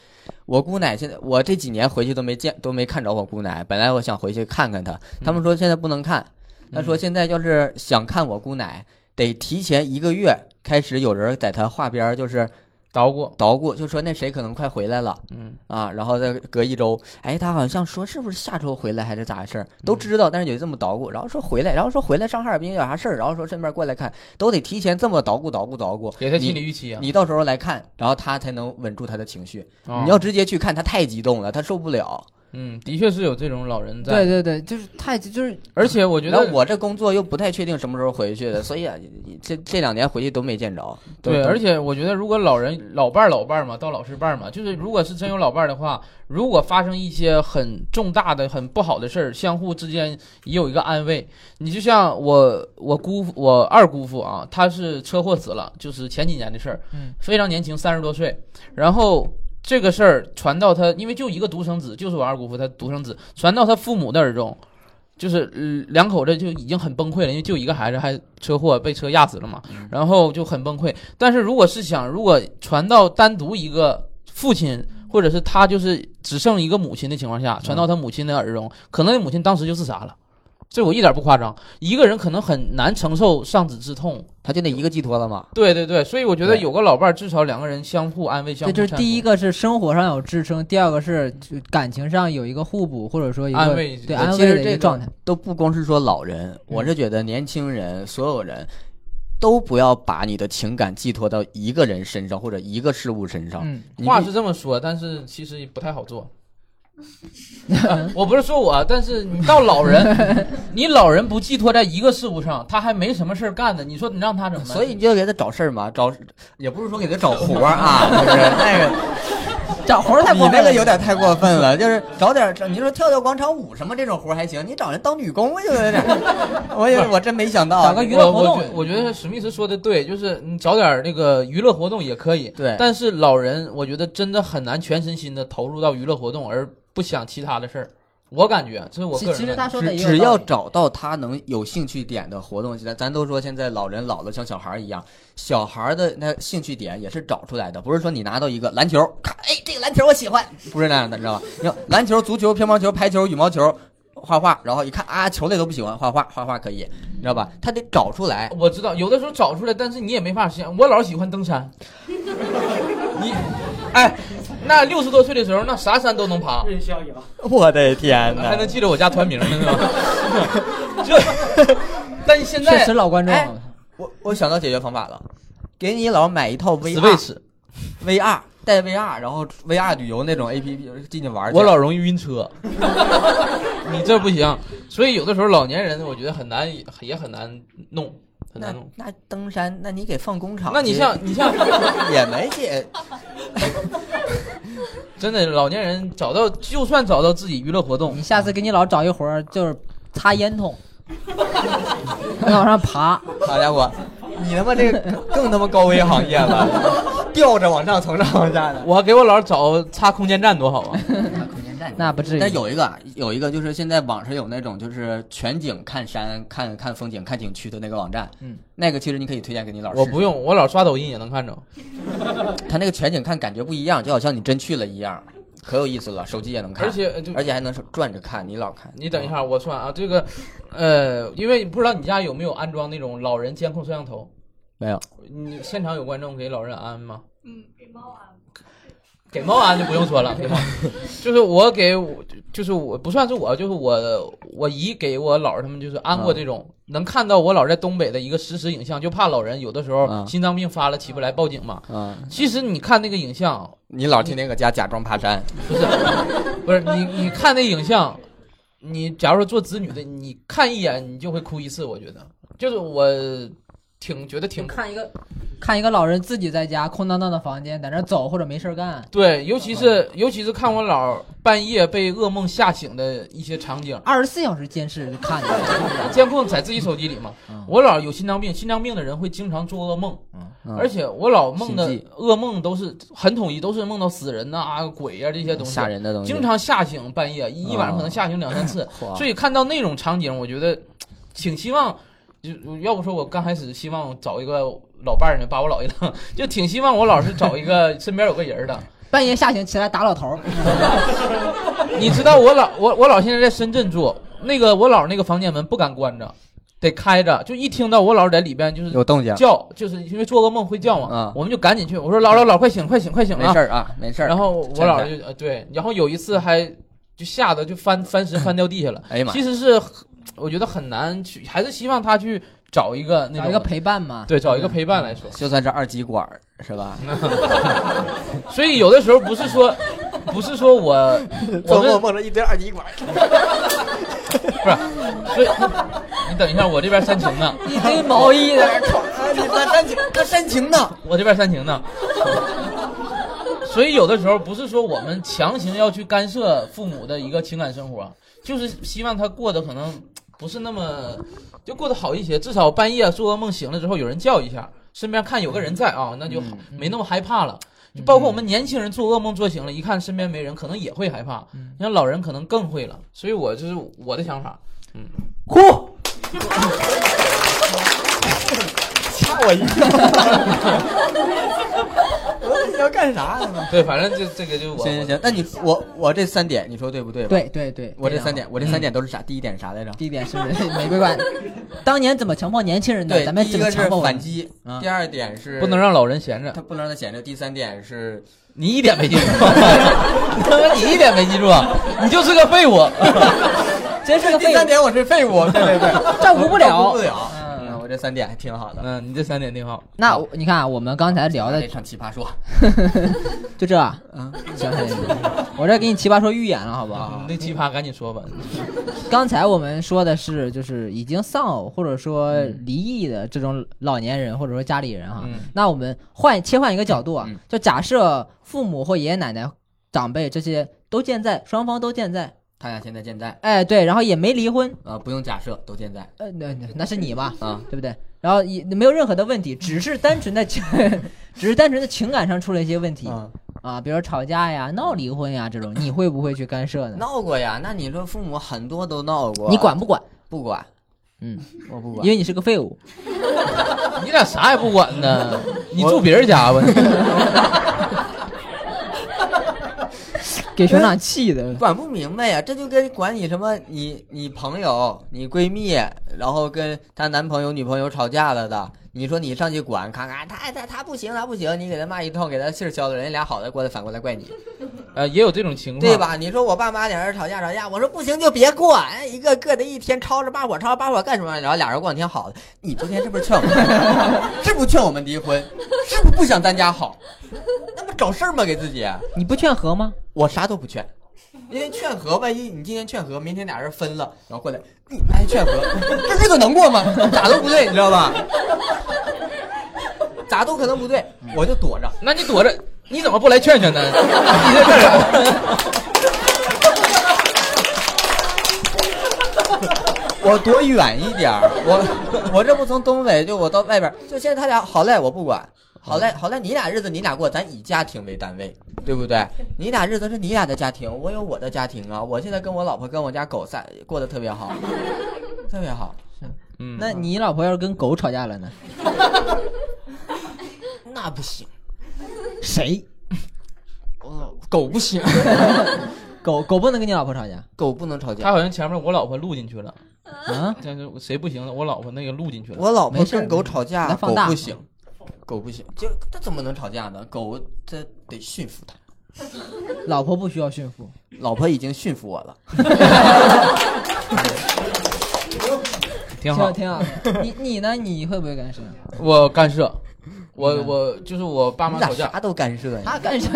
[SPEAKER 3] 我姑奶现在我这几年回去都没见都没看着我姑奶，本来我想回去看看她，他们说现在不能看，他说现在要是想看我姑奶，得提前一个月开始有人在她画边儿就是
[SPEAKER 1] 捣鼓，
[SPEAKER 3] 捣鼓，就说那谁可能快回来了
[SPEAKER 1] 嗯，
[SPEAKER 3] 啊，然后再隔一周，哎，他好像说是不是下周回来还是咋回事儿，
[SPEAKER 1] 嗯
[SPEAKER 3] 都知道，但是也这么捣鼓，然后说回来，然后说回来上哈尔滨有啥事儿，然后说顺便过来看，都得提前这么捣鼓捣鼓捣鼓，
[SPEAKER 1] 给他
[SPEAKER 3] 你
[SPEAKER 1] 心理预期啊。
[SPEAKER 3] 你到时候来看，然后他才能稳住他的情绪。
[SPEAKER 1] 啊
[SPEAKER 3] 你要直接去看，他太激动了，他受不了。
[SPEAKER 1] 嗯，的确是有这种老人在。
[SPEAKER 2] 对，对对，就是太就是
[SPEAKER 1] 而且我觉
[SPEAKER 3] 然后
[SPEAKER 1] 得
[SPEAKER 3] 我这工作又不太确定什么时候回去的，所以啊，这这两年回去都没见着。都
[SPEAKER 1] 对，
[SPEAKER 3] 都
[SPEAKER 1] 而且我觉得，如果老人老伴儿老伴儿嘛，到老是伴儿嘛，就是如果是真有老伴儿的话，如果发生一些很重大的、很不好的事儿，相互之间也有一个安慰。你就像我，我姑父，我二姑父啊，他是车祸死了，就是前几年的事儿，
[SPEAKER 2] 嗯，
[SPEAKER 1] 非常年轻，三十多岁。然后这个事儿传到他，因为就一个独生子，就是我二姑父，他独生子传到他父母那儿中，就是、呃两口子就已经很崩溃了，因为就一个孩子还车祸被车压死了嘛，然后就很崩溃。但是如果是想，如果传到单独一个父亲，或者是他就是只剩一个母亲的情况下，传到他母亲的耳中，可能那母亲当时就自杀了。这我一点不夸张，一个人可能很难承受丧子之痛。
[SPEAKER 3] 他就那一个寄托了嘛。
[SPEAKER 1] 对对对，所以我觉得
[SPEAKER 3] 对
[SPEAKER 1] 有个老伴儿，至少两个人相互安慰，相
[SPEAKER 2] 这
[SPEAKER 1] 互
[SPEAKER 2] 就是
[SPEAKER 1] 搀
[SPEAKER 2] 第
[SPEAKER 1] 扶
[SPEAKER 2] 一个是生活上有支撑，第二个是就感情上有一个互补，或者说一个
[SPEAKER 1] 安慰
[SPEAKER 2] 对
[SPEAKER 1] 对
[SPEAKER 2] 安
[SPEAKER 3] 其
[SPEAKER 2] 慰
[SPEAKER 3] 实
[SPEAKER 2] 的一
[SPEAKER 3] 这
[SPEAKER 2] 个
[SPEAKER 3] 个
[SPEAKER 2] 状态。嗯
[SPEAKER 3] 都不光是说老人，我是觉得年轻人所有人都不要把你的情感寄托到一个人身上或者一个事物身上。
[SPEAKER 2] 嗯，
[SPEAKER 3] 你
[SPEAKER 1] 话
[SPEAKER 3] 必
[SPEAKER 1] 是这么说，但是其实也不太好做。我不是说我，但是你到老人，你老人不寄托在一个事物上，他还没什么事儿干呢，你说你让他怎么办？
[SPEAKER 3] 所以你就给他找事儿嘛，找也不是说给他找活儿啊，就是那个。
[SPEAKER 2] 找活儿太
[SPEAKER 3] 你
[SPEAKER 2] 过分
[SPEAKER 3] 那
[SPEAKER 2] 了
[SPEAKER 3] 个有点太过分了，就是找点儿，你说跳跳广场舞什么这种活儿还行，你找人当女工就有点儿， 我也我真没想到。
[SPEAKER 2] 找个娱乐活动
[SPEAKER 1] 呃我我觉我觉得史密斯说的对，就是你找点儿那个娱乐活动也可以。
[SPEAKER 3] 对
[SPEAKER 1] 但是老人我觉得真的很难全身心的投入到娱乐活动，而不想其他的事儿。我感觉啊这是我
[SPEAKER 2] 其
[SPEAKER 1] 个人
[SPEAKER 2] 其实
[SPEAKER 1] 的
[SPEAKER 2] 他说的
[SPEAKER 3] 只
[SPEAKER 2] 也
[SPEAKER 3] 只
[SPEAKER 2] 有道
[SPEAKER 3] 要
[SPEAKER 2] 理
[SPEAKER 3] 找到他能有兴趣点的活动，咱咱都说现在老人老了像小孩儿一样，小孩儿的那兴趣点也是找出来的，不是说你拿到一个篮球，咔，哎，这个篮球我喜欢，不是那样的，你知道吧？你看篮球、足球、乒乓球、排球、羽毛球。画画，然后一看啊，球类都不喜欢，画画，画画可以，你知道吧？他得找出来，
[SPEAKER 1] 我知道，有的时候找出来，但是你也没法实现。我老喜欢登山，你，哎，那六十多岁的时候，那啥山都能爬，
[SPEAKER 7] 任逍遥，
[SPEAKER 3] 我的天
[SPEAKER 1] 还能记得我家团名呢，是吧？ 这， 但是现
[SPEAKER 2] 确
[SPEAKER 1] 在
[SPEAKER 2] 实老观众
[SPEAKER 3] 哎我我想到解决方法了，给你老买一套 VR
[SPEAKER 1] Switch，
[SPEAKER 3] VR 带 VR，然后 VR 旅游那种 APP 进去玩去。
[SPEAKER 1] 我老容易晕车，你这不行。所以有的时候老年人，我觉得很难，也很难弄，很难
[SPEAKER 3] 那
[SPEAKER 1] 弄。
[SPEAKER 3] 那登山，那你给放工厂去？
[SPEAKER 1] 那你像你 像
[SPEAKER 3] 也没解，
[SPEAKER 1] 真的老年人找到，就算找到自己娱乐活动
[SPEAKER 2] 你，下次给你老找一活儿，就是擦烟筒， 往上爬，
[SPEAKER 3] 好家伙，你他妈这个更他妈高危行业了，吊着往上，从上往下的。
[SPEAKER 1] 我给我老找擦空间站多好啊！
[SPEAKER 2] 那不至于。
[SPEAKER 3] 但有一个啊，有一个就是现在网上有那种就是全景看山、看看风景、看景区的那个网站，
[SPEAKER 2] 嗯，
[SPEAKER 3] 那个其实你可以推荐给你老师。
[SPEAKER 1] 我不，用，我老刷抖音也能看着。
[SPEAKER 3] 他那个全景看感觉不一样，就好像你真去了一样，可有意思了，手机也能看，
[SPEAKER 1] 而且就
[SPEAKER 3] 而且还能转着看，你老看。
[SPEAKER 1] 你等一下，我算啊，这个，呃，因为不知道你家有没有安装那种老人监控摄像头，
[SPEAKER 3] 没有？
[SPEAKER 1] 你现场有观众给老人安吗？
[SPEAKER 6] 嗯，给猫啊，
[SPEAKER 1] 给猫安就不用说了，给猫，就是我给我，就是我不算是我，就是我我姨给我姥儿他们就是安过这种，能看到我姥儿在东北的一个实时影像，就怕老人有的时候
[SPEAKER 3] 嗯
[SPEAKER 1] 心脏病发了起不来报警嘛。
[SPEAKER 3] 嗯，
[SPEAKER 1] 其实你看那个影像，
[SPEAKER 3] 你老天天搁家假装爬山，
[SPEAKER 1] 不是，不是你，你看那影像，你假如说做子女的，你看一眼你就会哭一次，我觉得，就是我挺觉得挺
[SPEAKER 2] 看一个看一个老人自己在家空荡荡的房间在那儿走或者没事儿干。
[SPEAKER 1] 对，尤其是尤其是看我姥儿半夜被噩梦吓醒的一些场景，
[SPEAKER 2] 二十四小时监视就看着，
[SPEAKER 1] 监控在自己手机里嘛
[SPEAKER 2] 嗯。
[SPEAKER 1] 我姥儿有心脏病，心脏病的人会经常做噩梦，
[SPEAKER 3] 嗯
[SPEAKER 1] 而且我老梦的
[SPEAKER 3] 心悸
[SPEAKER 1] 噩梦都是很统一，都是梦到死人呐、啊、鬼呀、这些东西，
[SPEAKER 3] 吓人嗯的东西，
[SPEAKER 1] 经常吓醒半夜，一一晚上可能吓醒两三次。
[SPEAKER 3] 嚯
[SPEAKER 1] 所以看到那种场景，我觉得挺希望，就要不说我刚开始希望找一个老伴儿呢，把我姥爷当， 就挺希望我老是找一个 身边有个人儿的。
[SPEAKER 2] 半夜吓醒起来打老头儿，
[SPEAKER 1] 你知道我老我我姥现在在深圳住，那个我姥那个房间门不敢关着，得开着，就一听到我姥在里边就是
[SPEAKER 3] 有动静，
[SPEAKER 1] 叫，就是因为做噩梦会叫嘛，
[SPEAKER 3] 嗯
[SPEAKER 1] 我们就赶紧去，我说姥姥姥快醒快醒快醒
[SPEAKER 3] 没
[SPEAKER 1] 啊
[SPEAKER 3] 事！儿啊，没事儿。
[SPEAKER 1] 然后我姥
[SPEAKER 3] 站
[SPEAKER 1] 就呃对，然后有一次还就吓得就翻翻石翻掉地下了。
[SPEAKER 3] 哎呀妈
[SPEAKER 1] 其，实是很我觉得很难去，还是希望他去找一个那
[SPEAKER 2] 找
[SPEAKER 1] 种
[SPEAKER 2] 一个陪伴 嘛。
[SPEAKER 1] 对找一个陪伴来说。
[SPEAKER 3] 就算是二极管儿是吧？
[SPEAKER 1] 所以有的时候不是说不是说 我我们
[SPEAKER 3] 梦着一堆二极管儿，
[SPEAKER 1] 不是，所以你等一下，我这边煽情呢，
[SPEAKER 2] 一堆毛衣在那儿瞅
[SPEAKER 3] 哎你他煽情，他煽情呢。
[SPEAKER 1] 我这边煽情呢。所以有的时候不是说我们强行要去干涉父母的一个情感生活，就是希望他过得可能不是那么就过得好一些，至少半夜做噩梦醒了之后有人叫一下，身边看有个人在啊，那就
[SPEAKER 3] 嗯
[SPEAKER 1] 没那么害怕了。就包括我们年轻人做噩梦做醒了，一看身边没人，可能也会害怕。
[SPEAKER 3] 嗯
[SPEAKER 1] 你像老人可能更会了，所以我就是我的想法。
[SPEAKER 3] 哭，吓我一跳！我说你要干啥呢？
[SPEAKER 1] 对，反正就这个就我
[SPEAKER 3] 行行行，那你我我这三点你说对不对吧？
[SPEAKER 2] 对对对，啊嗯
[SPEAKER 3] 我这
[SPEAKER 2] 非常
[SPEAKER 3] 三点，
[SPEAKER 2] 好。
[SPEAKER 3] 我这三点都是啥？第一点是啥来着？
[SPEAKER 2] 第一点是玫瑰 馆，当年怎么强迫年轻人的，
[SPEAKER 3] 对，
[SPEAKER 2] 咱们
[SPEAKER 3] 第一
[SPEAKER 2] 怎么
[SPEAKER 3] 个是
[SPEAKER 2] 强迫我
[SPEAKER 3] 反
[SPEAKER 2] 们？
[SPEAKER 3] 击
[SPEAKER 2] 嗯，
[SPEAKER 3] 第二点是
[SPEAKER 1] 不能让老人闲着
[SPEAKER 3] 他。不能让他闲着，第三点是
[SPEAKER 1] 你一点没记住，他妈你一点没记住，啊 你就是个废物。
[SPEAKER 2] 真是个
[SPEAKER 3] 第
[SPEAKER 2] 废
[SPEAKER 3] 三
[SPEAKER 2] 物，
[SPEAKER 3] 点我是废物，对对对，
[SPEAKER 2] 照顾不
[SPEAKER 3] 照顾
[SPEAKER 2] 了
[SPEAKER 3] 不。了。
[SPEAKER 2] 嗯
[SPEAKER 3] 嗯，我这三点还挺好的。
[SPEAKER 1] 嗯，你这三点挺好。
[SPEAKER 2] 那我你看啊，我们刚才聊
[SPEAKER 3] 我
[SPEAKER 2] 的
[SPEAKER 3] 得上奇葩说，
[SPEAKER 2] 就这啊，
[SPEAKER 3] 嗯，
[SPEAKER 2] 行行行，我这给你奇葩说预演了，好不
[SPEAKER 1] 你
[SPEAKER 2] 好？
[SPEAKER 1] 嗯那奇葩赶紧说吧。
[SPEAKER 2] 刚才我们说的是，就是已经丧偶或者说离异的这种老年人或者说家里人哈。
[SPEAKER 1] 嗯
[SPEAKER 2] 那我们换切换一个角度啊，
[SPEAKER 3] 嗯
[SPEAKER 2] 就假设父母或爷爷奶奶、长辈这些都健在，双方都健在，
[SPEAKER 3] 他俩现在健在，
[SPEAKER 2] 哎，对，然后也没离婚，
[SPEAKER 3] 啊，不用假设，都健在
[SPEAKER 2] 呃，那那那是你嘛，
[SPEAKER 3] 啊。
[SPEAKER 2] 对不对？然后也没有任何的问题，只是单纯的情， 只是单纯的情感上出了一些问题、
[SPEAKER 3] 嗯，
[SPEAKER 2] 啊，比如说吵架呀、闹离婚呀这种，你会不会去干涉呢？
[SPEAKER 3] 闹过呀？那你说父母很多都闹过，
[SPEAKER 2] 你管不管？
[SPEAKER 3] 不管？
[SPEAKER 2] 嗯，
[SPEAKER 3] 我不
[SPEAKER 2] 因。为你是个废物。
[SPEAKER 1] 你俩啥也不管 呢？你住别人家吧？
[SPEAKER 2] 给学长气的。
[SPEAKER 3] 管不明白呀，这就跟管你什么你你朋友、你闺蜜，然后跟她男朋友、女朋友吵架了的，你说你上去管，咔咔，他他他不行，他不行，你给他骂一通，给他气儿消了，人家俩好的过来反过来怪你，
[SPEAKER 1] 呃，也有这种情况，
[SPEAKER 3] 对？吧？你说我爸妈俩人吵架吵架，我说不行就别过，哎，一个个的一天吵着把火，吵着把火干什么？然后俩人过两天好了，你昨天是不是 劝我们？是不是劝我们离婚？是不是不想咱家好？那不找事儿吗？给自己，
[SPEAKER 2] 你不劝和吗？
[SPEAKER 3] 我啥都不劝。因为劝和，万一你今天劝和，明天俩人分了，然后过来你来劝和，这日子能过吗？咋都不对，你知道吧？咋都可能不对，我就躲着。
[SPEAKER 1] 那你躲着，你怎么不来劝劝呢？你在这儿，
[SPEAKER 3] 我躲远一点儿，我我这不从东北就我到外边儿，就现在他俩好赖我不管，好
[SPEAKER 2] 嗯
[SPEAKER 3] 赖好赖你俩日子你俩过，咱以家庭为单位，对不对？你俩日子是你俩的家庭，我有我的家庭啊。我现在跟我老婆跟我家狗在过得特别好，特别好。
[SPEAKER 1] 嗯，
[SPEAKER 2] 那你老婆要是跟狗吵架了呢？
[SPEAKER 3] 那不行，
[SPEAKER 2] 谁？
[SPEAKER 3] 呃，狗不行，
[SPEAKER 2] 狗狗不能跟你老婆吵架
[SPEAKER 3] 狗不能吵
[SPEAKER 1] 他
[SPEAKER 3] 架。
[SPEAKER 1] 好像前面我老婆录进去了，
[SPEAKER 2] 啊？
[SPEAKER 1] 但是谁不行了？我老婆那个录进去了。
[SPEAKER 3] 我老婆
[SPEAKER 2] 没事
[SPEAKER 3] 跟狗吵
[SPEAKER 2] 没事
[SPEAKER 3] 架，
[SPEAKER 2] 那放
[SPEAKER 3] 狗
[SPEAKER 2] 大
[SPEAKER 3] 不行，狗不行，就它怎么能吵架呢？狗这得驯服它。
[SPEAKER 2] 老婆不需要驯服，
[SPEAKER 3] 老婆已经驯服我了，
[SPEAKER 1] 挺好，
[SPEAKER 2] 挺好。你你呢？你会不会干涉？
[SPEAKER 1] 我干涉，我我就是我爸
[SPEAKER 3] 你
[SPEAKER 1] 妈
[SPEAKER 3] 咋
[SPEAKER 1] 吵架，
[SPEAKER 3] 啥都干涉呀？
[SPEAKER 2] 他干涉，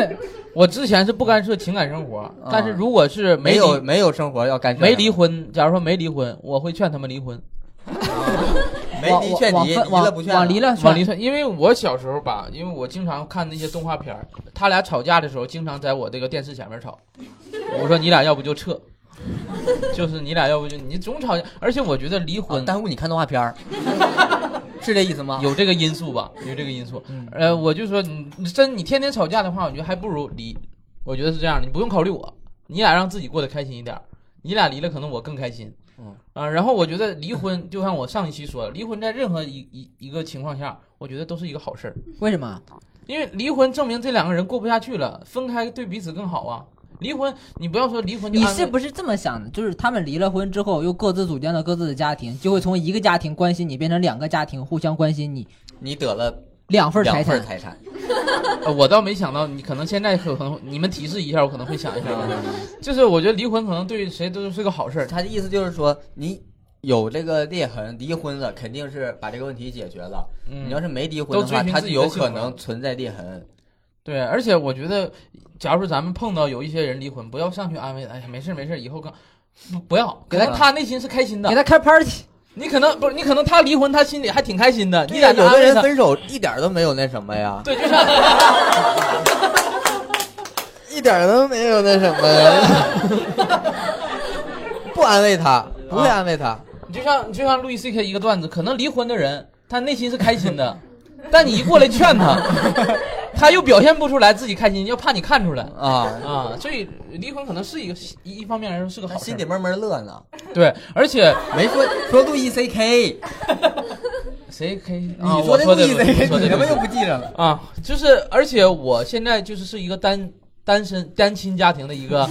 [SPEAKER 1] 我之前是不干涉情感生活，但是如果是嗯没
[SPEAKER 3] 没有
[SPEAKER 1] 离
[SPEAKER 3] 没有生活要干涉，
[SPEAKER 1] 没离婚，假如说没离婚，我会劝他们离婚。
[SPEAKER 3] 没
[SPEAKER 2] 往
[SPEAKER 3] 离劝
[SPEAKER 2] 往
[SPEAKER 3] 离，
[SPEAKER 2] 分
[SPEAKER 3] 离
[SPEAKER 2] 往
[SPEAKER 3] 了啊不劝
[SPEAKER 2] 往离
[SPEAKER 3] 了。
[SPEAKER 2] 了
[SPEAKER 1] 往离
[SPEAKER 2] 劝，
[SPEAKER 1] 退，因为我小时候吧，因为我经常看那些动画片儿，他俩吵架的时候，经常在我这个电视前面吵。我说你俩要不就撤，就是你俩要不就你总吵架，而且我觉得离
[SPEAKER 3] 啊
[SPEAKER 1] 婚
[SPEAKER 3] 耽误你看动 画片儿，是这意思吗？
[SPEAKER 1] 有这个因素吧，有这个因素。
[SPEAKER 2] 嗯
[SPEAKER 1] 呃，我就说你你真你天天吵架的话，我觉得还不如离。我觉得是这样的，你不用考虑我，你俩让自己过得开心一点儿。你俩离了，可能我更开心。
[SPEAKER 3] 嗯
[SPEAKER 1] 啊，然后我觉得离婚，就像我上一期说的，离婚在任何一一一个情况下，我觉得都是一个好事儿。
[SPEAKER 2] 为什么？
[SPEAKER 1] 因为离婚证明这两个人过不下去了，分开对彼此更好啊。离婚，你不要说离婚就
[SPEAKER 2] 你
[SPEAKER 1] 安慰
[SPEAKER 2] 是不是这么想的？就是他们离了婚之后，又各自组建了各自的家庭，就会从一个家庭关心你变成两个家庭互相关心你，
[SPEAKER 3] 你得了
[SPEAKER 2] 两份财
[SPEAKER 3] 两份
[SPEAKER 2] 产。
[SPEAKER 3] 财产，
[SPEAKER 1] 呃我倒没想到，你可能现在可能你们提示一下，我可能会想一下啊。 就是我觉得离婚可能对谁都是个好事儿。
[SPEAKER 3] 他的意思就是说，你有这个裂痕，离婚了肯定是把这个问题解决了。
[SPEAKER 1] 嗯
[SPEAKER 3] 你要是没离婚的话，
[SPEAKER 1] 都追寻
[SPEAKER 3] 他
[SPEAKER 1] 自
[SPEAKER 3] 就
[SPEAKER 1] 己的
[SPEAKER 3] 有
[SPEAKER 1] 幸福
[SPEAKER 3] 可能存在裂痕。
[SPEAKER 1] 对，而且我觉得，假如说咱们碰到有一些人离婚，不要上去安慰，哎呀，没事儿没事儿，以后更不不要，可能他内心是开心
[SPEAKER 2] 给
[SPEAKER 1] 的。
[SPEAKER 2] 他开 party，
[SPEAKER 1] 你可能不是，你可能他离婚，他心里还挺开心的。你咋
[SPEAKER 3] 呀
[SPEAKER 1] 就
[SPEAKER 3] 有
[SPEAKER 1] 安
[SPEAKER 3] 的
[SPEAKER 1] 慰
[SPEAKER 3] 人
[SPEAKER 1] 他？
[SPEAKER 3] 分手一点都没有那什么呀，
[SPEAKER 1] 对，就像
[SPEAKER 3] 一点都没有那什么呀， 不安慰他，不
[SPEAKER 1] 啊
[SPEAKER 3] 会安慰他。
[SPEAKER 1] 你就像你就像路易 C K 一个段子，可能离婚的人他内心是开心 的，但你一过来劝他，他又表现不出来自己开心，要怕你看出来
[SPEAKER 3] 啊，
[SPEAKER 1] 啊。所以离婚可能是一个一一方面来说是个
[SPEAKER 3] 他
[SPEAKER 1] 好事
[SPEAKER 3] 心里，闷闷乐呢，
[SPEAKER 1] 对，而且
[SPEAKER 3] 没说说路易 C K，
[SPEAKER 1] 谁 K
[SPEAKER 3] 你
[SPEAKER 1] 啊？我
[SPEAKER 3] 的
[SPEAKER 1] 说
[SPEAKER 3] 路
[SPEAKER 1] 的
[SPEAKER 3] 易
[SPEAKER 1] 对我
[SPEAKER 3] C K，
[SPEAKER 1] 说
[SPEAKER 3] 你
[SPEAKER 1] 的
[SPEAKER 3] 他妈
[SPEAKER 1] 对
[SPEAKER 3] 又不记着了。
[SPEAKER 1] 啊，就是而且我现在就是是一个单单身单亲家庭的一个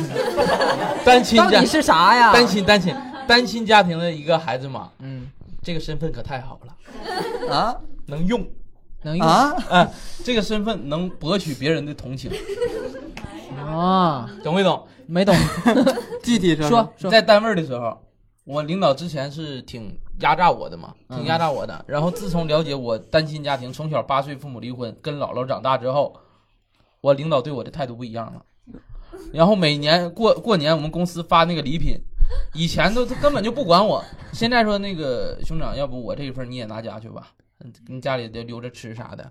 [SPEAKER 1] 单亲
[SPEAKER 2] 到
[SPEAKER 1] 家
[SPEAKER 2] 底是啥呀？
[SPEAKER 1] 单亲单亲单亲家庭的一个孩子嘛，
[SPEAKER 2] 嗯，
[SPEAKER 1] 这个身份可太好了，
[SPEAKER 3] 啊
[SPEAKER 1] 能用。
[SPEAKER 2] 能用
[SPEAKER 3] 啊！
[SPEAKER 1] 哎，这个身份能博取别人的同情，哦
[SPEAKER 2] 啊？
[SPEAKER 1] 懂没懂？
[SPEAKER 2] 没懂，
[SPEAKER 3] 具体
[SPEAKER 2] 说
[SPEAKER 1] 你
[SPEAKER 2] 说
[SPEAKER 1] 在单位的时候，我领导之前是挺压榨我的嘛，挺压榨我的。然后自从了解我单亲家庭，从小八岁父母离婚，跟姥姥长大之后，我领导对我的态度不一样了。然后每年过过年，我们公司发那个礼品，以前都他根本就不管我，现在说那个兄长，要不我这一份你也拿家去吧，嗯你家里得留着吃啥的。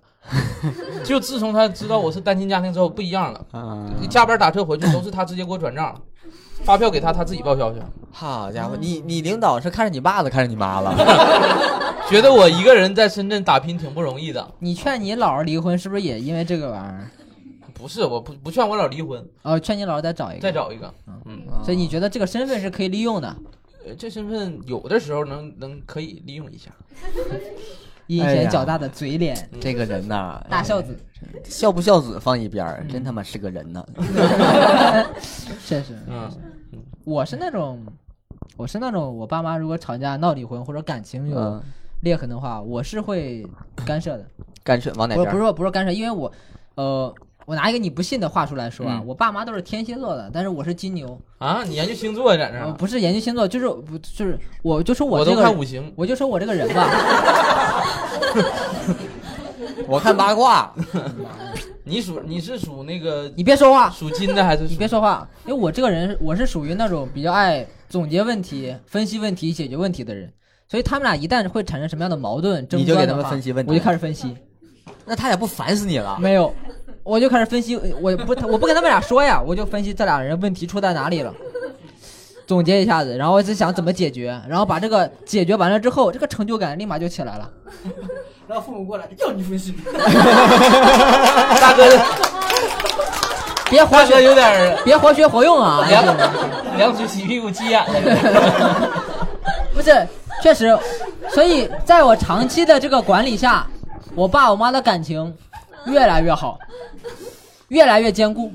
[SPEAKER 1] 就自从他知道我是单亲家庭之后，不一样了。
[SPEAKER 3] 啊
[SPEAKER 1] 你加班打车回去都是他直接给我转账了，发票给他，他自己报销去。
[SPEAKER 3] 好家伙，你你领导是看上你爸了，看上你妈了？
[SPEAKER 1] 觉得我一个人在深圳打拼挺不容易的，
[SPEAKER 2] 你劝你姥儿离婚，是不是也因为这个玩意儿？
[SPEAKER 1] 不是，我不不劝我姥离婚，
[SPEAKER 2] 哦，劝你姥儿再找一个，
[SPEAKER 1] 再。找一个。哦
[SPEAKER 2] 所以你觉得这个身份是可以利用的？
[SPEAKER 1] 呃，这身份有的时候能能可以利用一下。
[SPEAKER 2] 阴
[SPEAKER 3] 哎
[SPEAKER 2] 险
[SPEAKER 3] 呀
[SPEAKER 2] 狡大的嘴脸，
[SPEAKER 3] 这个人呐，哎
[SPEAKER 2] 大孝子，
[SPEAKER 3] 嗯 孝嗯不孝子放一边儿，真他妈是个人呐。
[SPEAKER 2] 确实。
[SPEAKER 1] 嗯，
[SPEAKER 2] 我是那种，我是那种，我爸妈如果吵架闹离婚或者感情有
[SPEAKER 3] 嗯，
[SPEAKER 2] 裂痕的话，我是会干涉的。
[SPEAKER 3] 干脆往哪
[SPEAKER 2] 不是
[SPEAKER 3] 边
[SPEAKER 2] 不
[SPEAKER 3] 儿？
[SPEAKER 2] 是说不是干涉，因为我，呃，我拿一个你不信的话术来说啊，
[SPEAKER 1] 嗯
[SPEAKER 2] 我爸妈都是天蝎座的，但是我是金牛，
[SPEAKER 1] 啊，你研究星座在这
[SPEAKER 3] 啊
[SPEAKER 2] 呃
[SPEAKER 1] 儿？
[SPEAKER 2] 不是研究星座，就是不就是我就说
[SPEAKER 1] 我
[SPEAKER 2] 这
[SPEAKER 1] 都
[SPEAKER 2] 个
[SPEAKER 1] 看
[SPEAKER 2] 人
[SPEAKER 1] 五。行。
[SPEAKER 2] 我就说我这个人吧，
[SPEAKER 3] 我看八卦，
[SPEAKER 1] 你属你是属那个
[SPEAKER 2] 你别说话，
[SPEAKER 1] 属金的还是？
[SPEAKER 2] 你别。说话，因为我这个人我是属于那种比较爱总结问题、分析问题、解决问题的人，所以他们俩一旦会产生什么样的矛盾、争
[SPEAKER 3] 你就
[SPEAKER 2] 端
[SPEAKER 3] 给
[SPEAKER 2] 的
[SPEAKER 3] 他们
[SPEAKER 2] 话
[SPEAKER 3] 分析问题
[SPEAKER 2] 我就开始分析，
[SPEAKER 3] 那他俩不烦死你
[SPEAKER 1] 啊
[SPEAKER 3] 了？
[SPEAKER 2] 没有，我就开始分析，我不我不跟他们俩说呀，我就分析这俩人问题出在哪里了。总结一下子，然后我就想怎么解决，然后把这个解决完了之后，这个成就感立马就起来了。
[SPEAKER 7] 然后父母过来要你分析，
[SPEAKER 1] 大哥，
[SPEAKER 2] 别活
[SPEAKER 1] 大哥
[SPEAKER 2] 学，
[SPEAKER 1] 有点儿
[SPEAKER 2] 别活学活用啊！这个人
[SPEAKER 1] 两两嘴洗屁股急眼了。
[SPEAKER 2] 不是，确实，所以在我长期的这个管理下，我爸我妈的感情越来越好，越来越坚固。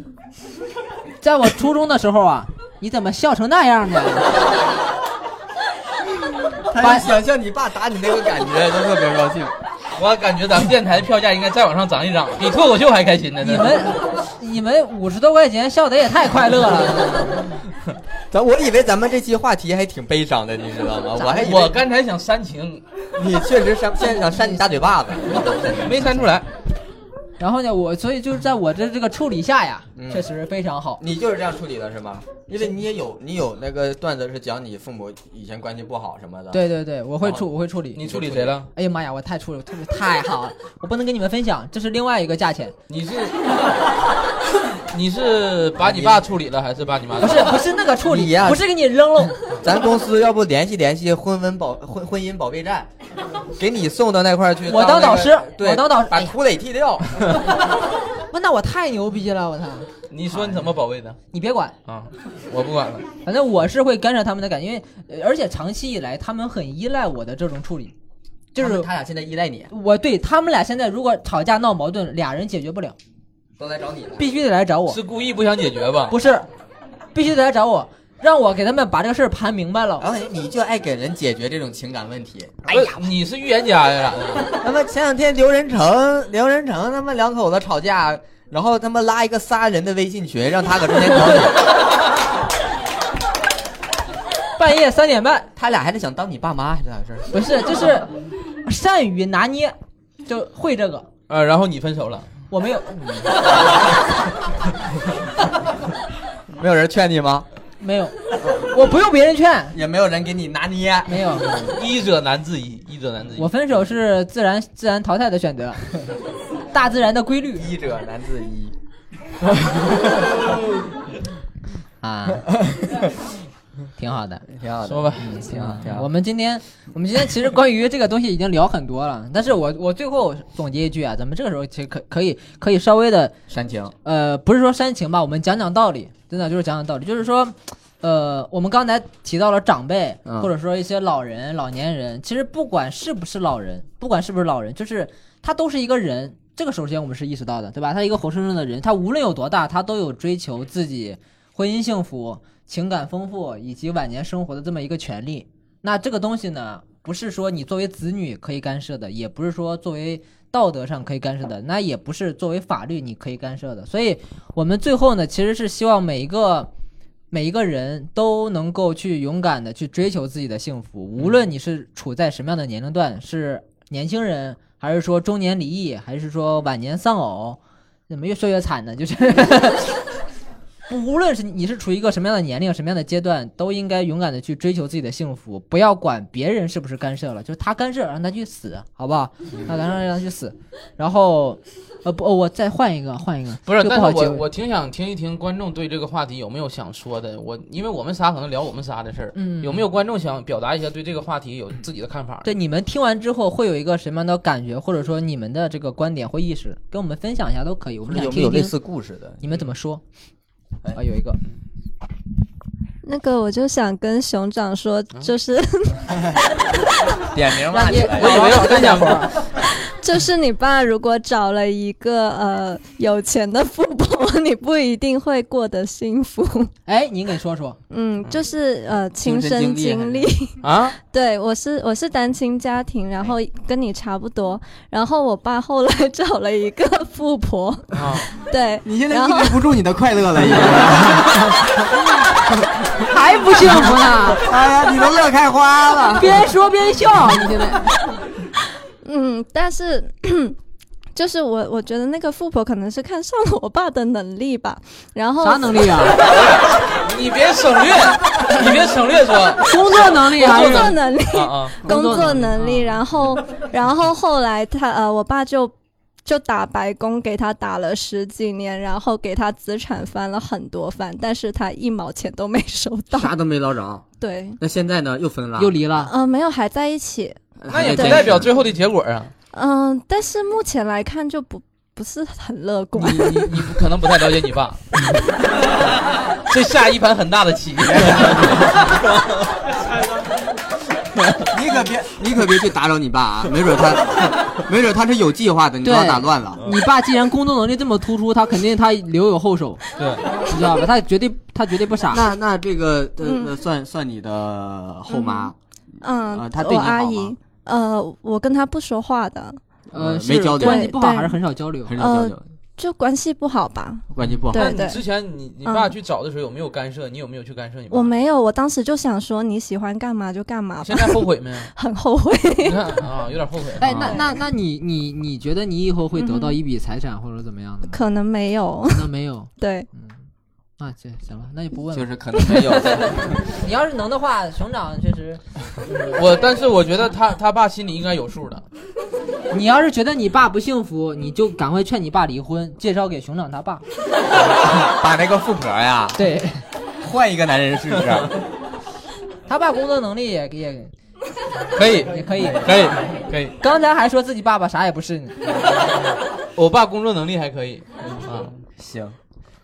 [SPEAKER 2] 在我初中的时候啊，你怎么笑成那样呢？
[SPEAKER 3] 他想象你爸打你那个感觉，都特别高兴。
[SPEAKER 1] 我感觉咱们电台的票价应该再往上涨一涨，比脱口秀还开心呢。
[SPEAKER 2] 你们你们五十多块钱笑得也太快乐了。
[SPEAKER 3] 咱我以为咱们这期话题还挺悲伤的，你知道吗？我还以
[SPEAKER 1] 我
[SPEAKER 3] 为
[SPEAKER 1] 刚才想煽情，
[SPEAKER 3] 你确实想现在想扇你大嘴巴子。
[SPEAKER 1] 没删出来。
[SPEAKER 2] 然后呢，我所以就是在我这这个处理下呀，
[SPEAKER 3] 嗯
[SPEAKER 2] 确实非常好。
[SPEAKER 3] 你就是这样处理的是吗？因为你也有你有那个段子是讲你父母以前关系不好什么的。，
[SPEAKER 2] 对对对，我会
[SPEAKER 3] 然后
[SPEAKER 2] 处我会处理。
[SPEAKER 1] 你处理谁了？
[SPEAKER 2] 哎呀妈呀，我太处理特别太好 了，我不能跟你们分享，这是另外一个价钱，
[SPEAKER 1] 你 是你是把你爸处理了，还是把你妈处
[SPEAKER 2] 不
[SPEAKER 1] 理了？
[SPEAKER 2] 是不是那个处
[SPEAKER 3] 你
[SPEAKER 2] 理，
[SPEAKER 3] 呀
[SPEAKER 2] 不是给你扔 了。
[SPEAKER 3] 咱公司要不联系联系婚文保婚婚姻保卫战，给你送到那块儿去。
[SPEAKER 2] 我当
[SPEAKER 3] 当那个
[SPEAKER 2] 导师
[SPEAKER 3] 对，
[SPEAKER 2] 我当导师
[SPEAKER 3] 把
[SPEAKER 2] 哎呀
[SPEAKER 3] 涂磊剃掉。
[SPEAKER 2] 不，那我太牛逼了，我操！
[SPEAKER 1] 你说你怎么保卫的？
[SPEAKER 2] 你别管，
[SPEAKER 1] 啊，我不管了。
[SPEAKER 2] 反正我是会干涉他们的感觉，因为呃而且长期以来他们很依赖我的这种处理，就
[SPEAKER 3] 他
[SPEAKER 2] 是
[SPEAKER 3] 们他俩现在依赖你，
[SPEAKER 2] 我对他们俩现在如果吵架闹矛盾，俩人解决不了，
[SPEAKER 3] 都来找你了。
[SPEAKER 2] 必须得来找我，
[SPEAKER 1] 是故意不想解决吧？
[SPEAKER 2] 不是，必须得来找我，让我给他们把这个事儿盘明白了。
[SPEAKER 3] 然后你就爱给人解决这种情感问题。
[SPEAKER 1] 哎呀，你是预言家呀？
[SPEAKER 3] 他妈前两天刘仁成，刘仁成他妈两口子吵架，然后他妈拉一个仨人的微信群，让他搁中间搞 你。
[SPEAKER 2] 半夜三点半，
[SPEAKER 3] 他俩还得想当你爸妈，这咋回事？
[SPEAKER 2] 不是，就是善于拿捏，就会这个。
[SPEAKER 1] 啊，然后你分手了，
[SPEAKER 2] 我没有，
[SPEAKER 3] 没有人劝你吗？
[SPEAKER 2] 没有，我不用别人劝，
[SPEAKER 3] 也没有人给你拿捏。
[SPEAKER 2] 没有。
[SPEAKER 1] 医者难自医，医者难自医。
[SPEAKER 2] 我分手是自然自然淘汰的选择，大自然的规 律
[SPEAKER 3] 医者难自医。
[SPEAKER 2] 啊，挺好的。
[SPEAKER 3] 挺好的，
[SPEAKER 1] 说吧
[SPEAKER 3] 嗯挺好，挺
[SPEAKER 2] 我
[SPEAKER 3] 好。
[SPEAKER 2] 们今天，我们今天其实关于这个东西已经聊很多了，但是我我最后总结一句啊，咱们这个时候其实可可以可以稍微的
[SPEAKER 3] 煽情，
[SPEAKER 2] 呃，不是说煽情吧，我们讲讲道理，真的就是讲讲道理，就是说，呃，我们刚才提到了长辈，
[SPEAKER 3] 嗯
[SPEAKER 2] 或者说一些老人、老年人，其实不管是不是老人，不管是不是老人，就是他都是一个人。这个首先我们是意识到的，对吧？他一个活生生的人，他无论有多大，他都有追求自己婚姻幸福、情感丰富以及晚年生活的这么一个权利。那这个东西呢，不是说你作为子女可以干涉的，也不是说作为道德上可以干涉的，那也不是作为法律你可以干涉的。所以，我们最后呢，其实是希望每一个每一个人都能够去勇敢的去追求自己的幸福，
[SPEAKER 1] 嗯
[SPEAKER 2] 无论你是处在什么样的年龄段，是年轻人，还是说中年离异，还是说晚年丧偶，怎么越说越惨 呢？就是。不无论是你是处于一个什么样的年龄、什么样的阶段，都应该勇敢的去追求自己的幸福，不要管别人是不是干涉了，就是他干涉，让他去死，好不 好？那咱让让他去死，然后，呃不，哦我再换一个，换一个，
[SPEAKER 1] 不是，
[SPEAKER 2] 这
[SPEAKER 1] 但
[SPEAKER 2] 不好
[SPEAKER 1] 是
[SPEAKER 2] 结
[SPEAKER 1] 我
[SPEAKER 2] 尾
[SPEAKER 1] 我挺想听一听观众对这个话题有没有想说的。我因为我们仨可能聊我们仨的事儿，
[SPEAKER 2] 嗯
[SPEAKER 1] 有没有观众想表达一下对这个话题有自己的看法？
[SPEAKER 2] 对，你们听完之后会有一个什么样的感觉，或者说你们的这个观点或意识，跟我们分享一下都可以。我们想
[SPEAKER 3] 有
[SPEAKER 2] 听
[SPEAKER 3] 没
[SPEAKER 2] 一
[SPEAKER 3] 有类
[SPEAKER 2] 听
[SPEAKER 3] 似故事的？
[SPEAKER 2] 你们怎么说。
[SPEAKER 3] 哎
[SPEAKER 2] 啊，有一个，
[SPEAKER 5] 那个我就想跟熊掌说，就是、
[SPEAKER 3] 点名骂
[SPEAKER 2] 让
[SPEAKER 3] 你
[SPEAKER 2] 你，
[SPEAKER 1] 我以为要分享会儿
[SPEAKER 5] 就是你爸如果找了一个呃有钱的富婆， 你不一定会过得幸福。
[SPEAKER 2] 哎，您给说说，
[SPEAKER 5] 嗯，就是呃亲
[SPEAKER 3] 亲
[SPEAKER 5] 身
[SPEAKER 3] 身
[SPEAKER 5] 经
[SPEAKER 3] 经
[SPEAKER 5] 历
[SPEAKER 3] 历。
[SPEAKER 1] 啊，
[SPEAKER 5] 对，我是我是单亲家庭，然后跟你差不多。然后我爸后来 找了一个富婆，
[SPEAKER 1] 啊，
[SPEAKER 5] 对，
[SPEAKER 3] 你现
[SPEAKER 5] 然后
[SPEAKER 3] 不住你的快乐 了，已经。
[SPEAKER 2] 还不幸福呢？
[SPEAKER 3] 哎呀，你都乐开花了。
[SPEAKER 2] 边说边笑，你现在
[SPEAKER 5] 嗯，但是就是我我觉得那个富婆可能是看上了我爸的能力吧，然后
[SPEAKER 2] 啥能力啊？
[SPEAKER 1] 你别省略，你别省略说
[SPEAKER 2] 工作能力还
[SPEAKER 5] 工作
[SPEAKER 2] 是？
[SPEAKER 5] 能力，
[SPEAKER 1] 啊啊，
[SPEAKER 5] 工
[SPEAKER 2] 工作
[SPEAKER 5] 作
[SPEAKER 2] 能
[SPEAKER 5] 能
[SPEAKER 2] 力
[SPEAKER 5] 力，
[SPEAKER 2] 啊
[SPEAKER 5] 然后然后后来他呃，我爸就就打白工给他打了十几年，然后给他资产翻了很多番，但是他一毛钱都没收到。
[SPEAKER 3] 啥都没捞着，
[SPEAKER 5] 对，
[SPEAKER 3] 那现在呢？又分了，
[SPEAKER 2] 又离了，
[SPEAKER 5] 呃，没有，还在一起。
[SPEAKER 1] 那也不代表最后的结果啊。
[SPEAKER 5] 嗯、但是目前来看就不不是很乐观。
[SPEAKER 1] 你你你不可能不太了解你爸，这下一盘很大的棋。
[SPEAKER 3] 你可别，你可别去打扰你爸啊！没准他， 没准他是有计划的，你不要
[SPEAKER 2] 对嗯
[SPEAKER 3] 打乱了。
[SPEAKER 2] 你爸既然工作能力这么突出，他肯定他留有后 手，
[SPEAKER 1] 对，
[SPEAKER 2] 你知道吧？他绝对他绝对不傻。
[SPEAKER 3] 那那这个呃
[SPEAKER 5] 嗯
[SPEAKER 3] 呃算算你的后妈，
[SPEAKER 5] 嗯，
[SPEAKER 3] 啊他对
[SPEAKER 5] 我
[SPEAKER 3] 你好
[SPEAKER 5] 阿
[SPEAKER 3] 吗
[SPEAKER 5] 姨，呃，我跟她不说话的，
[SPEAKER 2] 呃，
[SPEAKER 3] 呃
[SPEAKER 2] 是
[SPEAKER 3] 没交流
[SPEAKER 2] 关系不好
[SPEAKER 5] 对
[SPEAKER 2] 还是很少交流
[SPEAKER 3] 很。少交
[SPEAKER 5] 呃
[SPEAKER 3] 流。
[SPEAKER 8] 就关系不好吧。
[SPEAKER 3] 关系不好。
[SPEAKER 8] 对
[SPEAKER 1] 那
[SPEAKER 8] 对
[SPEAKER 1] 你之前你你
[SPEAKER 8] 嗯
[SPEAKER 1] 爸去找的时候有没有干涉？你有没有去干涉你爸？
[SPEAKER 8] 我没有，我当时就想说你喜欢干嘛就干嘛
[SPEAKER 1] 你
[SPEAKER 8] 吧
[SPEAKER 1] 现，在后悔没？
[SPEAKER 8] 很后 悔。
[SPEAKER 1] 你看啊，有点后悔。
[SPEAKER 2] 哎，
[SPEAKER 1] 啊
[SPEAKER 2] 那那那你你你觉得你以后会得到
[SPEAKER 8] 嗯
[SPEAKER 2] 一笔财产或者怎么样的吗？
[SPEAKER 8] 可能没有，
[SPEAKER 2] 那没有，
[SPEAKER 8] 对，
[SPEAKER 2] 嗯，啊，行行了，那就不问
[SPEAKER 3] 就
[SPEAKER 2] 了。
[SPEAKER 3] 是可能没有，
[SPEAKER 2] 你要是能的话，熊掌确实。
[SPEAKER 1] 我，但是我觉得他他爸心里应该有数的。
[SPEAKER 2] 你要是觉得你爸不幸福，你就赶快劝你爸离婚，介绍给熊掌他爸。
[SPEAKER 3] 把那个富婆呀
[SPEAKER 2] 对
[SPEAKER 3] 换一个男人 试试，
[SPEAKER 2] 他爸工作能力也也
[SPEAKER 1] 可以，
[SPEAKER 2] 也可以。
[SPEAKER 1] 可以，可以。
[SPEAKER 2] 刚才还说自己爸爸啥也不是呢。
[SPEAKER 1] 我爸工作能力还可以啊。
[SPEAKER 3] 行。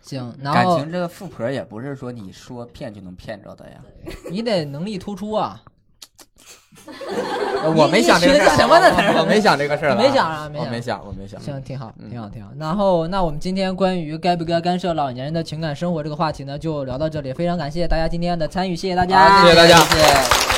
[SPEAKER 2] 行，然
[SPEAKER 3] 感
[SPEAKER 2] 后
[SPEAKER 3] 情这个富婆也不是说你说骗就能骗着的呀。
[SPEAKER 2] 你得能力突出啊。
[SPEAKER 3] 呃我没想这个事
[SPEAKER 2] 你学
[SPEAKER 3] 儿，
[SPEAKER 2] 的什么呢
[SPEAKER 3] 我没想这个事儿了啊，
[SPEAKER 2] 没想啊没
[SPEAKER 3] 我
[SPEAKER 2] 想
[SPEAKER 3] 没想，我没想。
[SPEAKER 2] 行，挺好，
[SPEAKER 3] 嗯
[SPEAKER 2] 挺好，挺好。然后，那我们今天关于该不该干涉老年人的情感生活这个话题呢，就聊到这里。非常感谢大家今天的参与，谢谢大家，
[SPEAKER 3] 啊好谢谢大家
[SPEAKER 2] 谢谢